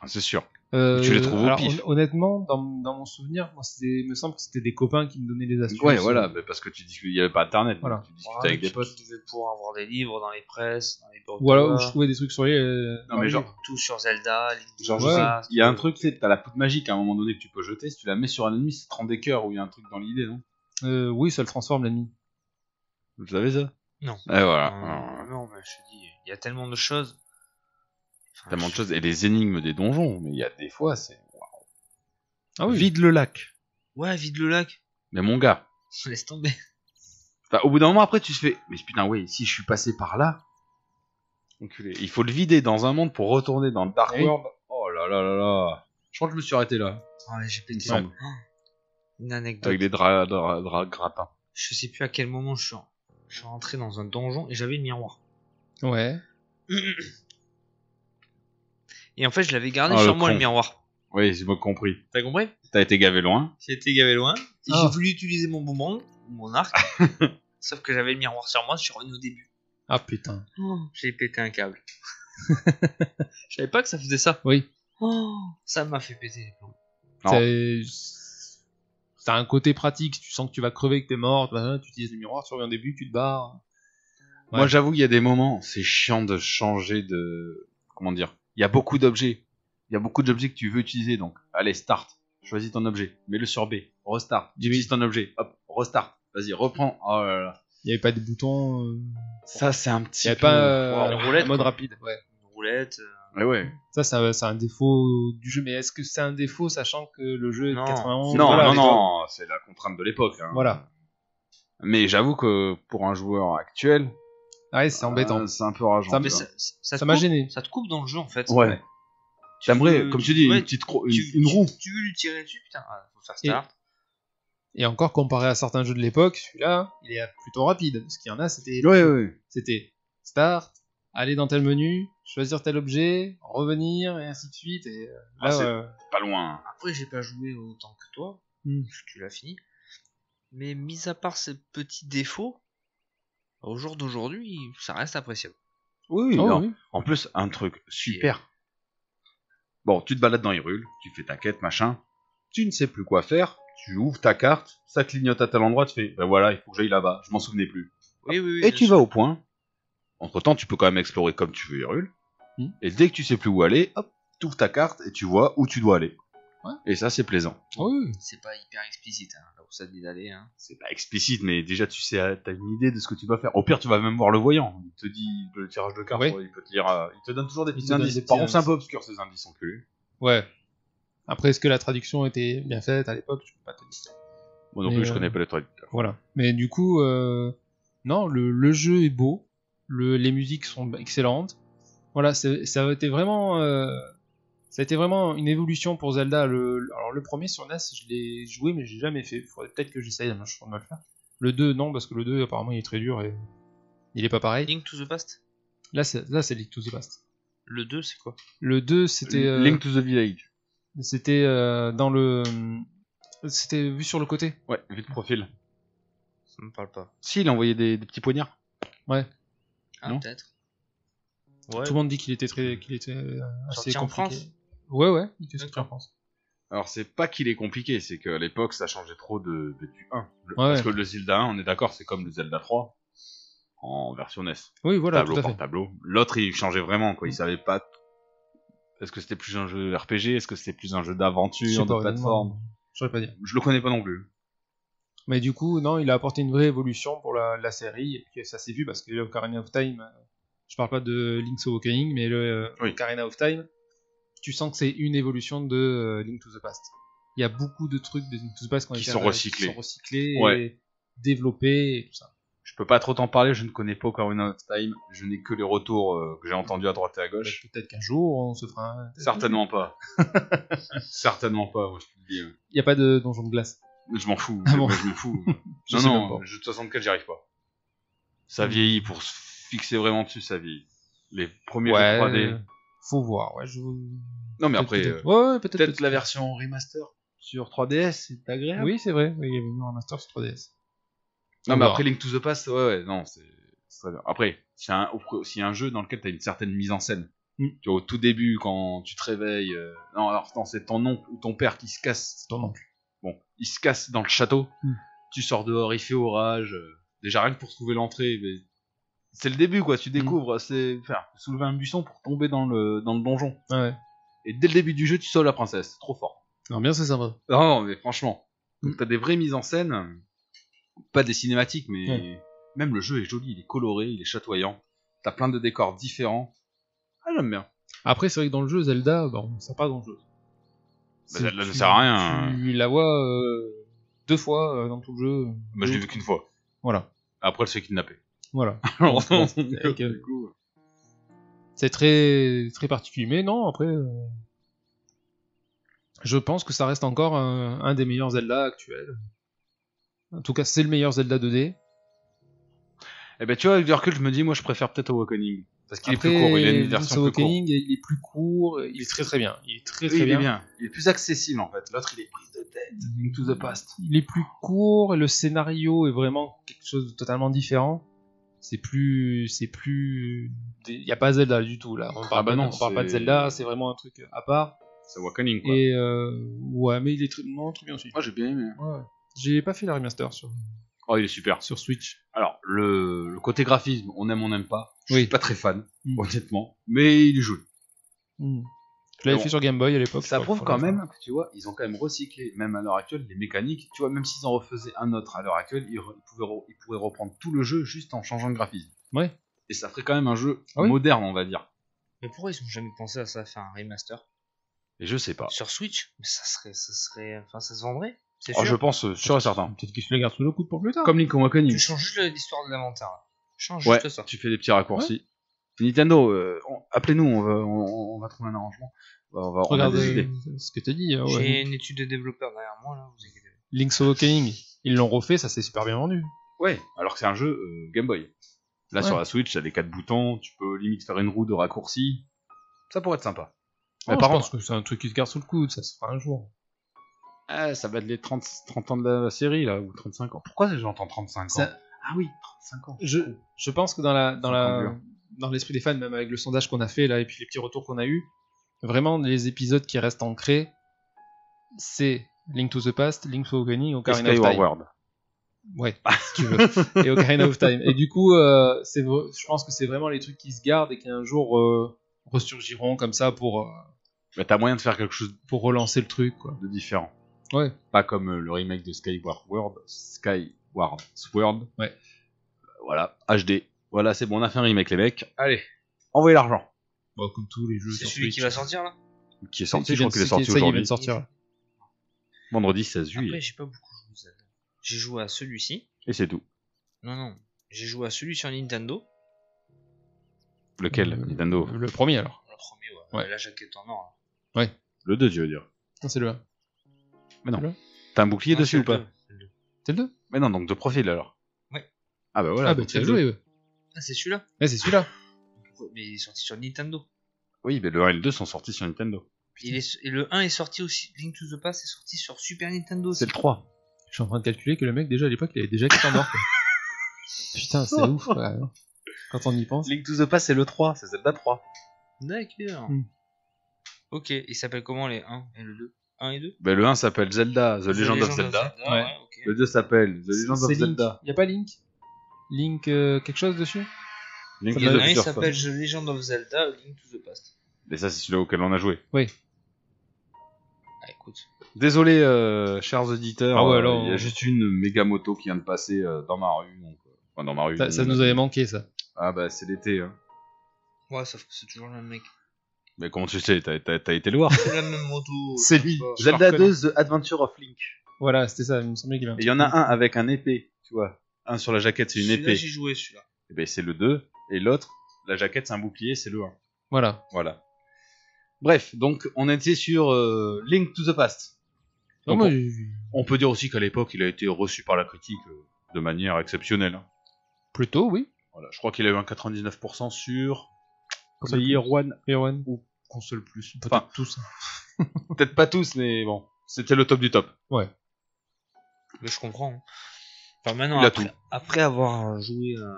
S4: Ah, C'est sûr.
S5: Euh,
S4: tu les trouves au
S5: alors,
S4: pif.
S5: hon- Honnêtement, dans, dans mon souvenir, moi, c'était, il me semble que c'était des copains qui me donnaient les astuces.
S4: Ouais, voilà, mais parce que tu dis qu'il n'y avait pas internet.
S5: Voilà.
S4: donc Tu discutes
S6: Ouais,
S4: avec des
S6: tu
S4: potes.
S6: devais pouvoir avoir des livres dans les presses, dans les bords
S5: Ou alors où je trouvais des trucs sur les. euh,
S4: Non, mais genre,
S6: tout sur Zelda, Link to the
S4: genre je
S5: Ouais.
S6: Past,
S4: sais, il y a un truc, tu sais, t'as la poudre magique à un moment donné que tu peux jeter. Si tu la mets sur un ennemi, ça te rend des cœurs ou il y a un truc dans l'idée, non
S5: euh, oui, ça le transforme l'ennemi.
S4: Vous savez ça
S6: Non.
S4: Et voilà.
S6: Euh, non, mais je te dis, il y a tellement de choses. Enfin,
S4: Oh, Tellement de
S6: je-
S4: choses. Et les énigmes des donjons, mais il y a des fois, c'est.
S5: Ah oui.
S4: Vide le lac.
S6: Ouais, vide le lac.
S4: Mais mon gars.
S6: Laisse tomber.
S4: Enfin, au bout d'un moment, après, tu te fais. Mais putain, ouais, si je suis passé par là. Enculé. Il faut le vider dans un monde pour retourner dans le Dark
S5: Oui.
S4: World. Oh là là là là. Je crois que je me suis arrêté là.
S6: Ouais, Oh, j'ai
S4: Il me
S6: pété. Oh,
S4: semble.
S6: Une anecdote.
S4: Avec des draps dra dra- grappins.
S6: Je sais plus à quel moment je suis, en- je suis rentré dans un donjon et j'avais le miroir.
S5: Ouais.
S6: Et en fait, je l'avais gardé
S4: Ah,
S6: sur
S4: le
S6: moi
S4: con.
S6: le miroir.
S4: Oui, j'ai pas compris.
S6: T'as compris
S4: T'as été gavé loin.
S6: J'étais gavé loin. et
S5: Ah.
S6: J'ai voulu utiliser mon boomerang, mon arc. sauf que j'avais le miroir sur moi, je suis revenu au début.
S5: Ah putain.
S6: J'ai pété un câble. je savais pas que ça faisait ça.
S5: Oui.
S6: Oh, Ça m'a fait péter les plombs.
S4: Non.
S5: T'as- T'as un côté pratique, tu sens que tu vas crever, que t'es mort, bah, tu utilises le miroir, tu reviens au début, tu te barres. Ouais.
S4: Moi, j'avoue, il y a des moments, c'est chiant de changer de. Comment dire Il y a beaucoup d'objets. Il y a beaucoup d'objets que tu veux utiliser, donc allez, start. Choisis ton objet. Mets-le sur B. Restart. Utilise ton objet. Hop, restart. Vas-y, reprends. Oh là là.
S5: Il n'y avait pas de boutons. euh,
S4: Ça, c'est un
S5: Il
S4: petit
S5: n'y avait
S4: peu.
S5: pas euh,
S4: Wow.
S5: un
S6: roulette,
S5: mode
S6: quoi.
S5: rapide. Ouais.
S6: Une roulette. euh,
S4: Mais ouais.
S5: Ça, ça- c'est un défaut du jeu. Mais est-ce que c'est un défaut, sachant que le jeu est de
S6: Non.
S5: 91
S4: Non,
S5: voilà,
S4: non, non, c'est la contrainte de l'époque. hein.
S5: Voilà.
S4: Mais j'avoue que pour un joueur actuel,
S5: Ah Ouais, c'est embêtant.
S4: euh, c'est un peu rageant.
S5: Ça me-
S6: mais
S4: quoi.
S6: ça, ça- ça te
S5: ça m'a
S6: coupe-
S5: gêné.
S6: Ça te coupe dans le jeu en fait.
S4: Ouais.
S6: Tu
S4: T'aimerais,
S6: veux-
S4: comme tu dis,
S6: ouais,
S4: une petite cro-
S6: tu-
S4: une, une
S6: tu-
S4: roue.
S6: Tu veux lui tirer dessus, putain, ah, faut faire
S5: Et-
S6: start.
S5: Et encore, comparé à certains jeux de l'époque, celui-là, il est plutôt rapide. Parce qu'il y en a, c'était
S4: Ouais, ouais.
S5: c'était start, aller dans tel menu, choisir tel objet, revenir, et ainsi de suite. Et euh,
S4: Ah,
S5: là,
S4: c'est-
S5: euh,
S4: Pas loin.
S6: Après, j'ai pas joué autant que toi,
S5: Hmm.
S6: parce que tu l'as fini. Mais mis à part ces petits défauts, au jour d'aujourd'hui, ça reste appréciable.
S4: Oui,
S5: oh,
S4: non.
S5: oui.
S4: En plus, un truc super. Bon, tu te balades dans Hyrule, tu fais ta quête, machin. Tu ne sais plus quoi faire, tu ouvres ta carte, ça clignote à tel endroit, tu fais, ben voilà, il faut que j'aille là-bas, je m'en souvenais plus.
S6: Oui, oui, oui.
S4: Et
S6: bien
S4: tu
S6: sûr.
S4: vas au point. Entre temps, tu peux quand même explorer comme tu veux Hyrule.
S5: Hmm.
S4: Et dès que tu sais plus où aller, hop, tu ouvres ta carte et tu vois où tu dois aller.
S5: Ouais.
S4: Et ça, c'est plaisant.
S5: Ah Oui, oui.
S6: C'est pas hyper explicite, hein, là où ça te dit d'aller. Hein.
S4: c'est pas explicite, mais déjà tu sais, euh, t'as une idée de ce que tu vas faire. Au pire, tu vas même voir le voyant. Il te dit le tirage de cartes,
S5: Oui.
S4: il peut te dire, euh, il te donne toujours des
S5: Il
S4: petits
S5: te donne
S4: indices.
S5: des
S4: Par
S5: petits
S4: contre, c'est un peu obscur ces indices enculés.
S5: Ouais. Après, est-ce que la traduction était bien faite à l'époque Je peux pas te dire.
S4: Moi non
S5: Mais,
S4: plus, je
S5: euh,
S4: connais pas le truc.
S5: Voilà. Mais du coup, euh, non, le, le jeu est beau, le, les musiques sont excellentes. Voilà, c'est- ça a été vraiment, euh, ça a été vraiment une évolution pour Zelda. Le, le- alors le premier sur NES, je l'ai joué, mais j'ai jamais fait. Faudrait peut-être que j'essaye un jour de me le faire. Le 2, non, parce que le 2, apparemment, il est très dur et il est pas pareil.
S6: Link to the Past
S5: Là, c'est là, c'est Link to the Past.
S6: Le 2, c'est quoi
S5: Le 2, c'était, euh,
S4: Link to the Village.
S5: c'était euh, dans le, c'était vu sur le côté.
S4: Ouais, vue de profil.
S6: Ça me parle pas.
S4: Si, il a envoyé des, des petits poignards.
S6: Ah,
S4: Non.
S6: peut-être. Ouais.
S5: Tout le monde dit qu'il était très, qu'il était euh, assez
S6: Sorti en
S5: compliqué.
S6: France
S5: Ouais, ouais. Il était sorti en France.
S4: Alors, c'est pas qu'il est compliqué, c'est qu'à l'époque, ça changeait trop de, de- du 1. Le-
S5: Ouais.
S4: Parce que le Zelda 1, on est d'accord, c'est comme le Zelda 3 en version NES.
S5: Oui, voilà,
S4: tableau
S5: tout à
S4: par
S5: fait.
S4: tableau. L'autre, il changeait vraiment, quoi. Il savait pas. t- Est-ce que c'était plus un jeu RPG Est-ce que c'était plus un jeu
S5: Je sais
S4: d'aventure,
S5: pas,
S4: de plateforme
S5: honnêtement, Je saurais pas dire.
S4: Je le connais pas non plus.
S5: Mais du coup, non, il a apporté une vraie évolution pour la, la série, et puis ça s'est vu parce que le Ocarina of Time, euh, je parle pas de Link's Awakening, mais le euh,
S4: Oui.
S5: Ocarina of Time, tu sens que c'est une évolution de euh, Link to the Past. Il y a beaucoup de trucs de Link to the Past qu'on
S4: Qui
S5: était
S4: sont
S5: à-
S4: recyclés.
S5: qui sont recyclés
S4: Ouais.
S5: et développés et tout ça.
S4: Je peux pas trop t'en parler, je ne connais pas Ocarina of Time. Je n'ai que les retours euh, que j'ai entendus à droite et à
S5: Bah,
S4: gauche.
S5: Peut-être qu'un jour, on se fera un...
S4: Certainement pas. Certainement pas, moi, je te le dis. euh.
S5: Il n'y a pas de donjon de glace.
S4: Je m'en fous.
S5: Ah bon.
S4: moi, je m'en fous.
S5: Je
S4: non,
S5: sais
S4: non,
S5: même pas. Hmm.
S4: le jeu de 64, j'y arrive pas. Ça vieillit, pour se fixer vraiment dessus, ça vieillit. Les premiers jeux 3D.
S5: euh, faut voir. Ouais, je...
S4: Non, mais après, euh,
S5: peut-être, ouais, ouais, peut-être,
S4: peut-être
S5: peut-être.
S4: la version remaster sur 3DS, c'est agréable.
S5: Oui, c'est vrai. Oui, il y avait eu un Master sur 3DS.
S4: Non,
S5: On
S4: mais
S5: verra.
S4: après Link to the Past, ouais, ouais, non, c'est. c'est très bien. Après, c'est un, aussi un jeu dans lequel t'as une certaine mise en scène.
S5: Mm.
S4: Tu vois, au tout début, quand tu te réveilles, euh, non, alors non, c'est ton oncle ou ton père qui se casse.
S5: Ton oncle.
S4: Bon, il se casse dans le château.
S5: Mm.
S4: Tu sors dehors, il fait orage. euh, déjà rien que pour trouver l'entrée, mais c'est le début, quoi. Tu
S5: Hmm.
S4: découvres, euh, c'est enfin, soulever un buisson pour tomber dans le dans le donjon.
S5: Ouais.
S4: Et dès le début du jeu, tu sauves la princesse. Trop fort.
S5: L'ambiance c'est sympa.
S4: Non, non, mais franchement.
S5: Hmm.
S4: Donc t'as des vraies mises en scène, pas des cinématiques, mais même le jeu est joli, il est coloré, il est chatoyant. T'as plein de décors différents. Ah, j'aime bien.
S5: Après, c'est vrai que dans le jeu, Zelda, bon, ça pas grand chose.
S4: Bah, Zelda ne sert à rien. hein.
S5: Tu la vois euh, deux fois euh, dans tout le jeu.
S4: Bah, je l'ai vu qu'une fois.
S5: Voilà.
S4: Après, elle se fait kidnapper.
S5: Voilà.
S4: Alors,
S5: Bon,
S4: du
S5: avec, euh,
S4: coup,
S5: c'est très, très particulier. Mais non, après. euh, Je pense que ça reste encore un, un des meilleurs Zelda actuels. En tout cas, c'est le meilleur Zelda 2D.
S4: eh ben, tu vois, avec du recul, je me dis, moi, je préfère peut-être Awakening. Parce qu'il est plus
S5: Après,
S4: court, il a une
S5: Link's
S4: version plus courte.
S5: Awakening, il est plus court, il est très très bien. Il est très très
S4: Oui, il est
S5: bien.
S4: bien. Il est plus accessible, en fait. L'autre, il est prise de tête. Link to the past.
S5: Il est plus court, le scénario est vraiment quelque chose de totalement différent. C'est plus. C'est plus. Il n'y a pas Zelda du tout là. On parle,
S4: bah
S5: pas-
S4: non,
S5: on parle pas de
S4: c'est-
S5: Zelda, c'est vraiment un truc à part.
S4: C'est Awakening, quoi.
S5: Et. euh, ouais, mais il est très, non, très bien aussi.
S4: Moi, j'ai bien aimé. hein.
S5: Ouais. J'ai pas fait la remaster sur,
S4: Oh, il est super.
S5: sur Switch.
S4: Alors, le, le côté graphisme, on aime, on n'aime pas. Je
S5: Oui.
S4: suis pas très fan,
S5: Mm.
S4: honnêtement. Mais il est joli.
S5: Hmm. Je l'avais
S4: Bon.
S5: fait sur Game Boy à l'époque.
S4: Ça
S5: je
S4: prouve
S5: crois,
S4: quand
S5: pour l'instant.
S4: même que, tu vois, ils ont quand même recyclé, même à l'heure actuelle, les mécaniques. Tu vois, même s'ils en refaisaient un autre à l'heure actuelle, ils, re- ils pouvaient re- ils pourraient reprendre tout le jeu juste en changeant de graphisme.
S5: Ouais.
S4: Et ça ferait quand même un jeu
S5: Ah oui.
S4: moderne, on va dire.
S6: Mais pourquoi ils ont jamais pensé à ça, faire un remaster
S4: Et je sais pas.
S6: sur Switch Mais ça serait, ça serait, enfin ça se vendrait, c'est
S4: Oh,
S6: sûr.
S4: je pense euh, sûr et certain.
S5: Peut-être qu'ils se le gardent sous le coude pour plus tard.
S4: Comme Link Awakening.
S6: Tu changes juste l'histoire de l'inventaire. là. Tu changes
S4: Ouais,
S6: juste ça.
S4: tu fais des petits raccourcis. Nintendo, euh, on- appelez-nous, on va, on, on va trouver un arrangement. Bah, On va, on a
S5: Regarde
S4: des
S5: euh,
S4: idées.
S5: ce que t'as dit. hein,
S6: J'ai
S5: ouais.
S6: une étude de développeur derrière moi là, vous inquiétez pas.
S5: Link's Awakening, ils l'ont refait, ça s'est super bien vendu.
S4: Ouais, alors que c'est un jeu euh, Game Boy. Là
S5: Ouais.
S4: sur la Switch, t'as les quatre boutons, tu peux limite faire une roue de raccourci. Ça pourrait être sympa. Mais
S5: Ouais,
S4: par
S5: je
S4: contre,
S5: pense que c'est un truc qui se garde sous le coude, ça se fera un jour.
S4: ah, ça va être les 30, 30 ans de la série là, ou 35 ans. Pourquoi j'entends 35 ans
S5: Ça-
S4: Ah oui, 35 ans.
S5: Je, je pense que dans la dans
S4: Ça
S5: la
S4: conduire.
S5: dans l'esprit des fans, même avec le sondage qu'on a fait là et puis les petits retours qu'on a eu, vraiment les épisodes qui restent ancrés, c'est Link to the Past, Link to Awakening,
S4: Et
S5: Ocarina of
S4: Skyward
S5: Time.
S4: World.
S5: Ouais, si tu veux. Et Ocarina of Time. Et du coup, euh, c'est vra- je pense que c'est vraiment les trucs qui se gardent et qui un jour euh, ressurgiront comme ça pour euh,
S4: Mais t'as moyen de faire quelque chose
S5: pour relancer le truc quoi.
S4: de différent.
S5: Ouais.
S4: Pas comme euh, le remake de Skyward World. Skyward Sword.
S5: Ouais.
S4: Euh, Voilà, HD. Voilà, c'est bon, on a fait un remake les mecs. Allez, envoyez l'argent.
S5: Bon, comme tous les jeux
S6: C'est
S5: sur
S6: celui
S5: Switch.
S6: qui va sortir là
S4: Qui est
S5: Qui
S4: sorti, je crois
S5: vient
S4: qu'il est
S5: de-
S4: sorti
S5: ça y est, il vient de
S4: aujourd'hui.
S5: sortir.
S4: Vendredi 16
S6: Après
S4: juillet.
S6: j'ai pas beaucoup joué. à Zelda. J'ai joué à celui-ci.
S4: Et c'est tout.
S6: Non non, j'ai joué à celui sur Nintendo.
S4: Lequel
S5: Euh,
S4: Nintendo
S5: Le premier alors.
S6: Le premier ouais.
S5: Ouais.
S6: La jaquette en or.
S4: Le 2, tu veux dire.
S5: Non, c'est le 1.
S4: T'as un
S6: Ah,
S4: bouclier dessus ou pas
S5: C'est le 2
S4: Mais non, donc de profil alors.
S6: Ouais.
S4: Ah bah voilà.
S5: Ah bah
S4: donc
S5: tu as
S4: le
S5: joué.
S4: deux.
S5: ouais.
S6: Ah c'est celui-là.
S5: Ouais, c'est celui-là.
S6: Mais il est sorti sur Nintendo.
S4: Oui, mais le 1 et le 2 sont sortis sur Nintendo.
S6: Il est- et le 1 est sorti aussi. Link to the Past est sorti sur Super Nintendo. aussi.
S4: 3.
S5: Je Oh. suis en train de calculer que le mec, déjà à l'époque, il avait déjà quitté en or. quoi. Putain, c'est ouf. quoi. quand on y pense.
S4: Link to the Past, c'est le 3, c'est Zelda 3.
S6: D'accord.
S5: Hmm.
S6: Ok, ils s'appellent comment les 1 et le 2 1 et 2
S4: Ben, le 1 s'appelle Zelda, The Legend
S6: Legend
S4: of Zelda.
S5: Ouais.
S6: ouais, ok.
S4: Le 2 s'appelle The Legend of
S5: C'est Link.
S4: Zelda.
S5: Y a pas Link Link euh, quelque chose dessus
S4: Link
S5: Ça
S4: is
S5: doit
S6: Le
S4: the
S5: être-
S6: 1 il
S4: Future Past.
S6: s'appelle The Legend of Zelda Link to the Past.
S4: Mais ça, c'est celui auquel on a joué.
S6: Ah écoute.
S4: Désolé, euh, chers auditeurs.
S5: Ah ouais,
S4: euh,
S5: alors-
S4: Il y a juste une méga moto qui vient de passer euh, dans ma rue. donc, euh, enfin, dans ma rue.
S5: ça, ça
S4: on-
S5: nous avait manqué ça.
S4: Ah bah, c'est l'été. Hein.
S6: Ouais, sauf que c'est toujours le même mec.
S4: Mais comment tu sais T'as t'as- t'as été le voir.
S6: C'est la même moto.
S5: C'est lui.
S6: Je sais
S5: Zelda
S4: Zelda
S5: le 2,
S4: 2, The Adventure of Link.
S5: Voilà, c'était ça, il me semblait qu'il y avait un
S4: Et il y en a un avec un épée, tu vois. Un sur la jaquette,
S6: pas.
S4: c'est une
S6: Celui-là,
S4: épée.
S6: J'ai joué celui-là.
S4: Eh ben, c'est le 2. Et l'autre, la jaquette, c'est un bouclier, c'est le 1.
S5: Voilà.
S4: Voilà. Bref, donc on était sur euh, Link to the Past.
S5: Non,
S4: Donc,
S5: moi, j'ai-
S4: On peut dire aussi qu'à l'époque, il a été reçu par la critique euh, de manière exceptionnelle. hein.
S5: Plutôt, oui.
S4: Voilà, je crois qu'il a eu un 99% sur
S5: Console
S4: Player One.
S5: Player One.
S4: Ou console plus.
S5: Peut-être
S4: Enfin,
S5: tous.
S4: peut-être pas tous, mais bon, c'était le top du top.
S6: Mais je comprends. hein. Enfin, maintenant,
S4: Il a
S6: après,
S4: tout.
S6: après avoir joué. euh,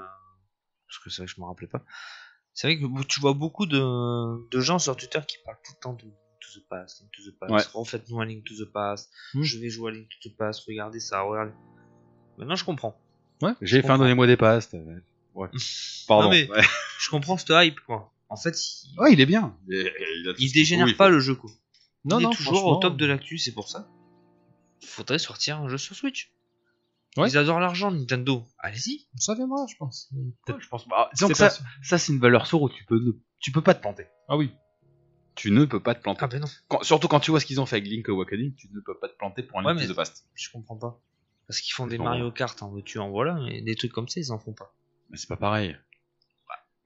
S6: Parce que c'est vrai que je me rappelais pas. C'est vrai que bou- tu vois beaucoup de, de gens sur Twitter qui parlent tout le temps de Link to the Past, Link to the Past.
S4: Ouais.
S6: Refaites-nous un Link to the Past.
S5: Hmm.
S6: Je vais jouer à Link to the Past. Regardez ça, regardez. Maintenant, je comprends.
S4: J'ai
S6: comprends.
S4: faim, donnez-moi des pastes. Ouais. Pardon.
S6: Non, mais-
S4: Ouais.
S6: Je comprends cette hype, quoi. En fait, il,
S4: Ouais, il est bien. Il, il a tout
S6: il
S4: ce qu'il
S6: dégénère
S4: faut, il
S6: pas
S4: faut.
S6: le jeu, quoi.
S5: Non,
S6: il
S5: non,
S6: est toujours au
S5: franchement,
S4: euh,
S6: top de l'actu, c'est pour ça. Faudrait sortir un jeu sur Switch.
S5: Ouais.
S6: Ils adorent l'argent, Nintendo. Allez-y.
S5: Ça viendra, je pense.
S4: Ouais, je pense pas. Disons
S5: C'est
S4: que ça,
S5: pas sûr.
S4: ça c'est une valeur sûre où tu peux, ne... tu peux pas te planter.
S5: Ah oui.
S4: Tu ne peux pas te planter.
S6: Ah ben non,
S4: Quand- surtout quand tu vois ce qu'ils ont fait avec Link Awakening, tu ne peux pas te planter pour un
S6: Ouais,
S4: Link
S6: mais-
S4: to the Past.
S6: je comprends pas. Parce qu'ils font des
S4: Bon.
S6: Mario Kart, en veux-tu, en voilà, mais des trucs comme ça, ils en font pas.
S4: Mais c'est pas pareil.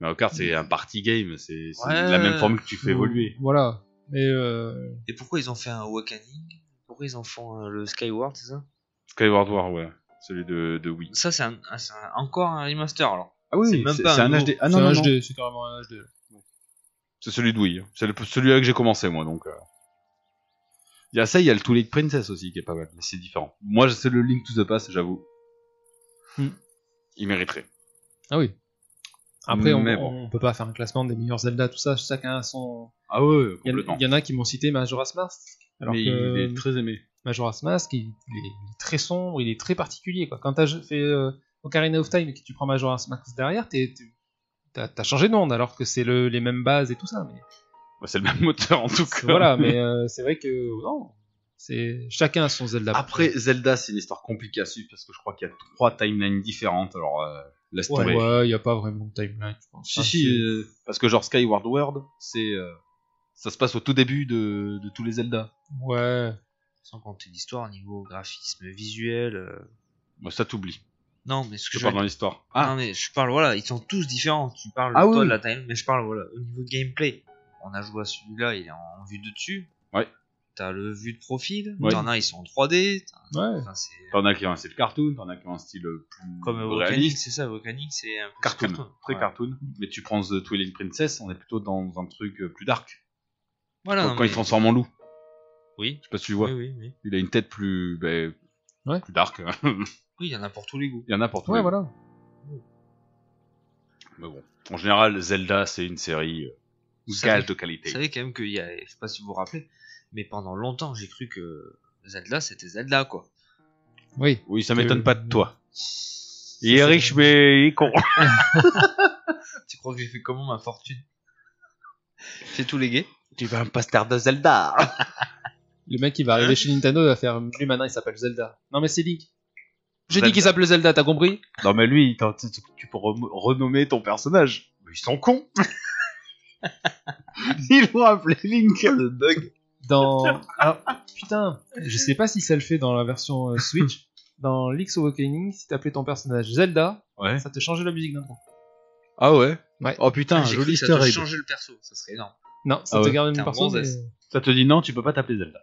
S4: Mario Kart, c'est un party game, c'est c'est
S6: Ouais.
S4: la même formule que tu fais évoluer.
S5: Voilà. Mais euh,
S6: Et pourquoi ils ont fait un Awakening Pourquoi ils en font euh, le Skyward, c'est ça
S4: Skyward War, ouais. Celui de, de Wii.
S6: Ça, c'est un- un- c'est un- encore un remaster, alors.
S4: Ah
S6: C'est même pas un nouveau.
S4: Ah
S5: c'est
S4: non, non,
S5: un
S4: non.
S5: HD, c'est carrément un HD.
S4: C'est celui de Wii. C'est le- celui-là que j'ai commencé, moi, donc. euh. Il y a ça, il y a le Twilight Princess aussi qui est pas mal, mais c'est différent. Moi, c'est le Link to the Past, j'avoue.
S5: Hmm.
S4: Il mériterait.
S5: Ah oui. Après, on,
S4: Mais bon.
S5: on peut pas faire un classement des meilleurs Zelda, tout ça. Chacun a son.
S4: Ah ouais,
S5: Il y, en-
S4: complètement.
S5: il y en a qui m'ont cité Majora's Mask. Alors
S4: mais
S5: que
S4: il est très aimé.
S5: Majora's Mask, il, il est, il est très sombre, il est très particulier. Quoi. Quand t'as fait euh, Ocarina of Time et que tu prends Majora's Mask derrière, t'es- t'es- t'as t'as changé de monde alors que c'est le- les mêmes bases et tout ça. Mais
S4: Bah, c'est le même moteur en tout cas.
S5: voilà, mais euh, c'est vrai que non, c'est chacun a son Zelda.
S4: Après, Zelda, c'est une histoire compliquée à suivre parce que je crois qu'il y a trois timelines différentes. Alors, euh, laisse tomber.
S5: ouais, ouais, y a pas vraiment de timeline, je pense.
S4: Si,
S5: Hein,
S4: si, euh, parce que genre Skyward World, c'est. euh, ça se passe au tout début de, de tous les Zelda.
S5: c'est- Ouais.
S6: Sans compter l'histoire, niveau graphisme, visuel. euh.
S4: Bah, ça t'oublie.
S6: Non, mais ce que
S4: Je
S6: je veux
S4: parle dans l'histoire.
S6: Non,
S4: Ah,
S6: mais je parle, voilà, ils sont tous différents. Tu parles,
S4: Ah
S6: toi,
S4: oui.
S6: de la time, mais je parle, voilà, au niveau gameplay. On a joué à celui-là, il est en vue de dessus.
S4: Ouais.
S6: T'as le vue de profil.
S4: Ouais.
S6: T'en as, ils sont en 3D. t'en-
S5: Ouais.
S6: Enfin, c'est
S4: t'en as qui ont un style cartoon, t'en as qui ont un style euh, plus
S6: comme Volcanic,
S4: réaliste.
S6: c'est ça, Volcanic, c'est un peu
S4: Cartoon, très
S6: ouais.
S4: cartoon. Mais tu prends The Twilight Princess, on est plutôt dans un truc euh, plus dark.
S6: Voilà,
S4: Comme
S6: non,
S4: quand il
S6: mais-
S4: transforme en loup.
S6: Oui,
S4: Je sais pas si tu vois.
S6: oui, oui, oui.
S4: Il a une tête plus. ben,
S5: Ouais.
S4: Plus dark. hein.
S6: Oui, il y en a pour tous les goûts.
S4: il y en a pour tous
S5: Ouais,
S4: les
S5: voilà.
S4: Mais bon, en général, Zelda, c'est une série euh,
S6: Ça
S4: gage
S6: fait-
S4: de qualité.
S6: Vous savez quand même qu'il y a, je sais pas si vous vous rappelez, mais pendant longtemps, j'ai cru que Zelda, c'était Zelda, quoi.
S5: Oui.
S4: Oui, ça
S5: Que-
S4: m'étonne pas de toi. Il
S5: c'est-
S4: est riche, mais il est con.
S6: Tu crois que j'ai fait comment ma fortune J'ai tout légué.
S4: tu vas un pasteur de Zelda.
S5: Le mec qui va
S4: Hein
S5: arriver chez Nintendo va faire lui maintenant il s'appelle Zelda. Non mais c'est Link. J'ai
S4: Zelda.
S5: dit qu'il s'appelle Zelda, t'as compris
S4: non, mais lui, t'en- tu tu peux rem- renommer ton personnage. Mais ils sont cons. ils l'ont appelé Link. Le bug.
S5: Dans alors, putain, je sais pas si ça le fait dans la version euh, Switch. Dans Link's Awakening, si t'appelais ton personnage Zelda,
S4: Ouais.
S5: ça te changeait la musique d'un coup.
S4: Ah ouais.
S5: Ouais.
S4: Oh putain,
S6: Ah, j'ai
S4: joli
S6: cru que ça
S4: easter
S6: te
S4: egg.
S6: changeait le perso, ça serait énorme.
S5: Non, ça
S4: Ah
S5: te
S4: ouais.
S5: garde la
S6: T'es un
S5: même personne,
S6: bronzesse.
S5: mais
S4: Ça te dit non, tu peux pas t'appeler Zelda.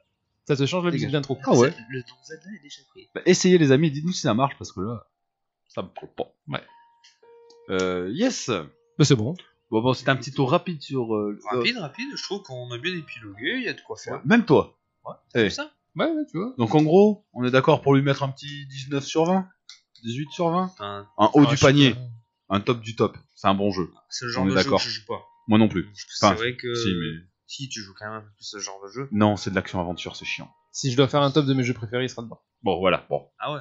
S5: ça te change la musique d'un trou.
S4: Ah ouais.
S6: Le nom Zelda est déjà pris.
S4: Bah, essayez les amis, dites-nous si ça marche parce que là, ça me prend pas.
S5: Ouais.
S4: Euh, yes.
S5: Mais c'est bon.
S4: Bon, bon, c'était un petit tour rapide sur. euh,
S6: Rapide, rapide, je trouve qu'on a bien épilogué, il y a de quoi
S4: euh,
S6: faire.
S4: même toi.
S6: C'est
S4: Eh.
S6: ça
S5: Ouais, ouais, tu vois.
S4: Donc en gros, on est d'accord pour lui mettre un petit 19 sur 20 18 sur 20
S6: Enfin,
S4: Un haut
S5: Ah,
S4: du
S5: je sais
S4: panier.
S5: pas.
S4: un top du top. C'est un bon jeu.
S6: C'est le genre
S4: On est
S6: de jeu que
S4: d'accord.
S6: je joue pas.
S4: Moi non plus.
S6: C'est
S4: Enfin,
S6: vrai que
S4: Si, mais...
S6: si tu joues quand même un peu plus ce genre de jeu.
S4: Non, c'est de l'action-aventure, c'est chiant.
S5: Si je dois faire un top de mes jeux préférés, il sera dedans.
S4: Bon, voilà, bon.
S6: Ah ouais.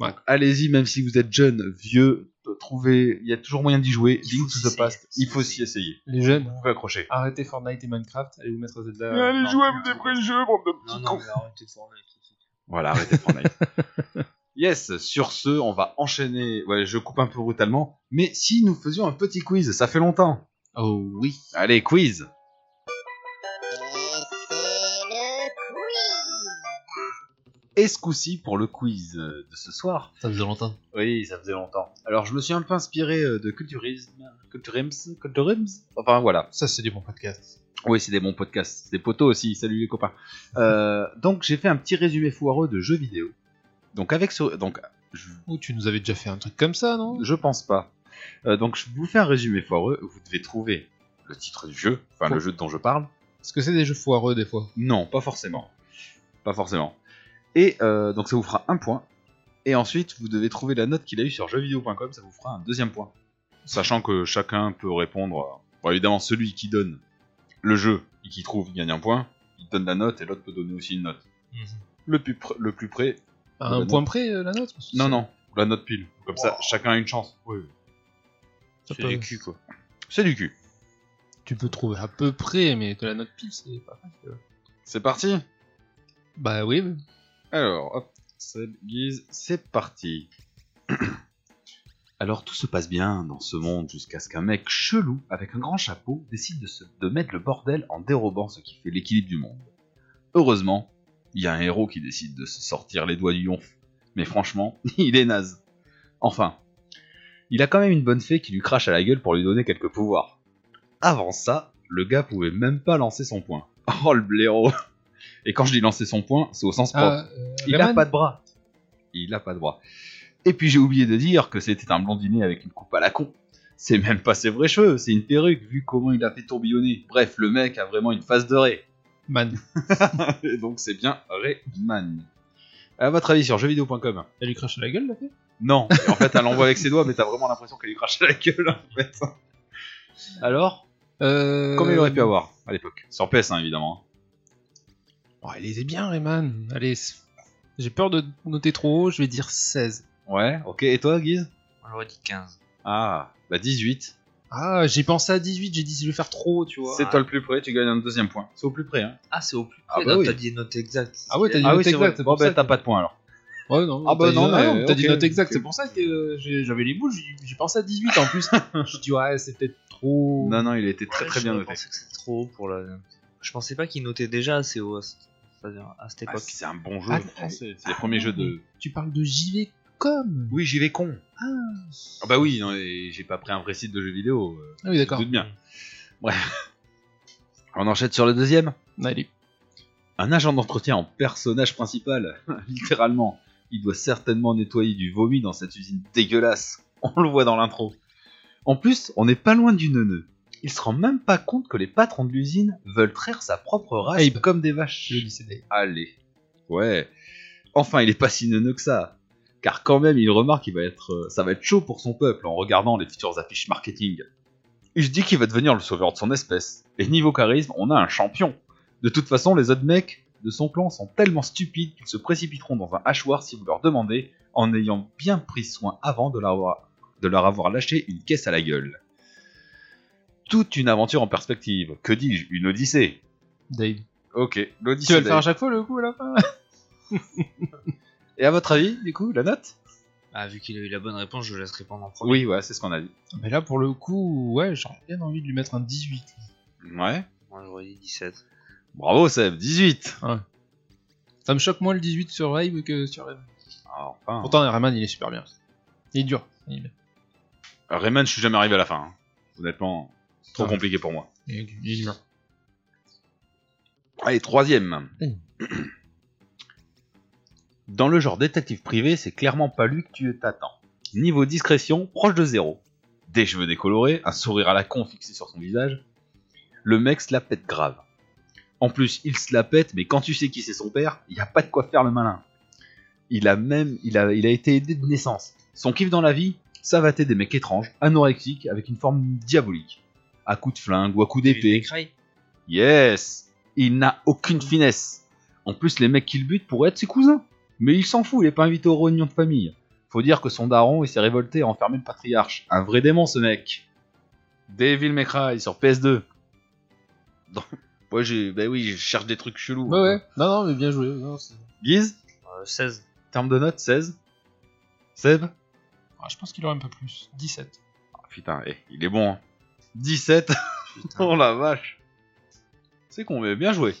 S4: Donc, allez-y, même si vous êtes jeune, vieux, euh, trouvez, il y a toujours moyen d'y jouer.
S6: Il
S4: Link
S6: faut
S4: to the
S6: s'y
S4: Past,
S6: essayer.
S4: il faut s'y essayer.
S5: Les jeunes, hein.
S4: Vous pouvez accrocher.
S5: arrêtez Fortnite et Minecraft, allez vous mettre à Zelda.
S4: allez
S5: Non,
S4: jouer à
S5: non,
S4: des
S5: non.
S4: vrais jeux, bande de
S6: Non,
S4: petits
S6: non,
S4: cons.
S6: mais arrêtez de Fortnite.
S4: Voilà, arrêtez de prendre la- Yes, sur ce, on va enchaîner. Ouais, je coupe un peu brutalement, mais si nous faisions un petit quiz, ça fait longtemps.
S2: Oh oui.
S4: Allez, quiz Et ce coup-ci, pour le quiz euh, de ce soir,
S2: Ça faisait longtemps.
S4: Oui, ça faisait longtemps. Alors, je me suis un peu inspiré euh, de Culturisme. Culturims Culturims Enfin, voilà.
S5: Ça, c'est des bons podcasts.
S4: Oui, c'est des bons podcasts. C'est des poteaux aussi. Salut les copains. Euh, donc, j'ai fait un petit résumé foireux de jeux vidéo. Donc, avec ce. Donc, je,
S5: Ou tu nous avais déjà fait un truc comme ça, non
S4: je pense pas. Euh, donc, je vous fais un résumé foireux. Vous devez trouver le titre du jeu. Enfin, le jeu dont je parle.
S5: Est-ce que c'est des jeux foireux des fois
S4: Non, pas forcément. Pas forcément. Et euh, donc, ça vous fera un point. Et ensuite, vous devez trouver la note qu'il a eue sur jeuxvideo.com. Ça vous fera un deuxième point. Sachant que chacun peut répondre. euh, bon, évidemment, celui qui donne le jeu et qui trouve gagne un point. Il donne la note et l'autre peut donner aussi une note.
S6: Mhm.
S4: Le plus, pr- le plus près.
S5: À
S4: Bah
S5: un
S4: non.
S5: point près, euh, la note parce que
S4: Non,
S5: ça-
S4: non. La note pile. Comme ça, chacun a une chance.
S5: ça
S6: C'est
S5: peut-
S6: du cul quoi.
S4: C'est du cul.
S5: Tu peux trouver à peu près, mais que la note pile, c'est pas facile.
S4: C'est parti.
S5: Bah oui, oui.
S4: Alors, hop, cette guise, c'est parti. Alors tout se passe bien dans ce monde jusqu'à ce qu'un mec chelou avec un grand chapeau décide de, se- de mettre le bordel en dérobant ce qui fait l'équilibre du monde. Heureusement, il y a un héros qui décide de se sortir les doigts du yonf. Mais franchement, il est naze. Enfin, il a quand même une bonne fée qui lui crache à la gueule pour lui donner quelques pouvoirs. Avant ça, le gars pouvait même pas lancer son poing. Oh le blaireau Et quand je dis lancer son poing, c'est au sens propre.
S5: Ah, euh,
S4: Il n'a
S5: Rayman
S4: pas de bras. Il n'a pas de bras. Et puis j'ai oublié de dire que c'était un blondinet avec une coupe à la con. C'est même pas ses vrais cheveux, c'est une perruque vu comment il a fait tourbillonner. Bref, le mec a vraiment une face de Ray.
S5: Man.
S4: Et Donc c'est bien Rayman. À votre avis sur jeuxvideo.com
S5: Elle lui crache à la gueule, la fille
S4: Non. Et en fait, elle l'envoie avec ses doigts, mais t'as vraiment l'impression qu'elle lui crache à la gueule en fait. Alors
S5: Euh...
S4: Comme il aurait pu avoir à l'époque Sur PS1 évidemment.
S5: Oh, elle était bien, Rayman. Allez, c'est- j'ai peur de noter trop haut, je vais dire 16.
S4: hein. Ouais, ok. Et toi, Guise
S6: On l'aurait dit 15.
S4: Ah, bah 18.
S5: Ah, j'ai pensé à 18, j'ai dit je vais faire trop haut, tu vois.
S4: C'est toi le plus près, tu gagnes un deuxième point. C'est au plus près, hein.
S6: Ah, c'est au plus
S4: Ah
S6: près.
S4: bah
S6: non,
S4: oui.
S6: t'as dit une note exacte.
S5: Ah ouais, t'as dit
S4: Ah oui,
S5: note
S4: c'est vrai.
S5: exacte. c'est
S4: Bon,
S5: pour
S4: bah
S5: ça
S4: t'as
S5: que-
S4: pas de point alors.
S5: Ouais, non,
S4: Ah bah
S5: t'as dit-
S4: non, mais
S5: t'as dit
S4: ok,
S5: note exacte,
S4: ok.
S5: c'est pour ça que euh, j'ai- j'avais les boules, j'ai j'ai pensé à 18 en plus. Je dis ouais, c'est peut-être trop.
S4: Non, non, il était très
S6: Ouais,
S4: très
S6: Ah, je
S4: bien
S6: me
S4: noté.
S6: pensais que c'était trop haut pour la. Je pensais pas qu'il notait déjà assez haut à, ce- c'est-à-dire à cette
S4: Ah,
S6: époque.
S4: c'est un bon jeu
S5: Ah,
S4: français. C'est
S5: ah,
S4: les premiers jeux de.
S5: Tu parles de JV comme
S4: Oui, j'y vais con. Ah, bah oui, non, et j'ai pas pris un vrai site de jeux vidéo. euh,
S5: Ah oui,
S4: tu te
S5: d'accord.
S4: doutes bien. Bref. On enchaîne sur le deuxième.
S5: Allez.
S4: Un agent d'entretien en personnage principal, littéralement. Il doit certainement nettoyer du vomi dans cette usine dégueulasse. On le voit dans l'intro. En plus, on n'est pas loin du neuneu. Il se rend même pas compte que les patrons de l'usine veulent traire sa propre race
S5: Abe.
S4: comme des vaches.
S5: Je dis c'est des-
S4: Allez. Ouais. Enfin, il est pas si neuneux que ça. Car quand même, il remarque qu'il va être, euh, ça va être chaud pour son peuple en regardant les futures affiches marketing. Il se dit qu'il va devenir le sauveur de son espèce. Et niveau charisme, on a un champion. De toute façon, les autres mecs de son clan sont tellement stupides qu'ils se précipiteront dans un hachoir si vous leur demandez, en ayant bien pris soin avant de leur avoir, de leur avoir lâché une caisse à la gueule. Toute une aventure en perspective. Que dis-je Une odyssée.
S5: Dave.
S4: Ok, l'odyssée.
S5: Tu vas le faire
S4: d'ailleurs.
S5: à chaque fois le coup à la fin
S4: Et à votre avis, du coup, la note
S6: Ah, vu qu'il a eu la bonne réponse, je laisse répondre en premier.
S4: Oui, ouais, c'est ce qu'on a dit.
S5: Ah, Mais là pour le coup, ouais, j'aurais bien envie de lui mettre un 18.
S4: Ouais.
S6: Moi, j'aurais dit 17.
S4: Bravo, Seb, 18
S5: Ça me choque moins le 18 sur Rave que sur Rave.
S4: Ah, Enfin,
S5: Pourtant, Rayman il est super bien. Il est dur. Il est bien.
S4: Rayman, je suis jamais arrivé à la fin. hein. Honnêtement, trop
S5: Ah.
S4: compliqué pour moi.
S5: Il est- il est dur.
S4: Allez, troisième.
S5: Mm.
S4: Dans le genre détective privé, c'est clairement pas lui que tu t'attends. Niveau discrétion, proche de zéro. Des cheveux décolorés, un sourire à la con fixé sur son visage. Le mec se la pète grave. En plus, il se la pète, mais quand tu sais qui c'est son père, il n'y a pas de quoi faire le malin. Il a même, il a, il a été aidé de naissance. Son kiff dans la vie, savater des mecs étranges, anorexiques, avec une forme diabolique. À coups de flingue ou à coups d'épée. Yes Il n'a aucune finesse. En plus, les mecs qu'il bute pourraient être ses cousins. Mais il s'en fout, il est pas invité aux réunions de famille. Faut dire que son daron, il s'est révolté à enfermer le patriarche. Un vrai démon, ce mec. Devil May Cry sur PS2. Non. Moi, j'ai... Ben oui, je cherche des trucs chelous. hein.
S5: Ouais, ouais. Non, non, mais bien joué. Non, c'est-
S4: Guise
S6: 16.
S4: Terme de note, 16 Seb
S5: Ah, je pense qu'il aurait un peu plus. 17.
S4: Ah, Putain, eh, il est bon. hein. 17 Oh la vache C'est qu'on est bien joué.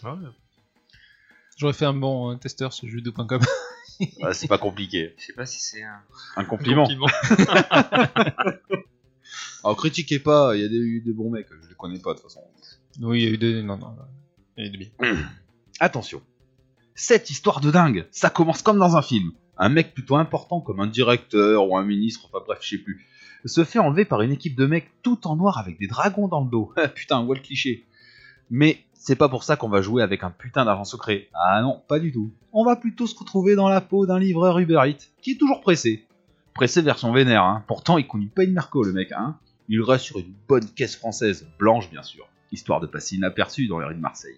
S5: J'aurais fait un bon euh, testeur sur jeuxvideo.com.
S4: Ah, c'est pas compliqué.
S6: Je sais pas si c'est un.
S4: Un compliment. Alors critiquez pas, il y a des, des bons mecs, je les connais pas de toute façon.
S5: oui, il y a eu deux. Non, non. non. Il y a eu deux biais.
S4: Attention. Cette histoire de dingue, ça commence comme dans un film. Un mec plutôt important comme un directeur ou un ministre, enfin bref, je sais plus, se fait enlever par une équipe de mecs tout en noir avec des dragons dans le dos. putain, what le cliché. Mais c'est pas pour ça qu'on va jouer avec un putain d'agent secret. Ah non, pas du tout. On va plutôt se retrouver dans la peau d'un livreur Uber Eats qui est toujours pressé. Pressé version vénère, hein. Pourtant, il conduit pas une merco le mec, hein. Il reste sur une bonne caisse française, blanche bien sûr, histoire de passer inaperçu dans les rues de Marseille.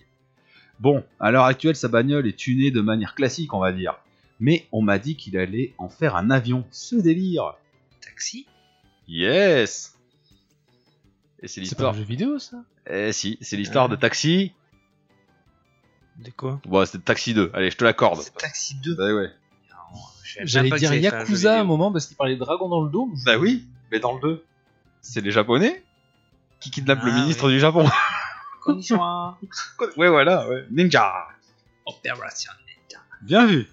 S4: Bon, à l'heure actuelle, sa bagnole est tunée de manière classique, on va dire. Mais on m'a dit qu'il allait en faire un avion. Ce délire
S6: Taxi
S4: Yes Et c'est
S5: C'est pas un
S4: l'histoire...
S5: jeu vidéo, ça
S4: Eh si, c'est l'histoire de Taxi...
S6: De quoi
S4: Bon, c'est Taxi 2, allez, je te l'accorde.
S6: C'est Taxi 2.
S4: Bah ouais.
S6: Je savais même
S5: J'allais
S6: pas que
S5: dire
S6: c'était un jeu
S5: Yakuza à un
S6: vidéo.
S5: moment parce qu'il parlait de dragon dans le dos. mais je-
S4: Bah oui, mais dans le 2, c'est les Japonais qui kidnappent le
S6: Ah,
S4: ministre
S6: oui.
S4: du Japon.
S6: Konnichiwa.
S4: ouais, voilà, ouais. Ninja
S6: Opération.
S4: Bien vu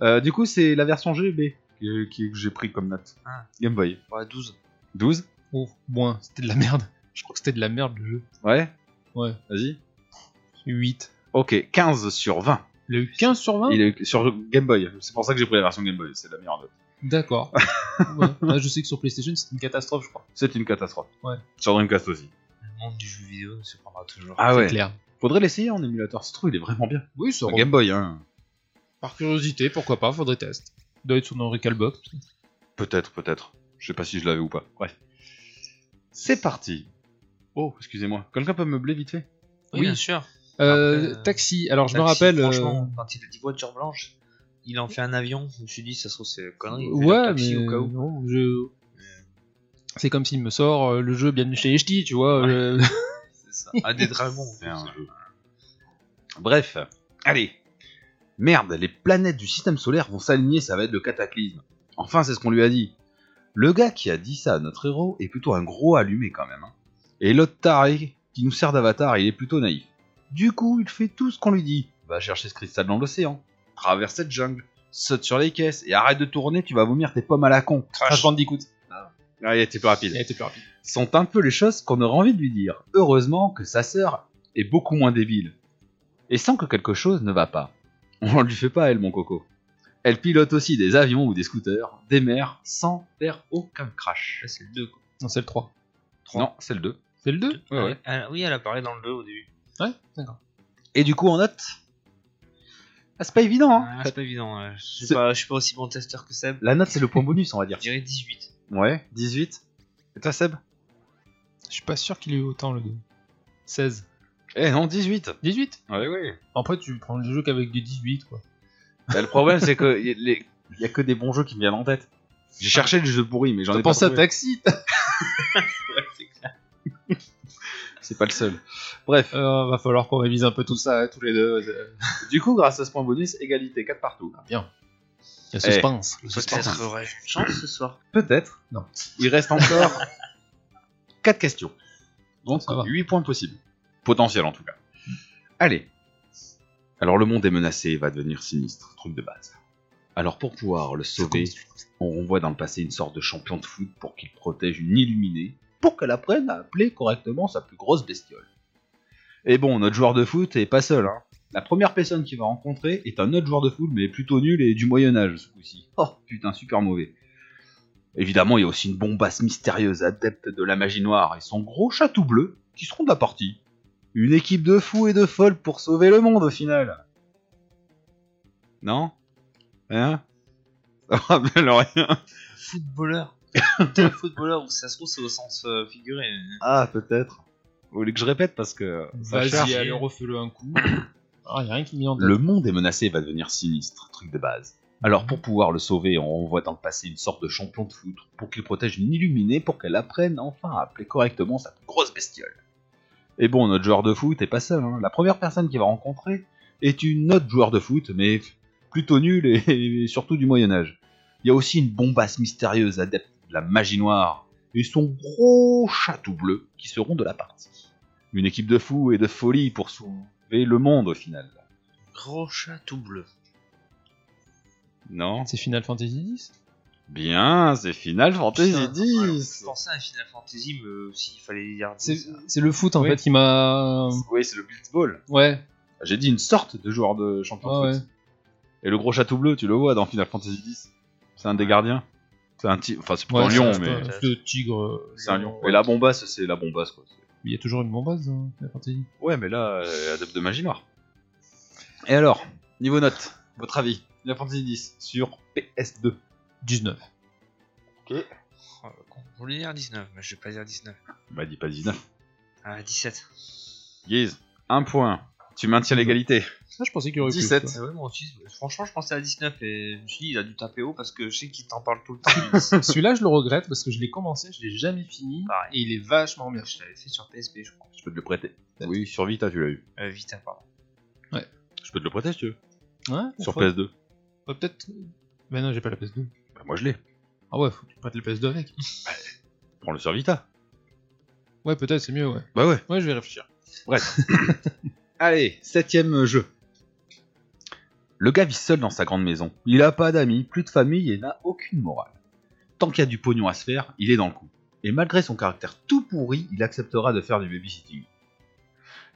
S4: Euh, Du coup, c'est la version GB que, que j'ai pris comme note.
S6: Ah.
S4: Game Boy.
S6: Ouais, 12.
S4: 12
S5: Oh, moins. C'était de la merde. Je crois que c'était de la merde, le jeu.
S4: Ouais
S5: Ouais.
S4: Vas-y.
S5: 8.
S4: Ok, 15 sur 20.
S5: Il a eu 15 sur 20
S4: Il est sur Game Boy. C'est pour ça que j'ai pris la version Game Boy. C'est la meilleure. note.
S5: D'accord. Ouais. Ah, je sais que sur PlayStation, c'était une catastrophe, je crois.
S4: C'est une catastrophe.
S5: Ouais.
S4: Sur Dreamcast aussi.
S6: Le monde du jeu vidéo se prendra toujours.
S4: Ah
S5: C'est
S4: ouais.
S5: clair.
S4: Faudrait l'essayer en émulateur. Se trouve, il est vraiment bien.
S5: Oui, ça
S4: Game Boy, hein.
S5: Par curiosité, pourquoi pas, faudrait test. Il doit être sur nos Recalbox.
S4: Peut-être, peut-être. Je sais pas si je l'avais ou pas. Bref. C'est parti. Oh, excusez-moi. Quelqu'un peut meubler vite fait
S5: Oui.
S6: bien sûr.
S5: Euh,
S6: Après, euh,
S5: taxi, alors je me
S6: Taxi,
S5: rappelle. euh,
S6: Franchement, quand il a dit voiture blanche, il en fait un avion. Je me suis dit, ça se trouve, c'est connerie. il fait
S5: Ouais,
S6: un taxi
S5: mais
S6: au cas où.
S5: non, je- C'est comme s'il me sort euh, le jeu bien chez Echti, tu vois. euh,
S6: C'est ça. Ah, des dragons.
S4: C'est un jeu. Bref. Allez. Merde, les planètes du système solaire vont s'aligner, ça va être le cataclysme. Enfin, c'est ce qu'on lui a dit. Le gars qui a dit ça à notre héros est plutôt un gros allumé quand même. hein. Et l'autre taré qui nous sert d'avatar, il est plutôt naïf. Du coup, il fait tout ce qu'on lui dit. Va chercher ce cristal dans l'océan, traverse cette jungle, saute sur les caisses et arrête de tourner, tu vas vomir tes pommes à la con.
S5: Crash Bandicoot.
S4: Ah, il était plus rapide
S5: Il a été plus rapide.
S4: sont un peu les choses qu'on aurait envie de lui dire. Heureusement que sa sœur est beaucoup moins débile. Et sent que quelque chose ne va pas. On ne lui fait pas, elle, mon coco. Elle pilote aussi des avions ou des scooters, des mers, sans faire aucun crash.
S6: Là, c'est le 2. Quoi.
S5: Non, c'est le 3.
S4: Non, c'est le 2.
S5: C'est le 2
S4: Ouais, ouais.
S6: Ah, oui, elle a parlé dans le 2 au début.
S5: Ouais, d'accord.
S4: Et du coup, on note Ah, C'est pas évident, hein
S6: Ah, c'est pas évident. ouais. Je suis
S4: C'est-
S6: pas, je suis pas aussi bon testeur que Seb.
S4: La note, c'est le point bonus, on va dire.
S6: Je dirais 18.
S4: Ouais, 18. Et toi, Seb
S5: Je suis pas sûr qu'il ait eu autant le 2. 16.
S4: Eh non, 18
S5: 18
S4: Ouais, ouais.
S5: Après, tu prends le jeu qu'avec des 18, quoi.
S4: Bah, le problème, c'est que y a les- y a que des bons jeux qui me viennent en tête. J'ai cherché le jeu pourri, mais j'en ai
S5: T'as
S4: pas
S5: pensé à
S4: trouvé.
S5: Taxi
S4: C'est pas le seul. Bref.
S5: Euh, Va falloir qu'on révise un peu tout ça, hein, tous les deux. euh,
S4: Du coup, grâce à ce point bonus, égalité 4 partout.
S5: Il y a
S4: Eh,
S5: suspense. le suspense.
S6: Peut-être aurais une chance ce soir.
S4: Peut-être.
S5: Non.
S4: Il reste encore 4 questions. Donc
S5: Ça va.
S4: 8 points possibles. Potentiel en tout cas. Allez. Alors le monde est menacé et va devenir sinistre, truc de base. Alors pour pouvoir le sauver, on renvoie dans le passé une sorte de champion de foot pour qu'il protège une illuminée, pour qu'elle apprenne à appeler correctement sa plus grosse bestiole. Et bon, notre joueur de foot est pas seul. Hein. La première personne qu'il va rencontrer est un autre joueur de foot, mais plutôt nul et du Moyen Âge ce coup-ci. Oh putain, super mauvais. Évidemment, il y a aussi une bombasse mystérieuse adepte de la magie noire et son gros chatou bleu qui seront de la partie. Une équipe de fous et de folles pour sauver le monde au final. Non Hein Ça me rappelle rien.
S6: Footballeur. T'es un footballeur, ou ça se trouve, c'est au sens euh, figuré.
S4: Ah, peut-être. Vous voulez que je répète parce que. euh, ça cherche.
S5: Vas-y, allez, refais-le un coup. Ah, y a rien qui me vient en tête.
S4: Le monde est menacé et va devenir sinistre, truc de base. Alors pour pouvoir le sauver, on voit dans le passé une sorte de champion de foot pour qu'il protège une illuminée pour qu'elle apprenne enfin à appeler correctement sa plus grosse bestiole. Et bon, notre joueur de foot est pas seul, hein. la première personne qu'il va rencontrer est une autre joueur de foot, mais plutôt nulle et, et surtout du Moyen Âge. Il y a aussi une bombasse mystérieuse adepte de la magie noire et son gros chatou bleu qui seront de la partie. Une équipe de fous et de folie pour sauver le monde au final.
S6: Gros chat tout bleu.
S4: Non
S5: C'est Final Fantasy X
S4: Bien, c'est Final Fantasy
S6: Putain, voilà, Je
S4: X.
S6: pensais à Final Fantasy, mais euh, s'il fallait euh, dire.
S5: C'est
S6: ça.
S5: c'est le foot en
S4: Oui.
S5: fait qui m'a.
S4: Oui, c'est le Blitzball.
S5: Ouais,
S4: J'ai dit une sorte de joueur de champion de
S5: Ah
S4: foot. Et le gros chatou bleu, tu le vois dans Final Fantasy X. C'est un des gardiens. C'est un tigre. Enfin, c'est plutôt
S5: ouais.
S4: un
S5: c'est
S4: lion,
S5: un-
S4: mais
S5: C'est un tigre. euh,
S4: c'est un lion.
S5: ouais.
S4: Et la bombasse, c'est la bombasse, quoi. C'est-
S5: Il y a toujours une bombasse dans Final Fantasy.
S4: Ouais, mais là, euh, adepte de magie noire. Et alors, niveau note, votre avis Final Fantasy X sur PS2.
S5: 19.
S6: Oh, le con. Je voulais dire 19, mais je vais pas dire 19.
S4: Bah, dis pas 19.
S6: Ah, 17.
S4: Guise, un point. Tu maintiens l'égalité.
S5: Ah, je pensais qu'il y aurait plus.
S6: 17. Ouais, moi aussi, franchement, je pensais à 19 et je me suis dit, il a dû taper haut parce que je sais qu'il t'en parle tout le temps.
S5: 17. Celui-là, je le regrette parce que je l'ai commencé, je l'ai jamais fini.
S6: Pareil.
S5: Et il est vachement bien.
S6: je l'avais fait sur PSP, je crois.
S4: Je peux te le prêter. Oui, sur Vita, tu l'as eu.
S6: Euh, Vita, pardon.
S4: Je peux te le prêter si tu veux.
S5: Ouais,
S4: Sur
S5: faut-
S4: PS2.
S5: ouais, Bah, Peut-être. Mais non, j'ai pas la PS2.
S4: Bah, moi, je l'ai.
S5: Ah ouais, faut que tu prêtes la PS2 avec.
S4: Prends-le sur Vita.
S5: Ouais, peut-être, c'est mieux, ouais.
S4: Bah ouais.
S5: Ouais, je vais réfléchir.
S4: Allez, septième jeu. Le gars vit seul dans sa grande maison. Il a pas d'amis, plus de famille et n'a aucune morale. Tant qu'il y a du pognon à se faire, il est dans le coup. Et malgré son caractère tout pourri, il acceptera de faire du babysitting.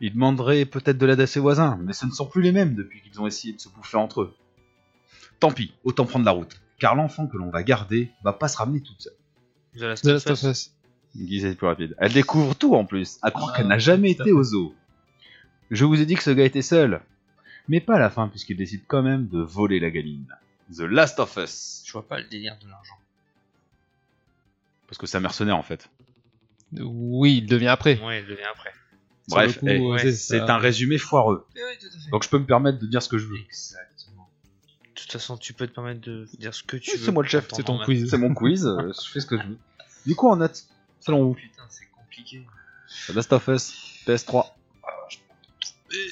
S4: Il demanderait peut-être de l'aide à ses voisins, mais ce ne sont plus les mêmes depuis qu'ils ont essayé de se bouffer entre eux. Tant pis, autant prendre la route, car l'enfant que l'on va garder va pas se ramener toute seule.
S6: Vous avez la
S5: The Last of Us.
S4: Guise est plus rapide. Elle découvre tout en plus, à croire
S5: Ah,
S4: qu'elle n'a jamais
S5: tout à
S4: été au zoo. Je vous ai dit que ce gars était seul. Mais pas à la fin, puisqu'il décide quand même de voler la galine. The Last of Us.
S6: Je vois pas le délire de l'argent.
S4: Parce que c'est un mercenaire en fait.
S5: Oui, il devient après.
S6: Ouais, il devient après.
S5: Sur
S4: Bref,
S5: le coup,
S4: eh,
S5: euh,
S6: ouais,
S4: c'est
S5: ça.
S4: un résumé foireux.
S6: oui, tout à fait.
S4: Donc je peux me permettre de dire ce que je veux.
S6: Exactement. De toute façon, tu peux te permettre de dire ce que tu
S4: Oui,
S6: veux.
S4: c'est moi le chef,
S6: en
S5: C'est ton
S6: temps
S5: quiz.
S4: C'est mon quiz, euh, je fais ce que je veux. Du coup, en note, selon vous,
S6: normal. Putain, c'est compliqué.
S4: The Last of Us, PS3.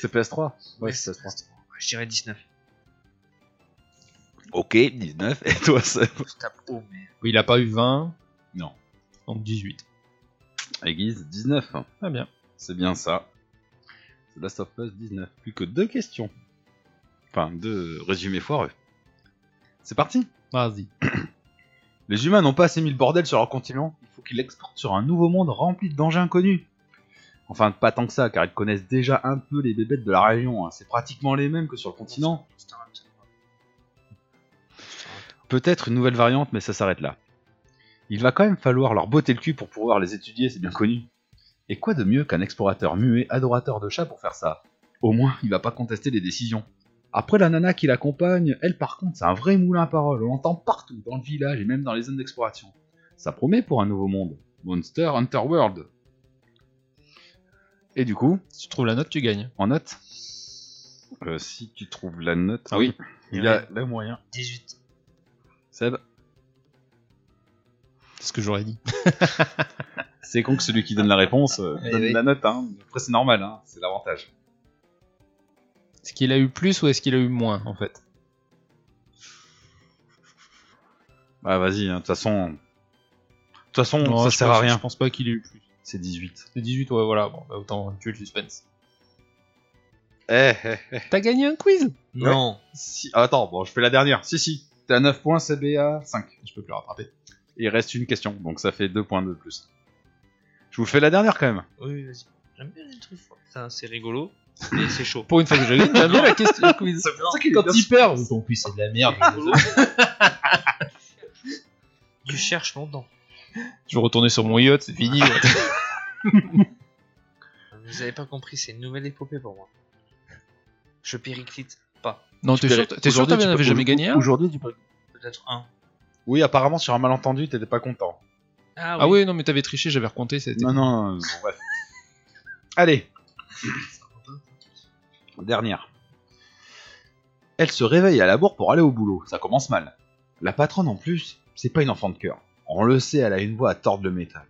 S4: C'est PS3
S6: Ouais,
S4: Ouais, c'est PS3.
S6: Je dirais 19.
S4: Ok, 19, et toi, ça
S6: Je tape haut, mais.
S5: Oui, Il a pas eu 20.
S4: Non.
S5: Donc 18.
S4: Aiguise, 19.
S5: Très bien.
S4: C'est bien ça. The Last of Us 19. Plus que deux questions. Enfin, deux résumés foireux. C'est parti
S5: Vas-y.
S4: Les humains n'ont pas assez mis le bordel sur leur continent. Il faut qu'ils l'exportent sur un nouveau monde rempli de dangers inconnus. Enfin, pas tant que ça, car ils connaissent déjà un peu les bébêtes de la région. hein. C'est pratiquement les mêmes que sur le continent.
S6: Je t'arrête.
S4: Peut-être une nouvelle variante, mais ça s'arrête là. Il va quand même falloir leur botter le cul pour pouvoir les étudier, c'est bien connu. Et quoi de mieux qu'un explorateur muet, adorateur de chats pour faire ça Au moins, il va pas contester les décisions. Après, la nana qui l'accompagne, elle par contre, c'est un vrai moulin à parole, on l'entend partout, dans le village et même dans les zones d'exploration. Ça promet pour un nouveau monde. Monster Hunter World. Et du coup,
S5: Si tu trouves la note, tu gagnes.
S4: en note Euh, Si tu trouves la note,
S5: Ah
S4: oui,
S6: Il
S4: il
S6: y
S4: y a le moyen.
S6: 18.
S4: Seb,
S5: C'est ce que j'aurais dit.
S4: C'est con que celui qui donne la réponse euh,
S5: Eh
S4: donne
S5: oui.
S4: la note. Hein. Après, c'est normal, hein, c'est l'avantage.
S5: Est-ce qu'il a eu plus ou est-ce qu'il a eu moins en fait
S4: Bah, vas-y, hein, de toute façon. De toute façon,
S5: Non,
S4: ça
S5: je
S4: sert
S5: pense-
S4: à rien.
S5: Je pense pas qu'il ait eu plus.
S4: C'est 18.
S5: C'est 18, ouais, voilà. Bon, bah, autant tuer le suspense.
S4: Eh,
S5: T'as gagné un quiz
S6: Non.
S4: si... ah, Attends, bon, je fais la dernière. Si, si. T'es à 9 points, CBA 5.
S5: Je peux plus rattraper.
S4: Et il reste une question, donc ça fait 2 points de plus. Je vous fais la dernière quand même.
S6: Oui, vas-y. J'aime bien les trucs. Ça, c'est rigolo, mais c'est chaud.
S5: Pour une fois que je gagne, j'aime bien la question du quiz.
S6: pour ça
S5: Quand il perd, ton quiz c'est de la merde.
S6: Tu cherches longtemps.
S5: Je vais retourner sur mon yacht, c'est fini.
S6: Vous avez pas compris, c'est une nouvelle épopée pour moi. Je périclite pas.
S5: non, t'es sûr, t'es sûr que t'en avais jamais gagné hein un
S4: Aujourd'hui, tu peux.
S6: Peut-être un.
S4: Oui, apparemment, sur un malentendu, t'étais pas content.
S5: Ah oui, non, mais t'avais triché, j'avais recompté. ça a été-
S4: Non, non, non, bon, bref. Allez. Dernière. Elle se réveille à la bourre pour aller au boulot. Ça commence mal. La patronne, en plus, c'est pas une enfant de cœur. On le sait, elle a une voix à tordre le métal.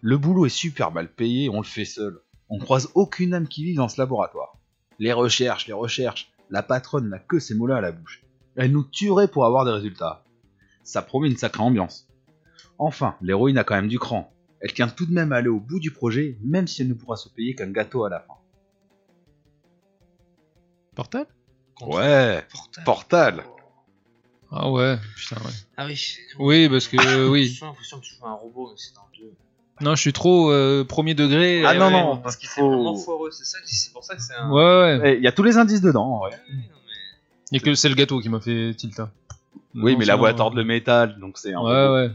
S4: Le boulot est super mal payé, on le fait seul. On croise aucune âme qui vit dans ce laboratoire. Les recherches, les recherches. La patronne n'a que ces mots-là à la bouche. Elle nous tuerait pour avoir des résultats. Ça promet une sacrée ambiance. Enfin, l'héroïne a quand même du cran. Elle tient tout de même à aller au bout du projet, même si elle ne pourra se payer qu'un gâteau à la fin.
S5: Portable
S4: Ouais,
S6: Portable.
S4: Portal.
S5: Ah ouais, putain, ouais.
S6: Ah oui.
S5: Oui, parce que euh, oui.
S6: J'ai l'impression que tu joues à un robot, mais c'est dans le deux.
S5: Non, je suis trop euh, premier degré.
S4: Ah
S5: euh,
S4: non,
S5: ouais.
S4: non,
S6: parce qu'il
S4: faut- Eh,
S6: c'est vraiment foireux, c'est ça, que- c'est pour ça que c'est un.
S5: Ouais, ouais.
S4: Il y a tous les indices dedans. ouais.
S6: Ouais, non, mais-
S5: Et que c'est le gâteau qui m'a fait tilta.
S4: Oui,
S5: Non,
S4: mais la
S5: sinon,
S4: voix
S5: euh,
S4: tord le métal, donc c'est un.
S5: Ouais, ouais.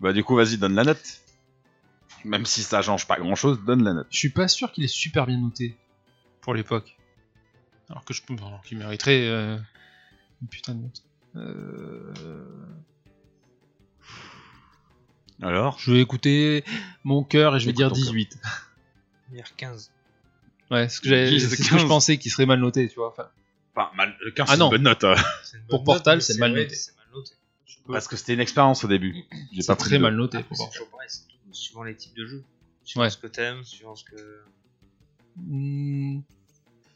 S4: Bah du coup, vas-y, donne la note. Même si ça change pas grand-chose, donne la note.
S5: Je suis pas sûr qu'il est super bien noté pour l'époque. Alors que je alors qu'il mériterait euh, une putain de note. Euh,
S4: Alors
S5: Je vais écouter mon cœur et je vais
S4: Écoute
S5: dire
S4: ton
S6: euh,
S4: cœur.
S5: 18.
S6: il y a 15.
S5: Ouais, c'est ce que, j'avais-
S4: 10,
S5: c'est ce que je
S4: 15.
S5: pensais qu'il serait mal noté, tu vois. Enfin,
S4: Pas mal. Le 15,
S5: Ah non.
S4: bonne note. hein.
S6: C'est une
S5: Pour
S6: bonne
S5: Portal,
S6: mais
S5: c'est mal
S6: vrai,
S5: noté.
S6: C'est mal noté.
S4: Parce que c'était une expérience au début. J'ai
S5: c'est
S4: pris
S5: très
S4: de-
S5: mal noté.
S6: Après,
S5: pour
S6: c'est
S5: voir.
S6: toujours pareil, c'est tout- suivant les types de jeux. Suivant
S5: Ouais.
S6: ce que t'aimes, suivant ce que.
S5: Hmm.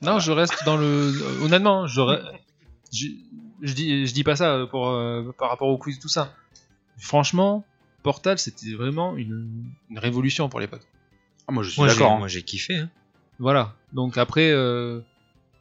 S5: Non, je reste dans le. euh, Honnêtement, je, re- je, je dis, je dis pas ça pour, euh, par rapport au quiz, tout ça. Franchement, Portal, c'était vraiment une, une révolution pour l'époque.
S4: Ah, moi, je suis d'accord. hein.
S6: j'ai kiffé.
S5: Voilà. Donc après, euh,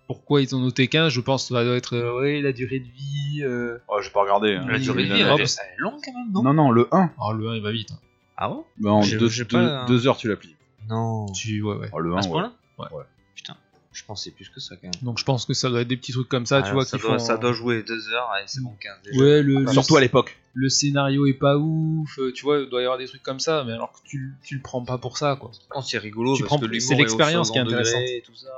S5: pourquoi ils ont noté 15 Je pense que ça doit être euh, ouais, la durée de vie. euh,
S4: Oh, j'ai pas regardé. hein.
S5: La
S4: J'ai
S5: durée de
S4: mis
S5: vie,
S4: la
S5: hop.
S4: note.
S5: Europe.
S6: elle est longue quand même,
S4: Non, non, le 1.
S5: Oh, le 1, il va vite. hein.
S6: Ah bon
S4: Bah, en
S6: J'ai-
S4: deux,
S6: j'ai pas,
S4: deux-
S6: hein.
S4: deux heures, tu l'as plié.
S6: Non.
S5: Tu- ouais, ouais.
S4: Oh, le 1,
S6: À ce
S4: ouais.
S6: point-là
S4: Ouais.
S6: Putain, je pensais plus que ça quand même.
S5: Donc je pense que ça doit être des petits trucs comme ça, tu
S6: Ah,
S5: vois.
S6: ça,
S5: qui
S6: doit,
S5: font- Mm.
S6: ça doit jouer 2 heures, et c'est bon, 15 déjà.
S5: Ouais, le, le-
S4: Surtout à l'époque.
S5: le scénario est pas ouf, euh, tu vois, il doit y avoir des trucs comme ça, mais alors que tu, tu le prends pas pour ça, quoi.
S6: Non, c'est rigolo,
S5: Tu
S6: parce
S5: prends-
S6: que l'humour
S5: c'est
S6: est au
S5: l'expérience qui est
S6: second degré
S5: intéressante.
S6: et tout ça.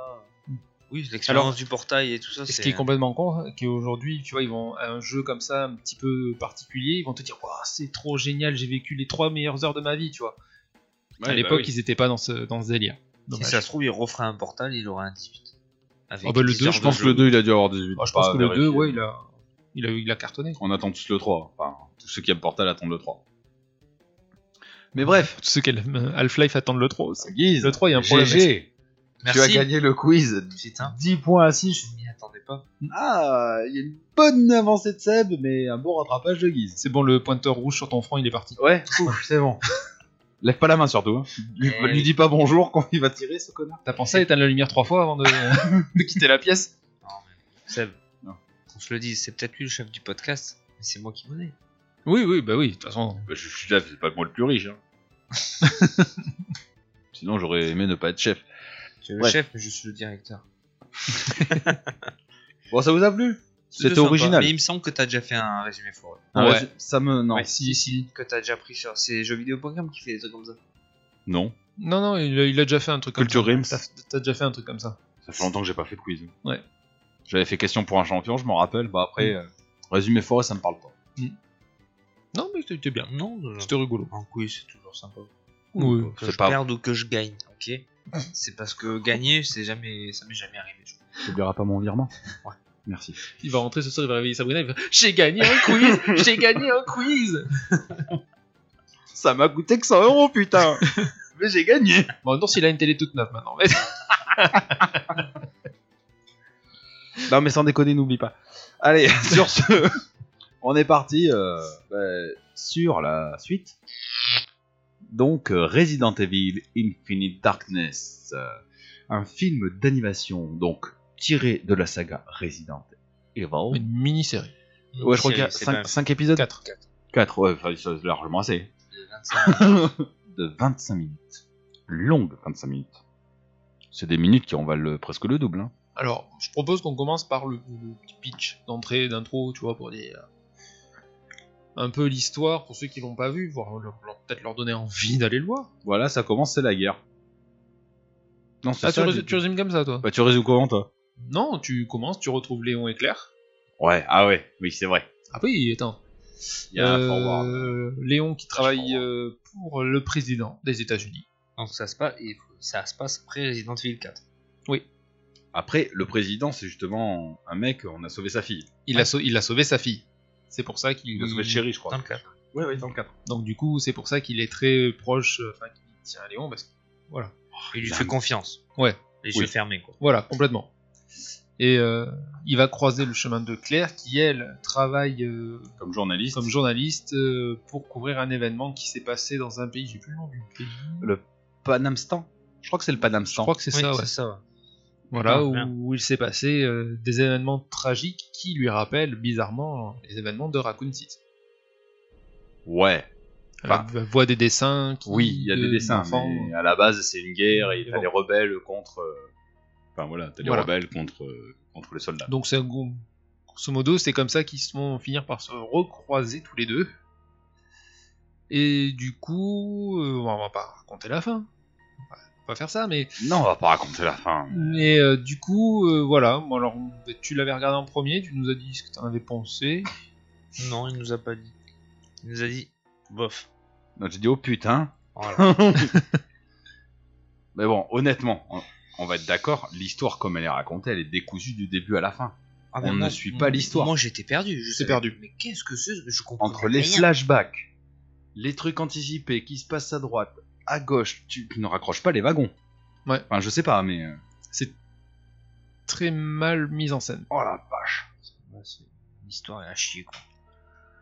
S6: Oui,
S5: Alors,
S6: l'expérience du portail et tout ça.
S5: Et ce
S6: c'est-
S5: qui est complètement con, c'est qu'aujourd'hui, tu vois, ils vont à un jeu comme ça, un petit peu particulier, ils vont te dire, Waouh, c'est trop génial, j'ai vécu les trois meilleures heures de ma vie, tu vois. à l'époque, ils étaient pas dans ce, dans ce délire.
S6: Si
S5: Dommage.
S6: ça se trouve, il referait un portal, il aurait un 18. Avec
S5: Ah bah, le
S6: 10
S5: deux,
S6: heures
S4: Je
S6: de
S4: pense que
S6: jeu.
S4: le 2, il a dû avoir Bah, 18.
S5: Ah, je pense
S4: pas
S5: que le
S4: vérifié.
S5: 2, ouais, il a, il a, il a cartonné.
S4: On attend tous le 3. Enfin, tous ceux qui aiment Portal attendent le 3. Mais bref,
S5: Tous ceux qui aiment euh, Half-Life attendent le 3 aussi.
S4: Guise,
S5: Le 3, il y a un problème.
S4: GG, tu as
S6: Merci.
S4: gagné le quiz.
S6: Putain,
S4: 10 points à
S6: je
S4: 6.
S6: m'y attendais pas.
S4: Ah, il y a une bonne avancée de Seb, mais un bon rattrapage de Guise.
S5: C'est bon, le pointeur rouge sur ton front, il est parti.
S4: Ouais, ouf, c'est bon. Lève pas la main surtout. hein. Lui,
S6: Eh
S4: lui
S6: oui.
S4: dis pas bonjour quand il va tirer ce connard.
S5: T'as pensé à éteindre la lumière trois fois avant de, de quitter la pièce
S6: Non, mais Seb,
S4: Non.
S6: on se le dit, c'est peut-être lui le chef du podcast, mais c'est moi qui venais.
S5: Oui, oui, bah oui, de toute façon.
S4: je suis là, c'est pas moi le plus riche. hein. Sinon, j'aurais aimé ne pas être chef.
S6: Tu es le
S4: Ouais.
S6: chef, mais je suis le directeur.
S4: Bon, ça vous a plu C'était
S6: sympa,
S4: original. Ah
S6: Mais il me semble que t'as déjà fait un résumé foireux.
S4: Un
S5: Ouais.
S4: résu- Ça me. Non.
S6: Ouais.
S5: Si, si.
S6: Que t'as déjà pris sur. C'est jeuxvideo.com qui fait des trucs comme ça.
S4: Non.
S5: Non, non, il a, il a déjà fait un truc comme
S4: Culture
S5: ça.
S4: Rims.
S5: T'as- T'as déjà fait un truc comme ça.
S4: Ça fait longtemps que j'ai pas fait de quiz.
S5: Ouais.
S4: J'avais fait question pour un champion, je m'en rappelle. Bah après, euh, résumé forêt, ça me parle pas.
S5: Non, mais c'était bien.
S6: Euh, Non,
S5: C'était rigolo.
S6: en quiz, c'est toujours sympa.
S5: Oui.
S6: Que
S4: C'est
S6: je
S4: pas-
S6: perde ou que je gagne, ok C'est parce que gagner, c'est jamais, ça m'est jamais arrivé. je crois.
S4: T'oublieras pas mon virement Merci.
S5: Il va rentrer ce soir, il va réveiller Sabrina, il va faire, J'ai gagné un quiz J'ai gagné un quiz
S4: Ça m'a coûté que 100 euros, putain Mais j'ai gagné
S5: Bon, non, s'il a une télé toute neuve maintenant. mais-
S4: Non mais sans déconner, n'oublie pas. Allez, sur ce, on est parti euh, bah, sur la suite. Donc, euh, Resident Evil Infinite Darkness. euh, un film d'animation, donc, tiré de la saga Resident Evil.
S5: Une mini-série.
S4: Ouais, je crois qu'il y a
S6: C'est- c'est
S4: 5,
S6: pas-
S4: épisodes
S5: 4.
S4: 4, ouais, enfin, c'est largement assez.
S6: de 25.
S4: de 25 minutes. Longue 25 minutes. C'est des minutes qui en valent le- presque le double. Hein.
S5: Alors, je propose qu'on commence par le, le petit pitch d'entrée, d'intro, tu vois, pour dire euh, un peu l'histoire pour ceux qui l'ont pas vu, voire leur- leur- peut-être leur donner envie d'aller le voir.
S4: Voilà, ça commence, c'est la guerre. Non, c'est
S5: Ah, tu,
S4: ça.
S5: rés-
S4: j'ai-
S5: tu résumes comme ça, toi
S4: Bah, tu résumes comment, toi
S5: Non, tu commences, tu retrouves Léon et Claire.
S4: Ouais, ah ouais, oui, c'est vrai.
S5: Ah oui, attends.
S4: Il y a un
S5: Euh,
S4: forward.
S5: Léon qui travaille
S4: forward.
S5: euh, pour le président des États-Unis.
S6: Donc ça se passe, et ça se passe après Resident Evil 4.
S4: Après, le président, c'est justement un mec, on a sauvé sa fille.
S5: Il, a sau- il a sauvé sa fille. C'est pour ça qu'il
S4: Il a sauvé Chéri, je crois.
S6: Dans le 4.
S4: Oui, oui, dans le 4.
S5: Donc du coup, c'est pour ça qu'il est très proche, euh, enfin qu'il tient à Léon parce que voilà,
S6: Il lui
S4: Là,
S6: fait
S4: mais-
S6: confiance.
S5: Ouais.
S6: Les
S4: Oui.
S6: yeux fermés, quoi.
S5: voilà complètement. Et euh, il va croiser le chemin de Claire qui elle travaille euh,
S4: Comme journaliste.
S5: comme journaliste euh, pour couvrir un événement qui s'est passé dans un pays, j'ai plus le nom du pays.
S4: Le Panamstan. Je crois que c'est le
S5: Je
S4: Panamstan.
S5: crois que c'est
S6: Oui,
S5: ça, ouais.
S6: c'est ça.
S5: Voilà,
S6: Ah,
S5: où,
S6: bien.
S5: où il s'est passé euh, des événements tragiques qui lui rappellent bizarrement les événements de Raccoon City.
S4: Ouais.
S5: Euh,
S4: Bah.
S5: on voit des dessins qui- euh,
S4: Oui, il y a
S5: de-
S4: des dessins.
S5: d'enfants.
S4: euh, mais à la base, c'est une guerre et
S5: Mais
S4: t'as
S5: bon.
S4: les rebelles contre. euh, Enfin voilà, t'as les
S5: Voilà.
S4: rebelles contre, euh, contre les soldats.
S5: Donc c'est un gros- grosso modo, c'est comme ça qu'ils se vont finir par se recroiser tous les deux. Et du coup, euh, bon, on va pas raconter la fin. On va- on va faire ça, mais
S4: Non, on va pas raconter la fin.
S5: mais euh, du coup, euh, voilà. Bon, alors, tu l'avais regardé en premier, tu nous as dit ce que t'en avais pensé.
S6: Non, il nous a pas dit. Il nous a dit, bof.
S4: Donc j'ai dit, oh putain.
S6: Voilà.
S4: Mais bon, honnêtement, on, on va être d'accord, l'histoire comme elle est racontée, elle est décousue du début à la fin.
S6: Ah,
S4: On
S6: mais moi-
S4: ne suit pas l'histoire.
S6: Moi, j'étais perdu. Je
S5: T'es
S6: savais-
S5: perdu.
S6: Mais qu'est-ce que c'est Je comprends
S4: Entre les
S6: rien.
S4: flashbacks, les trucs anticipés qui se passent à droite, à gauche, tu, tu ne raccroches pas les wagons.
S5: Ouais.
S4: Enfin, je sais pas, mais. euh,
S5: C'est très mal mis en scène.
S4: Oh la vache.
S6: Ouais, c'est- L'histoire est à chier, quoi.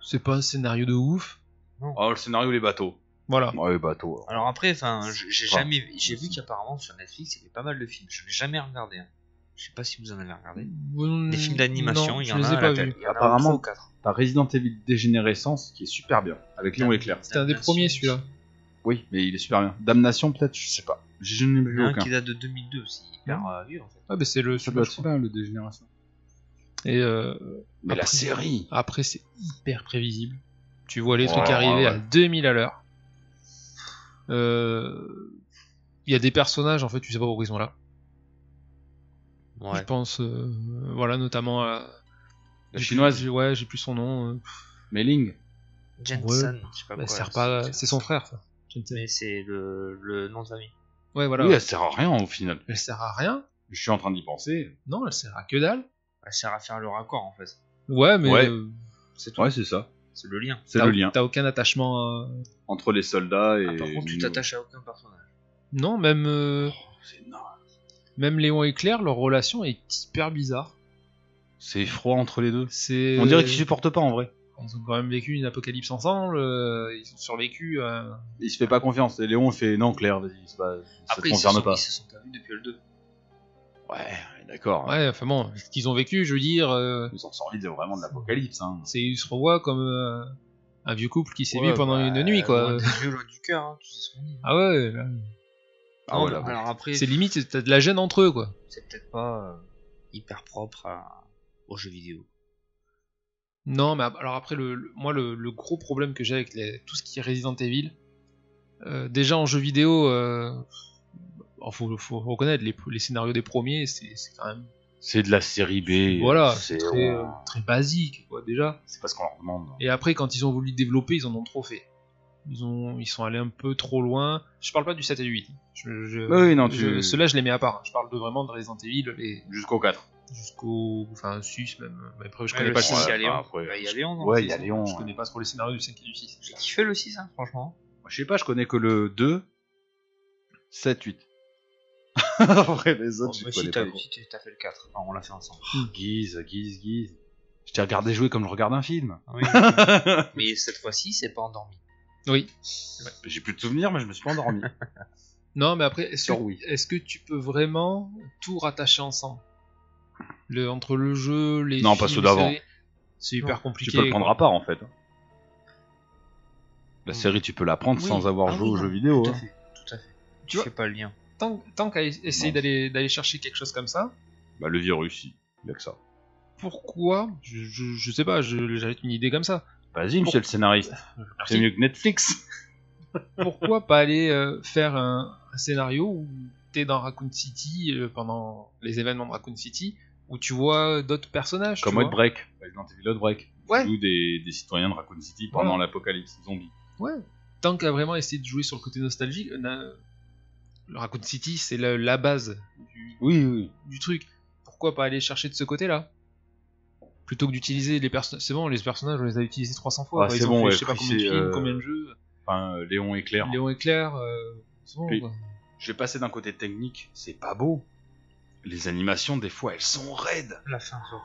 S5: C'est pas un scénario de ouf.
S4: Oh, le scénario, les bateaux.
S5: Voilà.
S4: Oh, les bateaux. alors.
S6: Alors après, enfin, je- j'ai
S4: Enfin,
S6: jamais, j'ai vu qu'apparemment sur Netflix, il y avait pas mal de films. Je n'ai jamais regardé. hein. Je sais pas si vous en avez regardé. Des films d'animation,
S5: Hmm, Non,
S6: il y
S5: je
S6: en
S5: les
S6: a.
S5: ai
S6: à
S5: pas
S6: la télé.
S5: vus.
S6: Il y en a
S4: Apparemment,
S6: trois ou quatre.
S4: T'as Resident Evil Dégénérescence qui est super bien, avec Léon Éclair.
S5: C'était un des
S6: Damnation,
S5: premiers, celui-là.
S4: Oui, mais il est super bien. Damnation, peut-être, je sais pas. Je n'ai
S6: Il y
S4: vu
S6: en a un
S4: aucun.
S6: qui date de 2002 aussi. Hyper euh, vieux en fait.
S5: Ah, bah c'est le.
S4: Ça
S5: celui-là,
S4: doit
S5: je
S4: être bien, le Dégénération.
S5: crois. Et euh,
S4: Mais la
S5: Après-
S4: série
S5: après, c'est hyper prévisible. Tu vois les
S4: Oh,
S5: trucs arriver
S4: ouais.
S5: à 2000 à l'heure. Euh, Il y a des personnages, en fait, tu sais pas pourquoi ils sont là. Je
S6: Ouais.
S5: pense, euh, voilà, notamment à.
S4: La
S5: j'ai
S4: chinoise. Ah,
S5: plus- j'ai- ouais, j'ai plus son nom. euh,
S4: Mailing
S6: Jensen, je sais pas
S5: bah, elle
S6: quoi,
S5: sert
S6: c'est-
S5: pas- C'est son frère, ça. Je ne sais-
S6: Mais c'est le, le nom de famille.
S5: Ouais, voilà.
S4: Oui, elle sert à rien au final.
S5: Elle sert à rien.
S4: Je suis en train d'y penser.
S5: Non, elle sert à que dalle.
S6: Elle sert à faire le raccord en fait.
S5: Ouais, mais.
S4: Ouais.
S5: euh,
S6: C'est tout.
S4: Ouais, c'est ça.
S6: C'est le lien.
S4: C'est
S5: t'as-
S4: le lien
S5: T'as aucun attachement. à-
S4: entre les soldats et.
S6: Ah, par contre, tu t'attaches à aucun personnage.
S5: Non, même. euh,
S4: C'est énorme.
S5: Même Léon et Claire, leur relation est hyper bizarre.
S4: C'est froid entre les deux.
S5: C'est...
S4: On dirait qu'ils supportent pas en vrai.
S5: Ils ont quand même vécu une apocalypse ensemble, euh, ils ont survécu. euh,
S4: Il se fait pas confiance. Et Léon fait non, Claire, vas-y, c'est pas- ça te
S6: Après, ils se,
S4: concerne
S6: sont,
S4: pas.
S6: ils se sont pas vus depuis le 2.
S4: Ouais, d'accord. hein.
S5: Ouais, enfin bon, ce qu'ils ont vécu, je veux dire, euh,
S4: Ils ont sorti de- vraiment de l'apocalypse. Hein.
S5: c'est ils se revoient comme euh, un vieux couple qui s'est
S4: Ouais,
S5: vu pendant
S4: bah,
S5: une nuit, quoi.
S6: Loin des yeux, loin du cœur, hein, tu sais ce qu'on dit.
S5: Ah ouais, là,
S4: Ah
S6: Non,
S4: ouais, la
S6: mais alors après,
S5: c'est limite, t'as de la gêne entre eux, quoi.
S6: c'est peut-être pas euh, hyper propre à- aux jeux vidéo.
S5: Non, mais ab- alors après, le, le- moi, le, le gros problème que j'ai avec les- tout ce qui est Resident Evil, euh, déjà en jeu vidéo, euh, bon, faut, faut reconnaître, les, les scénarios des premiers, c'est c'est quand même
S4: C'est de la série B.
S5: voilà,
S4: c'est
S5: c'est très,
S4: on-
S5: euh, très basique, quoi, déjà.
S4: C'est parce qu'on leur demande.
S5: Et après, quand ils ont voulu développer, ils en ont trop fait. Ils, ont, ils sont allés un peu trop loin. Je parle pas du 7 et 8. Je, je,
S4: Bah oui, non, tu-
S5: je- Ceux-là, je les mets à part. Je parle de vraiment de Resident Evil et
S4: Jusqu'au 4.
S5: jusqu'au. Enfin, 6 même. Mais après, je
S6: Ouais,
S5: connais
S6: le
S5: pas le
S6: six,
S4: ouais, enfin,
S6: il y a
S5: scénario.
S6: Léon.
S4: après-
S6: Bah, il y a Léon. non,
S4: Ouais,
S6: c'est
S4: hein. il y a
S6: ça.
S4: Léon.
S5: Je
S4: ouais.
S5: connais pas trop les scénarios du 5 et du 6.
S6: J'ai kiffé le 6, hein, franchement.
S4: Je sais pas, je connais que le 2, 7, 8. Après les
S6: Bon,
S4: autres,
S6: mais
S4: je connais
S6: si t'as
S4: pas.
S6: si t'as- t'as fait le 4, Enfin, on l'a fait ensemble.
S4: Guise, guise, guise. Je t'ai regardé jouer comme je regarde un film.
S6: mais cette fois-ci, c'est pas endormi.
S5: Oui.
S4: J'ai plus de souvenirs, mais je me suis pas endormi.
S5: Non, mais après, est-ce que,
S4: Sur Wii.
S5: est-ce que tu peux vraiment tout rattacher ensemble le, Entre le jeu, les.
S4: Non, pas
S5: films,
S4: ceux d'avant.
S5: les séries, C'est hyper compliqué.
S4: tu peux le prendre
S5: quoi.
S4: à part en fait. La série, tu peux la prendre
S6: Oui.
S4: sans avoir
S6: Ah
S4: joué
S6: oui,
S4: aux
S6: non,
S4: jeux vidéo.
S6: Tout à
S4: hein.
S6: fait. Tout à fait.
S5: Tu
S6: Tu
S5: vois-
S6: fais pas le lien.
S5: Tant, tant qu'à es- essayer
S4: Non.
S5: d'aller, d'aller chercher quelque chose comme ça,
S4: Bah, le virus, il il y a que ça.
S5: pourquoi je, je, je sais pas, je- j'avais une idée comme ça.
S4: Vas-y, monsieur le scénariste. C'est
S5: Merci.
S4: mieux que Netflix.
S5: pourquoi pas aller euh, faire un, un scénario où t'es dans Raccoon City euh, pendant les événements de Raccoon City où tu vois d'autres personnages. tu
S4: Comme
S5: vois.
S4: Outbreak, Resident Evil Outbreak.
S5: Ouais.
S4: Ou des, des citoyens de Raccoon City pendant l'apocalypse zombie.
S5: tant qu'à vraiment essayer de jouer sur le côté nostalgique, on a- le Raccoon City, c'est la, la base du,
S4: Oui, oui.
S5: du truc. Pourquoi pas aller chercher de ce côté-là Plutôt que d'utiliser les personnages. C'est bon, les personnages, on les a utilisés 300 fois.
S4: Ah,
S5: quoi. Ils
S4: c'est
S5: ont
S4: bon,
S5: fait
S4: ouais,
S5: je sais pas
S4: puis
S5: combien de
S4: c'est,
S5: films,
S4: euh,
S5: combien de jeux.
S4: Enfin, euh, Léon et Claire.
S5: Léon Éclair, euh, c'est bon.
S4: Puis-
S5: quoi.
S4: Je vais passer d'un côté technique, c'est pas beau. Les animations, des fois, elles sont raides.
S6: La fin, surtout.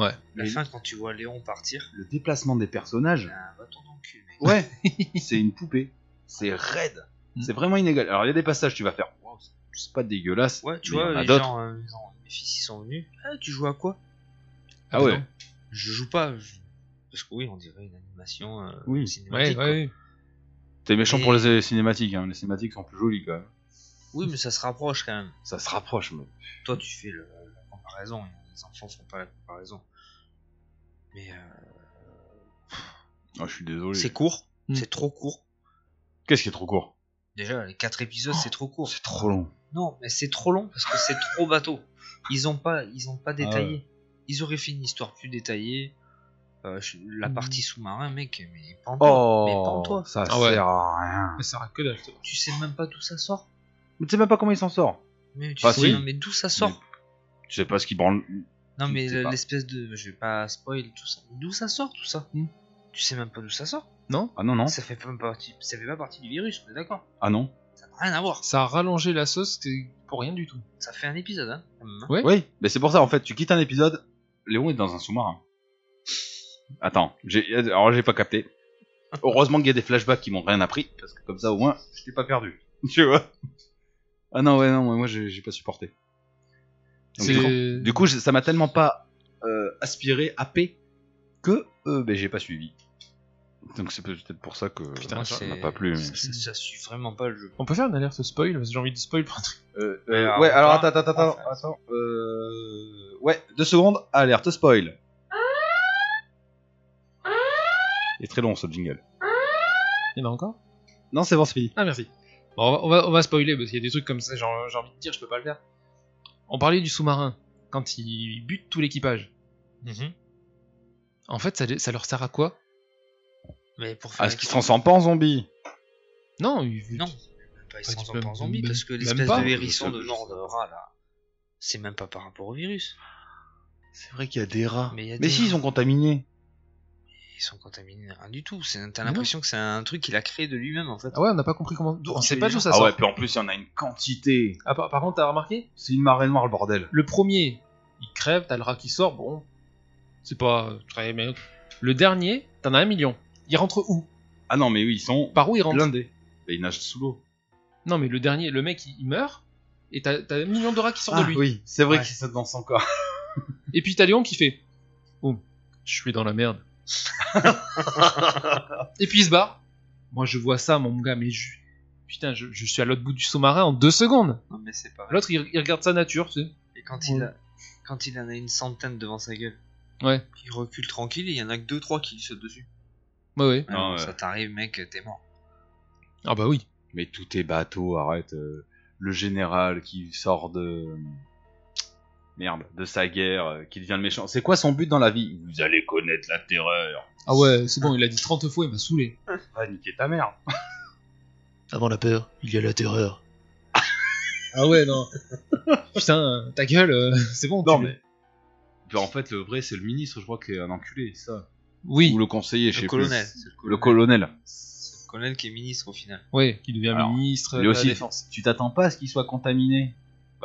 S5: Ouais.
S6: La
S4: Mais-
S6: fin, quand tu vois Léon partir,
S4: Le déplacement des personnages,
S6: ah, va ton cul, mec.
S4: ouais, c'est une poupée. C'est raide.
S5: Mm.
S4: C'est vraiment inégal. Alors, il y a des passages, tu vas faire. Wow, c'est- c'est pas dégueulasse.
S6: Ouais, tu
S4: Mais il y en
S6: vois,
S4: a
S6: les
S4: d'autres.
S6: gens, euh, ils ont- mes fils, ils sont venus. Ah, tu joues à quoi
S4: Ah ouais.
S6: Je joue pas. je- Parce que oui, on dirait une animation euh,
S4: Oui.
S5: Ouais,
S6: cinématique. quoi.
S5: ouais,
S4: T'es méchant
S6: Mais-
S4: pour les cinématiques, hein. les cinématiques sont plus jolies quand même.
S6: Oui, mais ça se rapproche quand même.
S4: Ça se rapproche, mais.
S6: Toi, tu fais le- la comparaison. Les enfants font pas la comparaison. Mais euh,
S4: Ah, je suis désolé.
S6: c'est court.
S5: Mm.
S6: C'est trop court.
S4: Qu'est-ce qui est trop court
S6: Déjà, les 4 épisodes, c'est trop court.
S4: C'est trop long.
S6: Non, mais c'est trop long parce que c'est trop bateau. Ils ont pas, ils ont pas
S4: Ah
S6: détaillé. Ils auraient fait une histoire plus détaillée. Euh, je- la
S5: Mm.
S6: partie sous-marin, mec, mais pends-toi.
S4: Oh,
S6: Mais pends-toi.
S4: ça
S5: Ah ouais.
S4: sert à rien.
S5: Mais ça rate que dalle. ça.
S6: Tu sais même pas d'où ça sort.
S4: Mais tu sais même pas comment il s'en sort.
S6: Mais tu
S4: Ah,
S6: sais
S4: si.
S6: même- mais d'où ça sort.
S4: Tu sais pas ce qui branle.
S6: Non,
S4: Je
S6: mais
S4: sais pas.
S6: l'espèce de. Je vais pas spoil tout ça. D'où ça sort tout ça
S5: Hmm.
S6: Tu sais même pas d'où ça sort
S5: Non
S4: Ah non, non.
S6: Ça fait pas partie, ça fait pas partie du virus, on est d'accord
S4: Ah non.
S6: Ça n'a rien à voir.
S5: Ça a rallongé la sauce c'est pour rien du tout.
S6: Ça fait un épisode, hein quand même, hein.
S5: Ouais.
S4: Oui, mais c'est pour ça en fait, tu quittes un épisode, Léon est dans un sous-marin. Attends, j'ai... alors j'ai pas capté. Heureusement qu'il y a des flashbacks qui m'ont rien appris, parce que comme ça au moins, je t'ai pas perdu. Tu vois Ah non, ouais, non, moi, moi, j'ai, j'ai pas supporté. Donc, du, coup,
S5: C'est-
S4: du coup, j'ai- ça m'a tellement pas euh, aspiré, happé, que euh, ben, j'ai pas suivi. Donc c'est peut-être pour ça que
S5: Putain,
S6: Moi,
S5: ça
S6: c'est-
S4: m'a pas plu, mais-
S6: Ça, ça- ça suit vraiment pas le jeu.
S5: On peut faire une alerte spoil parce que j'ai envie de spoil pour un truc.
S4: Euh, euh,
S6: Alors,
S4: ouais, alors
S6: toi,
S4: attends, attends, attends,
S6: enfin.
S4: attends. Euh... Ouais, deux secondes, alerte spoil. Il est très long ce jingle.
S5: Il y en a encore
S4: Non, c'est bon, c'est fini.
S5: Ah merci. Bon, on va, on va, on va spoiler parce qu'il y a des trucs comme ça, genre, j'ai envie de dire, je peux pas le faire. On parlait du sous-marin, quand il bute tout l'équipage.
S6: Mhm.
S5: En fait, ça, les- ça leur sert à quoi
S6: Mais pour faire.
S4: Ah, ce qui se transforme pas en zombie
S5: Non, ils-
S6: Non, pas, ils
S5: Ah,
S6: se
S5: tu
S6: transforment
S5: peux
S6: pas en zombie
S5: même-
S6: parce que
S5: même
S6: l'espèce
S5: pas.
S6: de hérisson
S4: Je
S6: de
S4: sais,
S6: mort de rat là, c'est même pas par rapport au virus.
S4: C'est vrai qu'il y a des rats.
S6: Mais il y a
S4: Mais,
S6: des
S4: si,
S6: rats.
S4: ils sont contaminés.
S6: Ils sont contaminés, rien du tout. C'est- T'as
S5: Mais non.
S6: l'impression que c'est un truc qu'il a créé de lui-même en fait.
S5: Ah ouais, on n'a pas compris comment. On sait pas d'où ça
S4: Ah
S5: sort.
S4: ouais, puis en plus, il y en a une quantité.
S5: Ah, par, par contre, t'as remarqué
S4: C'est une marée noire, le bordel.
S5: Le premier, il crève, t'as le rat qui sort, bon. C'est pas euh, très. Mais... Le dernier, t'en as un million. Il rentre où
S4: Ah non, mais oui, ils sont
S5: Par où il rentre
S4: blindés. Et ils nagent sous l'eau.
S5: Non, mais le dernier, le mec, il, il meurt. Et t'as t'as un million de rats qui sortent de lui.
S4: Ah, oui, c'est vrai
S6: Ouais.
S4: qu'ils sautent dans son corps.
S5: Et puis t'as Léon qui fait Boum, je suis dans la merde. et puis il se barre. Moi je vois ça, mon gars, mais je. Putain, je, je suis à l'autre bout du sous-marin en deux secondes.
S6: Non, mais c'est pas vrai.
S5: L'autre, il, il regarde sa nature, tu sais.
S6: Et quand,
S5: Ouais.
S6: il a, quand il en a une centaine devant sa gueule,
S5: Ouais.
S6: il recule tranquille et il y en a que 2-3 qui lui sautent dessus.
S5: Ouais, ouais.
S4: Ah ouais.
S6: Ça t'arrive, mec, t'es mort.
S5: Ah bah oui.
S4: Mais tout est bateau, arrête. euh, Le général qui sort de. Merde, de sa guerre, euh, qui devient le méchant. C'est quoi son but dans la vie Vous allez connaître la terreur.
S5: Ah ouais, c'est bon, il a dit 30 fois, il m'a saoulé.
S4: Va niquer ta mère.
S2: Avant la peur, il y a la terreur.
S5: Ah ouais, non. Putain, euh, ta gueule, euh, c'est bon.
S4: Non,
S5: tu-
S4: mais. Puis en fait, le vrai, c'est le ministre, je crois, qui est un enculé, ça.
S5: Oui,
S4: Ou le conseiller, je sais
S6: Le
S4: plus.
S6: colonel. c'est
S4: Le colonel.
S6: C'est le colonel qui est ministre au final.
S5: ouais, qui devient
S4: Alors,
S5: ministre.
S4: Lui
S5: de la
S4: aussi,
S5: Défense.
S4: tu t'attends pas à ce qu'il soit contaminé.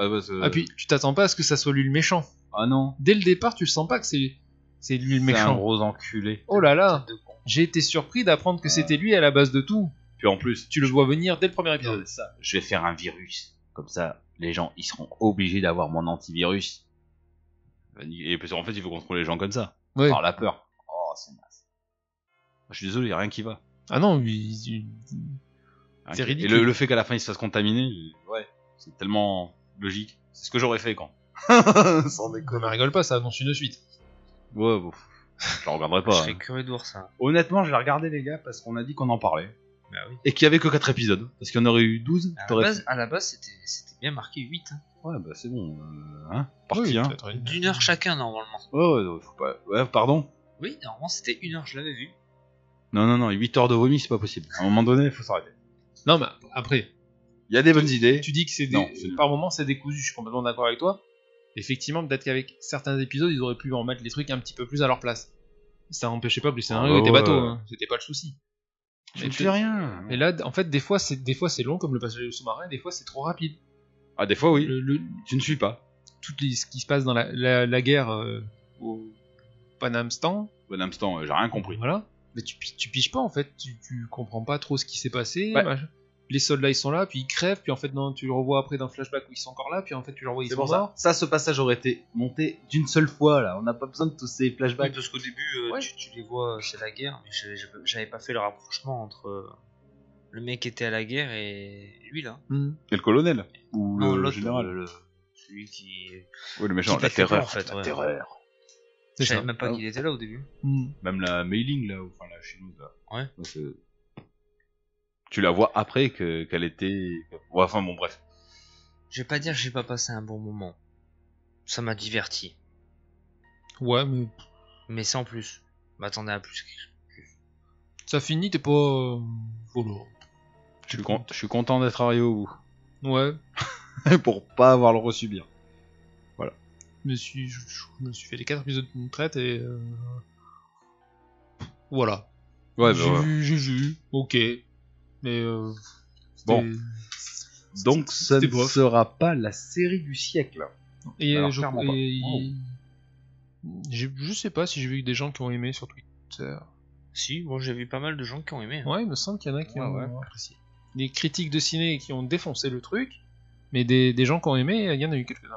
S4: Ah, bah, c'est-
S5: Ah puis, tu t'attends pas à ce que ça soit lui le méchant.
S4: Ah non.
S5: Dès le départ, tu le sens pas que c'est c'est lui le
S4: C'est un
S5: méchant.
S4: gros enculé.
S5: Oh là là.
S6: Tête de con.
S5: J'ai été surpris d'apprendre que c'était lui à la base de tout.
S4: Puis en plus,
S5: Tu le vois venir dès le premier épisode.
S4: ça. Je vais faire un virus. Comme ça, les gens, ils seront obligés d'avoir mon antivirus. Et parce qu'en fait, il faut contrôler les gens comme ça.
S5: Ouais.
S4: Par la peur. Oh, c'est naze. Je suis désolé, y a rien qui va.
S5: Ah non, il- il-
S4: Rien
S5: C'est
S4: qui-
S5: ridicule.
S4: Et le, le fait qu'à la fin, il se fasse contaminer, je- ouais, c'est tellement logique. C'est ce que j'aurais fait quand. Sans
S5: Non, mais rigole pas, ça annonce une suite.
S4: Ouais, bon. Je la regarderai
S6: Je
S4: pas.
S6: serais
S4: hein.
S6: curieux de voir ça.
S4: Honnêtement, je l'ai regardé, les gars, parce qu'on a dit qu'on en parlait.
S6: Bah oui.
S4: Et qu'il y avait que 4 épisodes. Parce qu'il y en aurait eu 12.
S6: À la
S4: t'aurais-
S6: base, à la base, c'était, c'était bien marqué 8. hein.
S4: Ouais, bah c'est bon. euh, hein Parti, hein
S6: D'une heure chacun, normalement.
S4: Ouais, ouais, non, faut pas. Ouais, pardon.
S6: Oui, normalement, c'était une heure, je l'avais vu.
S4: Non, non, non, 8 heures de vomi, c'est pas possible. À un moment donné, il faut s'arrêter.
S5: Non, mais après,
S4: Il y a des bonnes idées.
S5: tu dis que c'est des...
S4: Non, c'est nul.
S5: par moment c'est décousu, je suis complètement d'accord avec toi. Effectivement, peut-être qu'avec certains épisodes, ils auraient pu en mettre les trucs un petit peu plus à leur place. Ça n'empêchait pas que le scénario
S4: Ah bah
S5: était bateau,
S4: ouais.
S5: hein. c'était pas le souci.
S4: Je
S5: Mais
S4: ne
S5: tu-
S4: fais rien.
S5: Et là, d- en fait, des fois c'est des fois c'est long comme le passage du sous-marin, des fois c'est trop rapide.
S4: Ah, des fois, oui.
S5: Le- le-
S4: Tu ne suis pas.
S5: tout les- ce qui se passe dans la, la- la guerre euh, au Panamstan,
S4: Bon instant, euh, j'ai rien compris.
S5: voilà. Mais tu, pi- tu piges pas en fait, tu, tu comprends pas trop ce qui s'est passé.
S4: Ouais.
S5: machin. Les soldats ils sont là, puis ils crèvent, puis en fait non, tu le revois après dans le flashback où ils sont encore là, puis en fait tu le revois ils
S4: C'est
S5: sont
S4: pour
S5: morts.
S4: ça. Ça, ce passage aurait été monté d'une seule fois, là. On n'a pas besoin de tous ces
S6: Oui,
S4: flashbacks.
S6: parce qu'au début, euh,
S5: Ouais.
S6: tu, tu les vois, euh, c'est la guerre, mais j'ai- j'ai- j'avais pas fait le rapprochement entre euh, le mec qui était à la guerre et lui là.
S5: Hmm.
S4: Et le colonel Ou
S6: Non,
S4: le
S6: l'autre,
S4: général
S6: euh, Celui qui.
S4: Oui, le méchant.
S6: qui
S4: La
S6: fait peur,
S4: terreur,
S6: en fait,
S4: La
S6: ouais.
S4: terreur.
S5: C'est
S6: Je savais
S5: ça.
S6: même pas
S4: Ah.
S6: qu'il était là au début.
S5: Hmm.
S4: Même la mailing, là, ou- enfin la chinoise, là.
S6: Ouais.
S4: Ça, c'est- tu la vois après que- qu'elle était. Ouais, enfin, bon, bref.
S6: Je vais pas dire que j'ai pas passé un bon moment. Ça m'a diverti,
S5: Ouais, mais
S6: mais sans plus. Je M'attendais à plus.
S5: ça finit, t'es pas. euh, Voilà.
S4: Je suis, con- je suis content d'être arrivé au bout.
S5: Ouais,
S4: Pour pas avoir le resubir.
S5: je me suis, je, je me suis fait les 4 épisodes d'une traite et. euh, Voilà.
S4: Ouais,
S5: j'ai vu, j'ai vu, ok. Mais. euh, c'était-
S4: Bon. Donc, ça
S5: C'était
S4: ne
S5: bof.
S4: sera pas la série du siècle.
S5: Et
S4: Alors,
S5: je,
S4: clairement pas.
S5: et-
S4: Oh.
S5: je, je sais pas si j'ai vu des gens qui ont aimé sur Twitter.
S6: Si, moi j'ai vu pas mal de gens qui ont aimé. hein.
S5: Ouais, il me semble qu'il y en a qui
S4: Ouais,
S5: ont
S4: ouais.
S5: apprécié. Des critiques de ciné qui ont défoncé le truc, mais des, des gens qui ont aimé, il y en a eu quelques-uns.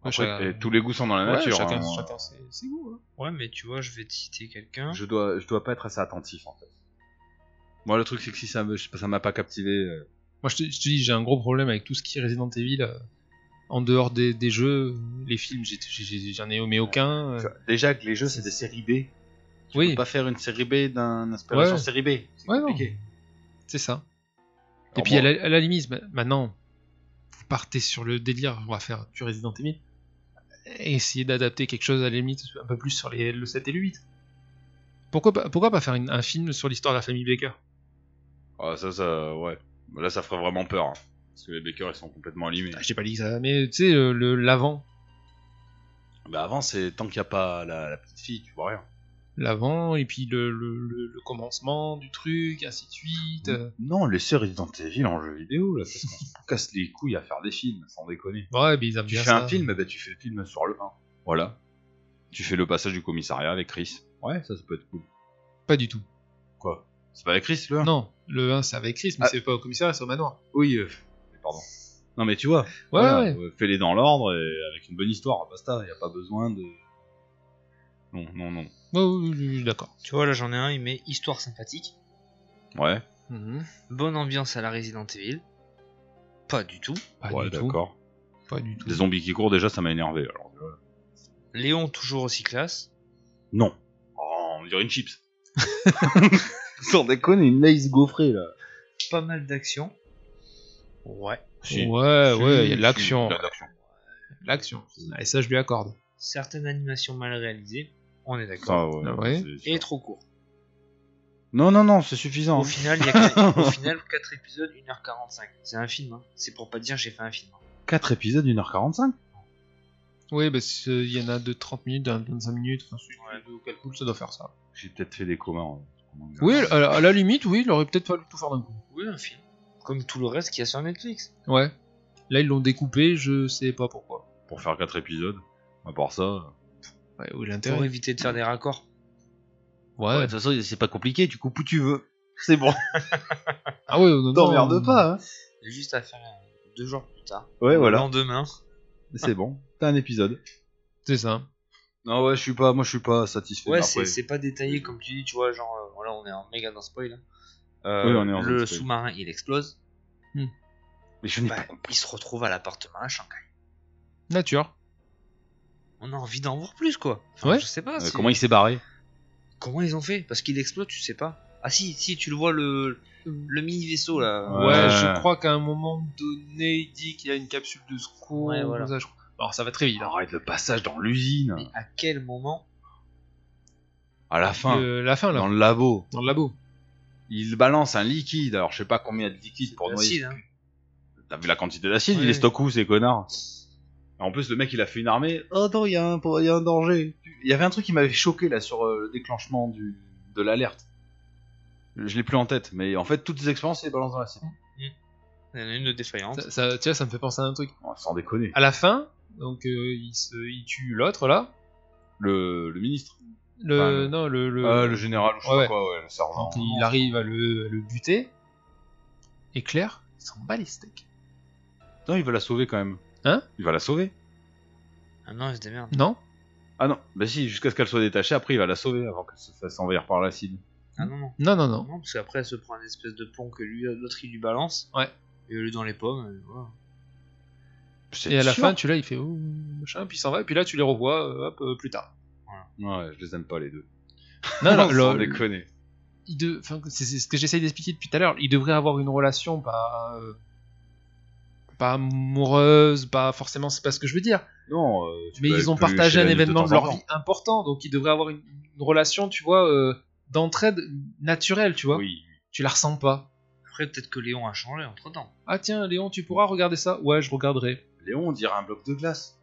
S4: Après,
S5: Chacun-
S4: et tous les goûts sont dans la
S5: Ouais,
S4: nature.
S5: chacun,
S4: hein.
S5: chacun ses, ses goûts. hein.
S6: Ouais, mais tu vois, je vais te citer quelqu'un.
S4: Je dois, je dois pas être assez attentif en fait. Moi, le truc, c'est que si ça me- je sais pas, ça m'a pas captivé. euh,
S5: Moi, je te, je te dis, j'ai un gros problème avec tout ce qui est Resident Evil. euh, en dehors des, des jeux, les films, j'ai- j'ai- j'en ai aimé aucun. euh.
S4: tu vois. Déjà que les jeux, c'est des séries B. Tu
S5: Oui.
S4: peux pas faire une série B d'un inspiration
S5: Ouais.
S4: série B. C'est
S5: Ouais,
S4: compliqué.
S5: non. C'est ça. Et
S4: Alors
S5: puis
S4: moi-
S5: à la, à la limite, ma- maintenant, vous partez sur le délire, on va faire du Resident Evil. Essayez d'adapter quelque chose à la limite un peu plus sur les, le 7 et le 8. Pourquoi pas, pourquoi pas faire une- un film sur l'histoire de la famille Baker
S4: Ah, ça, ça, ouais. Mais Là, ça ferait vraiment peur. hein. Parce que les Bakers, ils sont complètement limés.
S5: Ah, J'ai pas dit ça, mais tu sais, le- le- l'avant.
S4: Bah, avant, c'est tant qu'il n'y a pas la, la petite fille, tu vois rien.
S5: L'avant, et puis le, le- le- le commencement du truc, ainsi de suite. euh.
S4: Non, les séries Resident en jeu vidéo, là, parce qu'on se casse les couilles à faire des films, sans déconner.
S5: Ouais, mais ils aiment
S4: Tu
S5: bien
S4: fais
S5: ça.
S4: un film, eh ben, tu fais le film sur le 1. Voilà. Tu fais le passage du commissariat avec Chris. Ouais, ça, ça peut être cool.
S5: Pas du tout.
S4: Quoi C'est pas avec Chris le 1
S5: Non, le 1 c'est avec Chris, mais
S4: Ah.
S5: c'est pas au commissariat, c'est au manoir.
S4: Oui, euh, pardon. Non mais tu vois,
S5: Ouais,
S4: voilà,
S5: ouais.
S4: euh, fais-les dans l'ordre et avec une bonne histoire, basta, y a pas besoin de... Non, non, non.
S5: Ouais, ouais, ouais, ouais, d'accord.
S6: Tu vois, là j'en ai un, il met histoire sympathique.
S4: Ouais,
S5: Mhm.
S6: Bonne ambiance à la Resident Evil. Pas du tout.
S5: Pas
S4: ouais,
S5: du tout.
S4: d'accord.
S5: Pas du tout.
S4: Des zombies qui courent déjà, ça m'a énervé. Alors, tu vois.
S6: Léon toujours aussi classe.
S4: Non. Oh, on dirait une chips. Sans déconner, une lace gaufrée là.
S6: Pas mal d'action. Ouais.
S4: Si.
S5: Ouais,
S4: Si,
S5: ouais, il y a
S4: si,
S5: de l'action.
S4: il y a de l'action.
S5: L'action. Et ça, je lui accorde.
S6: Certaines animations mal réalisées. On est d'accord.
S4: Ça, ouais,
S5: Ah ouais.
S4: c'est sûr.
S6: Et trop court.
S4: Non, non, non, c'est suffisant.
S6: Au final, il y a quatre- au final, 4 épisodes, 1h45. C'est un film. hein. C'est pour pas dire j'ai fait un film.
S4: 4 épisodes, 1h45
S5: Oui, bah, parce qu'il y en a de 30 minutes, de 25 minutes. Enfin, si tu le calcules, ça doit faire ça.
S4: J'ai peut-être fait des hein, communs. en- en-
S5: Oui, à la, à la limite, oui, il aurait peut-être fallu tout faire d'un coup.
S6: Oui, un film. Comme tout le reste qu'il y a sur Netflix.
S5: Ouais. Là, ils l'ont découpé, je sais pas pourquoi.
S4: Pour faire 4 épisodes, à part ça...
S5: Ouais, où est
S6: Pour
S5: l'intérêt
S6: éviter de faire des raccords.
S5: Ouais.
S4: toute façon, c'est pas compliqué, tu coupes où tu veux. C'est bon.
S5: Ah ouais, non, non.
S4: hein.
S6: Il y a Juste à faire euh, deux jours plus tard.
S4: Ouais,
S6: Le
S4: voilà.
S6: lendemain.
S4: C'est bon. T'as un épisode.
S5: C'est ça.
S4: Non, ouais, je suis pas, moi, je suis pas satisfait.
S6: Ouais,
S4: mais
S6: c'est
S4: après-
S6: c'est pas détaillé comme tu dis, tu vois, genre, euh, voilà, on est en méga dans spoil. hein. Euh,
S4: Oui, on est en
S6: le
S4: spoil.
S6: sous-marin, il explose.
S4: Mais je n'ai
S6: Bah,
S4: pas.
S6: il se retrouve à l'appartement à Shanghai.
S5: Nature.
S6: On a envie d'en voir plus, quoi.
S5: Ouais.
S6: Je sais pas.
S4: Euh,
S6: c'est-
S4: comment il s'est barré
S6: comment ils ont fait Parce qu'il explose, tu sais pas. Ah si, si, tu le vois le, le mini vaisseau là.
S5: Ouais,
S4: Ouais.
S5: je crois qu'à un moment donné, il dit qu'il y a une capsule de secours.
S6: Ouais, voilà.
S5: tout ça, je crois. Alors ça va très vite. hein.
S4: Arrête le passage dans l'usine.
S6: Mais à quel moment
S4: À la fin,
S5: Euh, la fin, là,
S4: dans
S5: dans le,
S4: le labo,
S5: labo.
S4: il balance un liquide. Alors je sais pas combien de liquide pour noyer.
S6: Acide, hein.
S4: T'as vu la quantité d'acide
S6: Ouais.
S4: Il est stock où ces connards En plus, le mec il a fait une armée. Oh non, il y, a un- il y a un danger. Il y avait un truc qui m'avait choqué là sur euh, le déclenchement du, de l'alerte. Je l'ai plus en tête, mais en fait, toutes les expériences, il les balance dans l'acide.
S6: Il y en a une de défaillante.
S5: Ça, ça- tu vois, ça me fait penser à un truc.
S4: Oh, sans déconner.
S5: À la fin, donc euh, il, se, il tue l'autre là.
S4: Le, le ministre.
S5: Le,
S4: Enfin, le-
S5: non, le, le-
S4: Ah, le général, ou je sais
S5: Euh, Ouais,
S4: pas quoi, ouais, le sergent.
S5: quand il arrive à le, à le buter. Et Claire, il s'en bat les steaks.
S4: Non, il va la sauver quand même.
S5: Hein
S4: Il va la sauver.
S6: Ah non, il se démerde.
S5: Non
S4: Ah non, bah si, jusqu'à ce qu'elle soit détachée, après il va la sauver avant qu'elle se fasse envahir par l'acide.
S6: Ah non, non.
S5: Non, non, non.
S6: Non, parce qu'après elle se prend une espèce de pont que lui, l'autre il lui balance.
S5: Ouais.
S6: Et lui dans les pommes. et voilà.
S4: C'est
S5: Et à la
S4: sûr.
S5: fin, tu là, il fait ouh, machin, puis il s'en va, et puis là, tu les revois euh, hop, euh, plus tard.
S4: Ouais, je les aime pas les deux.
S5: Non, non,
S4: Sans
S5: le-
S4: déconner.
S5: il de- enfin, c'est c'est ce que j'essaye d'expliquer depuis tout à l'heure. Il devrait avoir une relation pas, euh, pas amoureuse, pas forcément, c'est pas ce que je veux dire.
S4: Non, euh, tu
S5: Mais
S4: peux
S5: ils
S4: aller
S5: ont
S4: plus
S5: partagé
S4: chez
S5: un
S4: la nuit
S5: événement
S4: temps
S5: de
S4: en
S5: leur
S4: temps.
S5: vie important, donc ils devraient avoir une, une relation, tu vois, euh, d'entraide naturelle, tu vois.
S4: Oui.
S5: Tu la ressens pas.
S6: Après, peut-être que Léon a changé entre temps.
S5: Ah tiens, Léon, tu pourras regarder ça Ouais, je regarderai.
S4: Léon, on dirait un bloc de glace.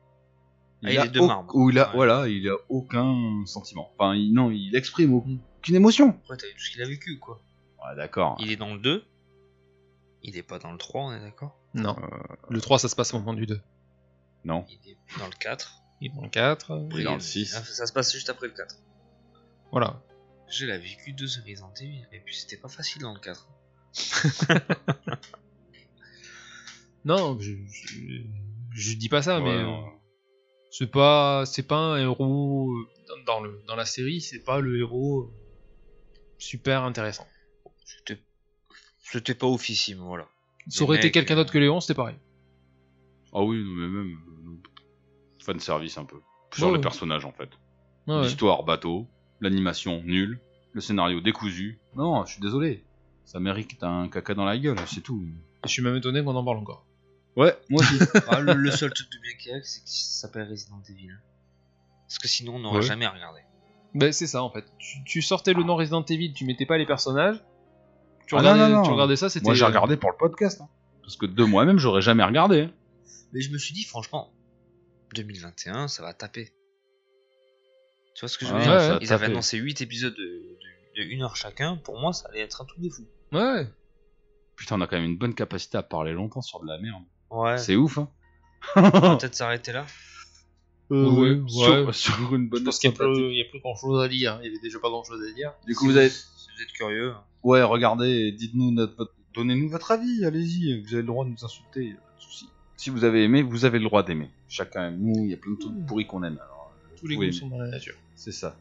S6: Ah, il
S4: a
S6: est de
S4: au-
S6: marbre.
S4: Ou il a,
S6: Ouais.
S4: voilà, il a aucun sentiment. Enfin, il- non, il exprime aucune émotion.
S6: Après, t'as vu tout ce qu'il a vécu quoi.
S4: Ouais, d'accord.
S6: Il est dans le 2. Il est pas dans le 3, on est d'accord
S5: Non.
S4: Euh,
S5: Le 3, ça se passe au moment du 2.
S4: Non.
S6: Il est dans le 4.
S5: Ils vont le 4. euh,
S4: Il est dans le 6.
S6: Ça se passe juste après le 4.
S5: Voilà.
S6: J'ai la vécu de Resident Evil. Et puis c'était pas facile dans le 4.
S5: Non, je, je, je dis pas ça,
S4: Ouais,
S5: mais euh,
S4: non.
S5: c'est pas, c'est pas un héros euh, dans, dans le dans la série, c'est pas le héros euh, super intéressant.
S6: C'était. C'était pas officime, voilà.
S5: Ça aurait
S6: Le
S5: été
S6: mec,
S5: quelqu'un
S6: euh,
S5: d'autre que Léon, c'était pareil.
S4: Ah oui, mais même euh, fan service un peu sur
S5: Ouais.
S4: les personnages en fait.
S5: Ouais, ouais.
S4: L'histoire bateau, l'animation nulle, le scénario décousu. Non, je suis désolé. Ça mérite un caca dans la gueule, c'est tout.
S5: Je suis même étonné qu'on en parle encore.
S4: Ouais, moi aussi.
S6: Ah, le, le seul truc de bien qu'il y a, c'est qu'il s'appelle Resident Evil. hein. Parce que sinon, on n'aurait
S4: Ouais.
S6: jamais regardé.
S5: Ben c'est ça en fait. Tu, tu sortais le nom Resident Evil, tu mettais pas les personnages. Tu
S4: Ah,
S5: regardais,
S4: non, non, non.
S5: tu regardais ça, c'était.
S4: moi j'ai regardé pour le podcast. hein. Parce que de moi-même, j'aurais jamais regardé. hein.
S6: Mais je me suis dit, franchement, 2021, ça va taper. Tu vois ce que je veux
S4: Ah,
S6: dire
S5: ouais,
S4: ça a
S6: Ils
S4: tapé.
S6: avaient annoncé 8 épisodes de, de, 1 heure chacun. Pour moi, ça allait être un truc de fou.
S5: Ouais.
S4: Putain, on a quand même une bonne capacité à parler longtemps sur de la merde.
S6: Ouais,
S4: C'est ouf. Hein.
S6: peut-être s'arrêter là.
S5: Euh, ouais, ouais.
S4: Sur, sur une bonne.
S5: Je pense qu'il y a plus, il y a plus grand chose à dire. Il y avait déjà pas grand chose à dire.
S4: Du coup, vous avez.
S6: Si vous êtes curieux.
S4: Ouais, regardez, dites-nous notre, votre- donnez-nous votre avis, allez-y, vous avez le droit de nous insulter, y a pas de souci. Si vous avez aimé, vous avez le droit d'aimer. Chacun aime nous, il y a plein de trucs pourris qu'on aime. alors, euh,
S5: Tous les
S4: vous
S5: goûts
S4: aimez.
S5: sont dans la nature.
S4: C'est ça.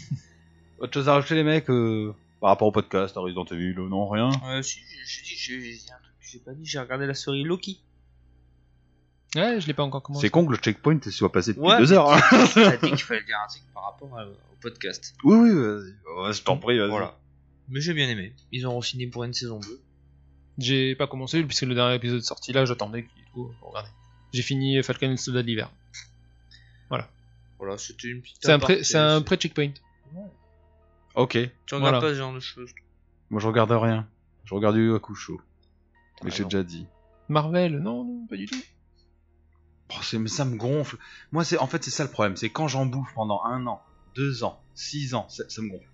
S4: Autre chose à rajouter, les mecs, euh, par rapport au podcast, à Resident Evil, euh, non, rien.
S6: Euh, si, j'ai- j'ai dit, j'ai- j'ai un truc que j'ai pas dit, j'ai regardé la série Loki.
S5: Ouais, je l'ai pas encore commencé.
S4: C'est con que le checkpoint soit passé depuis
S6: Ouais,
S4: deux
S6: mais
S4: heures. hein.
S6: T'as dit qu'il fallait dire un truc par rapport à- au podcast.
S4: oui, oui, vas-y. Ouais, je t'en prie, vas-y.
S6: Voilà. Mais j'ai bien aimé. Ils ont signé pour une saison 2.
S5: J'ai pas commencé puisque le dernier épisode sorti là, j'attendais qu'il tout pour regarder. J'ai fini Falcon et le soldat de l'hiver.
S6: Voilà, c'était une petite.
S5: C'est un
S6: aparté,
S5: pré, c'est un pré checkpoint.
S4: Ok,
S6: Tu regardes
S5: voilà.
S6: pas ce genre de choses.
S4: moi je regarde rien. Je regarde du Hakusho,
S6: T'as
S4: mais j'ai
S6: raison.
S4: déjà dit.
S5: Marvel, non, non, pas du tout.
S4: Oh, c'est- mais ça me gonfle. Moi, c'est en fait, c'est ça le problème. C'est quand j'en bouffe pendant un an, deux ans, six ans, ça, ça me gonfle.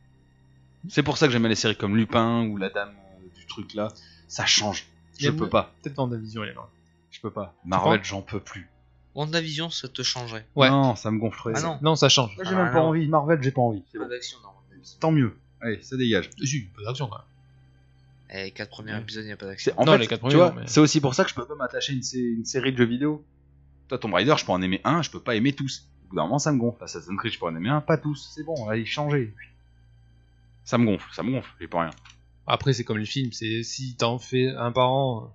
S4: C'est pour ça que j'aime bien les séries comme Lupin ou La Dame euh, du truc là. Ça change. Je
S5: Yann-
S4: peux pas.
S5: Peut-être dans la vision, il y en a.
S4: Je peux pas. Marvel,
S5: pas
S4: j'en peux plus.
S6: WandaVision, ça te changerait.
S5: Ouais.
S4: Non, ça me gonflerait.
S6: Ah non,
S5: Non, ça change.
S4: Là, j'ai
S6: Ah
S4: même pas
S6: non.
S4: envie. Marvel, j'ai pas envie.
S6: c'est pas d'action dans WandaVision.
S4: Tant mieux. Allez, ça dégage.
S5: J'ai eu pas d'action quand même.
S6: Eh, les 4 premiers
S5: Ouais.
S6: épisodes, il n'y a pas d'action.
S4: C'est- En
S5: Non,
S4: fait,
S5: les quatre
S4: tu
S5: premiers,
S4: vois,
S5: non, mais-
S4: c'est aussi pour ça que je peux pas m'attacher à une, sé- une série de jeux vidéo. Toi, Tomb Raider, je peux en aimer un, je peux pas aimer tous. Au bout d'un moment, ça me gonfle. Assassin's Creed, je peux en aimer un, pas tous. C'est bon, allez, changer. Ça me gonfle, ça me gonfle, j'ai pas rien.
S5: Après, c'est comme les films, c'est si t'en fais un par an. euh,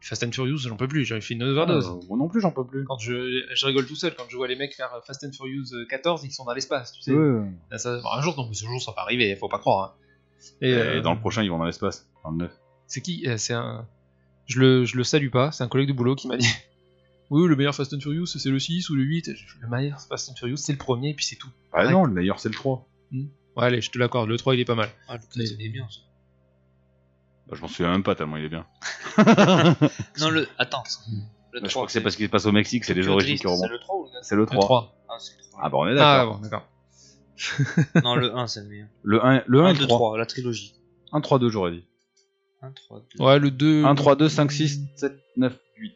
S5: Fast and Furious, j'en peux plus, j'en ai fait une overdose.
S4: Euh, moi non plus, j'en peux plus.
S5: Quand je, je rigole tout seul, quand je vois les mecs faire Fast and Furious euh, 14, ils sont dans l'espace, tu sais.
S4: Ouais.
S5: Là, ça- bon, un jour, non, mais ce jour, ça va arriver, faut pas croire. hein. Et,
S4: Et
S5: euh,
S4: dans le prochain, ils vont dans l'espace. Dans le neuf.
S5: C'est qui Euh, C'est un. Je le, je le salue pas, c'est un collègue de boulot qui m'a dit Oui, le meilleur Fast and Furious, c'est le 6 ou le 8. Je fais, Le meilleur Fast and Furious, c'est le premier, et puis c'est tout.
S4: Ah
S5: Ouais.
S4: non, le meilleur, c'est le 3.
S5: Ouais, allez, je te l'accorde, le 3 il est pas mal.
S6: Ah, le
S5: Mais-
S6: il est bien. ça.
S4: Bah, je m'en souviens même pas tellement il est bien.
S6: Non, le. Attends. Le
S4: Bah, je
S6: 3,
S4: crois que c'est parce qu'il se passe au Mexique, c'est les
S6: Pure
S4: origines
S6: Drift,
S4: qui remontent.
S6: C'est le 3 ou le 4
S4: C'est le
S5: Le
S4: 3.
S5: 3.
S6: Ah, c'est le 3.
S4: Ah bah on est
S5: Ah,
S4: d'accord.
S5: bon, d'accord.
S6: Non, le 1, c'est le meilleur.
S4: Le 1, le 1
S6: 1,
S4: et le
S6: 2,
S4: 3.
S6: 3, la trilogie.
S4: 1, 3, 2 j'aurais dit.
S6: 1, 3, 2.
S5: Ouais, le 2.
S4: 1, 3, 2, 5, 6, 7, 9, 8.
S6: Je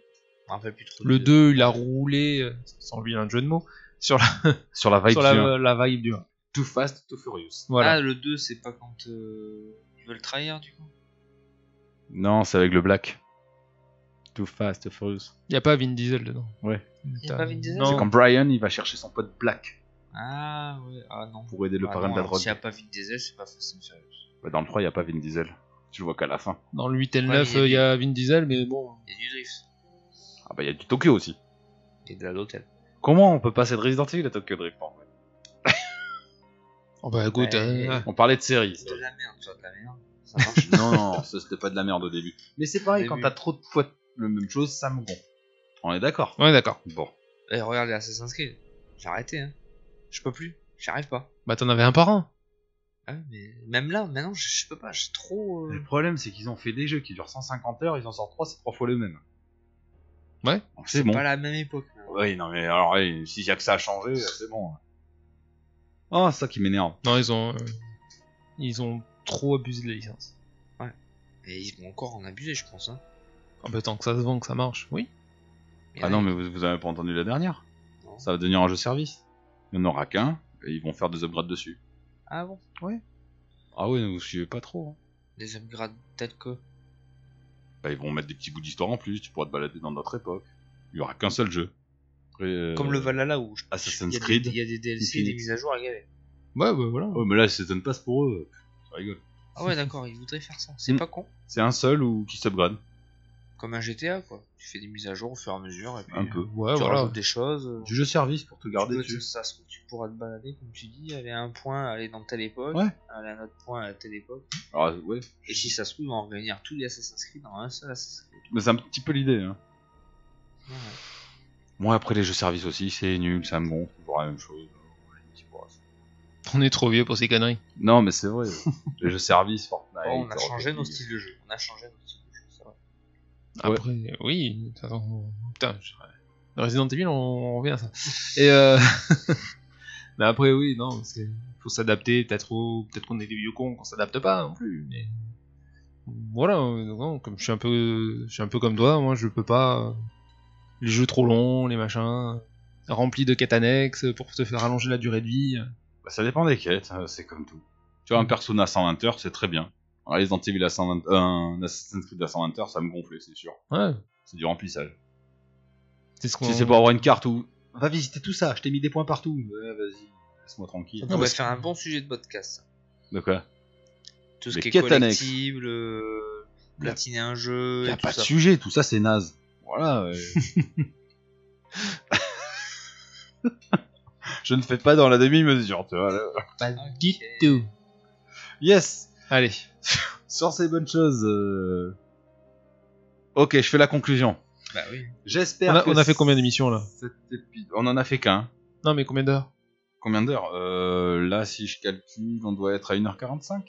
S6: me rappelle plus trop.
S5: Le
S6: du-
S5: 2, il a roulé, euh, sans lui un jeu de mots, sur la,
S4: Sur la vibe
S5: sur la, la vibe du 1.
S4: Too fast, too furious.
S5: Voilà.
S6: Ah, le 2, c'est pas quand euh, ils veulent trahir, du coup
S4: Non, c'est avec le black. Too fast, too furious.
S5: Il n'y a pas Vin Diesel dedans.
S4: Ouais.
S5: Il
S6: Y a pas Vin Diesel
S4: C'est quand Brian, il va chercher son pote black
S6: Ah, ouais. Ah, non.
S4: pour aider le
S6: Ah,
S4: parrain
S6: non,
S4: de la
S6: alors,
S4: drogue.
S6: S'il n'y a pas Vin Diesel, c'est pas Fast and Furious.
S4: Bah, dans le 3, il n'y a pas Vin Diesel. Tu le vois qu'à la fin.
S5: Dans le 8 et le
S6: Ouais,
S5: 9,
S6: il y a
S5: euh, il y a Vin Diesel, mais bon.
S6: Il y a du drift.
S4: Ah bah, il y a du Tokyo aussi.
S6: Et de la d'hôtel.
S4: Comment on peut passer de Resident Evil à Tokyo Drift en fait
S5: Oh bah écoute,
S6: Ouais.
S5: euh,
S4: On parlait de séries.
S6: C'est de la merde, tu vois, de la merde. Ça marche.
S4: non, non, ça c'était pas de la merde au début. Mais c'est pareil,
S6: Au
S4: quand
S6: début.
S4: t'as trop de fois la même chose, ça me gonfle. On est d'accord
S5: on est d'accord.
S4: Bon.
S6: Et Eh, regarde les Assassin's Creed. J'ai arrêté, hein. Je peux plus. J'y arrive pas.
S5: Bah t'en avais un par an.
S6: Ah, mais même là, maintenant, je, je peux pas. J'ai trop. euh,
S4: Le problème, c'est qu'ils ont fait des jeux qui durent 150 heures, ils en sortent 3, c'est 3 fois le même.
S5: Ouais.
S4: Donc C'est bon.
S6: Pas la même époque. là.
S4: Oui, non, mais alors, oui, s'il y a que ça à changer, c'est bon. Oh, ça qui m'énerve.
S5: Non, ils ont. euh, ils ont trop abusé de la licence.
S6: Et ils vont encore en abuser, je pense. Hein.
S5: Ah bah tant que ça se vend, que ça marche. Oui.
S6: Et
S4: Ah
S6: là,
S4: non, mais vous, vous avez pas entendu la dernière
S6: Non.
S4: Ça va devenir un jeu service. Il n'y en aura qu'un, et ils vont faire des upgrades dessus.
S6: Ah bon
S4: Ah oui, vous suivez pas trop. hein.
S6: Des upgrades, peut-être que.
S4: Euh, Bah, ils vont mettre des petits bouts d'histoire en plus, tu pourras te balader dans notre époque. Il y aura qu'un seul jeu. Après, euh,
S6: Comme le Valhalla où je...
S4: Assassin's
S6: il y a des-
S4: Creed.
S6: Il y a des DLC, et des
S4: Infinite.
S6: mises à jour à galérer.
S5: Ouais, bah voilà.
S4: Oh, mais là, c'est une passe pour eux. Ça rigole.
S6: Ah ouais, d'accord, ils voudraient faire ça. C'est
S4: Mm.
S6: pas con.
S4: C'est un seul ou qui s'upgrade
S6: Comme un GTA, quoi. Tu fais des mises à jour au fur et à mesure. Et puis,
S4: Un peu.
S5: Ouais,
S6: Tu
S5: voilà.
S6: rajoutes des choses. euh,
S4: Du jeu service pour te garder
S6: tu peux-
S4: dessus.
S6: ça se trouve, tu pourras te balader, comme tu dis, aller à un point, aller dans telle époque,
S4: Ouais.
S6: aller à un autre point, à telle époque.
S4: Alors, Ah, ouais.
S6: Et si ça se trouve, on va en réunir tous les Assassin's Creed dans un seul Assassin's Creed.
S4: Mais c'est un petit peu l'idée. Hein.
S6: Ouais.
S4: Moi, après les jeux service aussi, c'est nul, ça me gonfle, toujours la même chose. Ouais, petit brasse.
S5: On est trop vieux pour ces conneries.
S4: Non, mais c'est vrai. les jeux service, Fortnite.
S6: Oh, on a
S4: Rocket
S6: changé nos
S4: League.
S6: styles de jeu. On a changé nos styles de jeu, ça va.
S4: Ouais.
S5: Après, oui. de toute façon, Putain, je- Resident Evil, on, on revient à ça. Et euh... mais après, oui, non, parce que faut s'adapter. Peut-être au- peut-être qu'on est des vieux cons, qu'on s'adapte pas non plus. Mais voilà, euh, non, comme je suis un peu, je suis un peu comme toi. Moi, je peux pas euh, les jeux trop longs, les machins remplis de quêtes annexes pour te faire allonger la durée de vie.
S4: Bah, ça dépend des quêtes, hein, c'est comme tout. Tu vois, un Persona à 120 heures, c'est très bien. Un Resident Evil à 120 euh, un Assassin's Creed à 120 heures, ça me gonflait, c'est sûr.
S5: Ouais,
S4: C'est du remplissage.
S5: c'est ce qu'on.
S4: Tu sais, c'est pour avoir une carte où. Va visiter tout ça, je t'ai mis des points partout. Ouais, vas-y, laisse-moi tranquille.
S6: On
S5: Non,
S6: pourrait
S5: mais
S6: faire un bon sujet de podcast. ça.
S4: De quoi
S6: Tout ce
S4: Les
S6: qui est
S4: quêtes annexes.
S6: collectible, euh,
S4: Y a-
S6: platiner un jeu,
S4: Y a
S6: et tout
S4: pas de
S6: ça.
S4: sujet, tout ça c'est naze. Voilà. euh. Je ne fais pas dans la demi-mesure, tu vois. là.
S5: Pas du tout.
S4: Yes
S5: Allez,
S4: Sur ces bonnes choses. euh. Ok, je fais la conclusion.
S6: Bah oui.
S4: J'espère
S5: on a,
S4: que
S5: on a fait
S4: c-
S5: combien d'émissions là
S4: cet épi- On en a fait qu'un.
S5: Non, mais combien d'heures
S4: Combien d'heures Euh, Là, si je calcule, on doit être à 1h45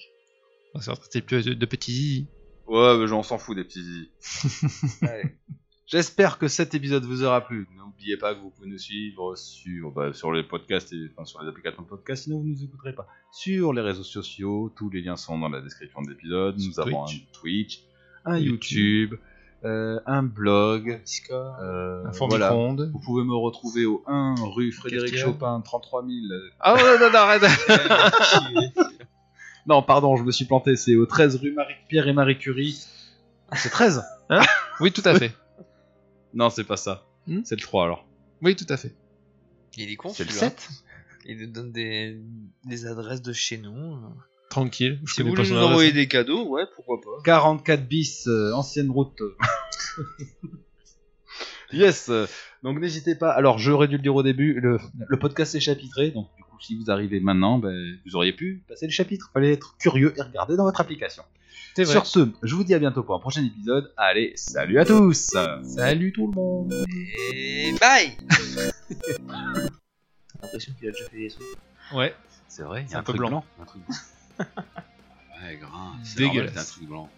S5: On s'est retraité de, de petits.
S4: Ouais, mais on s'en fout des petits zizi.
S6: Allez.
S4: J'espère que cet épisode vous aura plu. N'oubliez pas que vous pouvez nous suivre sur, bah, sur les podcasts et enfin, sur les applications de podcast, sinon vous ne nous écouterez pas. Sur les réseaux sociaux, tous les liens sont dans la description de l'épisode. Nous
S5: Sur
S4: avons un
S5: Twitch.
S4: Twitch, un
S5: YouTube.
S4: YouTube, euh, un blog.
S6: Discord.
S4: euh,
S5: Un fort
S4: voilà.
S5: micro-ondes.
S4: Vous pouvez me retrouver au 1 rue Frédéric
S6: Cafetière.
S4: Chopin, 33 000. euh, Ah non, non, non, arrête Non, pardon, je me suis planté, c'est au 13 rue Marie-Pierre et Marie Curie. C'est 13
S5: Oui, tout à fait.
S4: Non, c'est pas ça.
S5: Hmm
S4: c'est le 3 alors.
S5: Oui, tout à fait.
S6: Il est con,
S4: C'est le
S6: celui-là.
S4: 7
S6: Il nous donne des, des adresses de chez nous.
S5: Tranquille. Je
S6: Si vous
S5: connais pas
S6: voulez
S5: son
S6: nous
S5: adresse.
S6: envoyer des cadeaux, ouais, pourquoi pas.
S4: 44 bis, euh, ancienne route. yes euh, Donc n'hésitez pas. Alors, j'aurais dû le dire au début, le, le podcast est chapitré, donc du coup, si vous arrivez maintenant, ben, vous auriez pu passer le chapitre. Fallait être curieux et regarder dans votre application.
S5: C'est vrai.
S4: Sur ce, je vous dis à bientôt pour un prochain épisode. Allez, salut à tous
S5: Salut tout le monde.
S6: Et bye J'ai l'impression qu'il a déjà fait des trucs.
S5: Ouais.
S4: C'est vrai, il y
S5: C'est
S4: a un,
S5: un peu
S4: truc
S5: blanc.
S4: blanc. Un truc blanc. ouais, grave. C'est
S5: Dégueulasse.
S4: normal, c'est un truc blanc.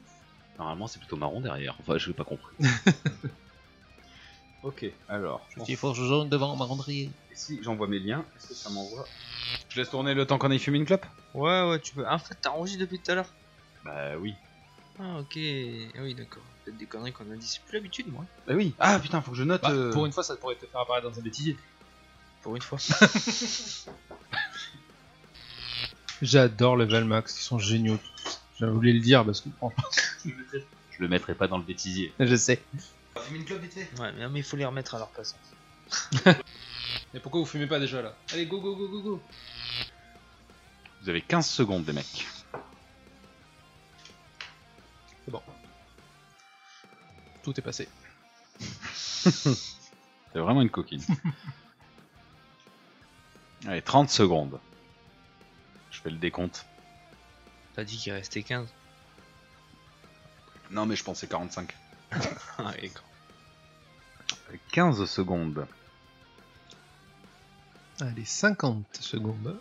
S4: Normalement, c'est plutôt marron derrière. Enfin, je n'ai pas compris. ok, alors. on-
S2: Petit forge jaune devant ma rendrier.
S4: Si j'envoie mes liens, est-ce que ça m'envoie Je laisse tourner le temps qu'on aille fumer une clope
S6: Ouais, ouais, tu peux. En fait, t'as enregistré depuis tout à l'heure.
S4: Bah oui.
S6: Ah, ok. Ah oui, d'accord. Peut-être des conneries qu'on a dit. C'est plus l'habitude, moi.
S4: Bah oui. Ah putain, faut que je note.
S5: Bah,
S4: euh,
S5: Pour une fois, ça pourrait te faire apparaître dans un bêtisier.
S6: Pour une fois.
S5: J'adore le Valmax, ils sont géniaux. J'avais voulu le dire parce que franchement,
S4: Je le mettrai pas dans le bêtisier.
S5: je sais.
S4: Fumer une clope vite fait
S6: Ouais, mais mais il faut les remettre à leur place.
S5: Mais pourquoi vous fumez pas déjà là Allez, go go go go go
S4: Vous avez 15 secondes, les mecs.
S5: Tout est passé.
S4: C'est vraiment une coquine. Allez, 30 secondes. Je fais le décompte.
S6: T'as dit qu'il restait 15.
S4: Non, mais je pensais 45.
S6: Ah, et quand
S4: 15 secondes.
S5: Allez, 50 secondes.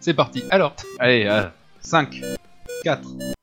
S5: C'est parti. Alors,
S4: euh, Allez, 5, 4,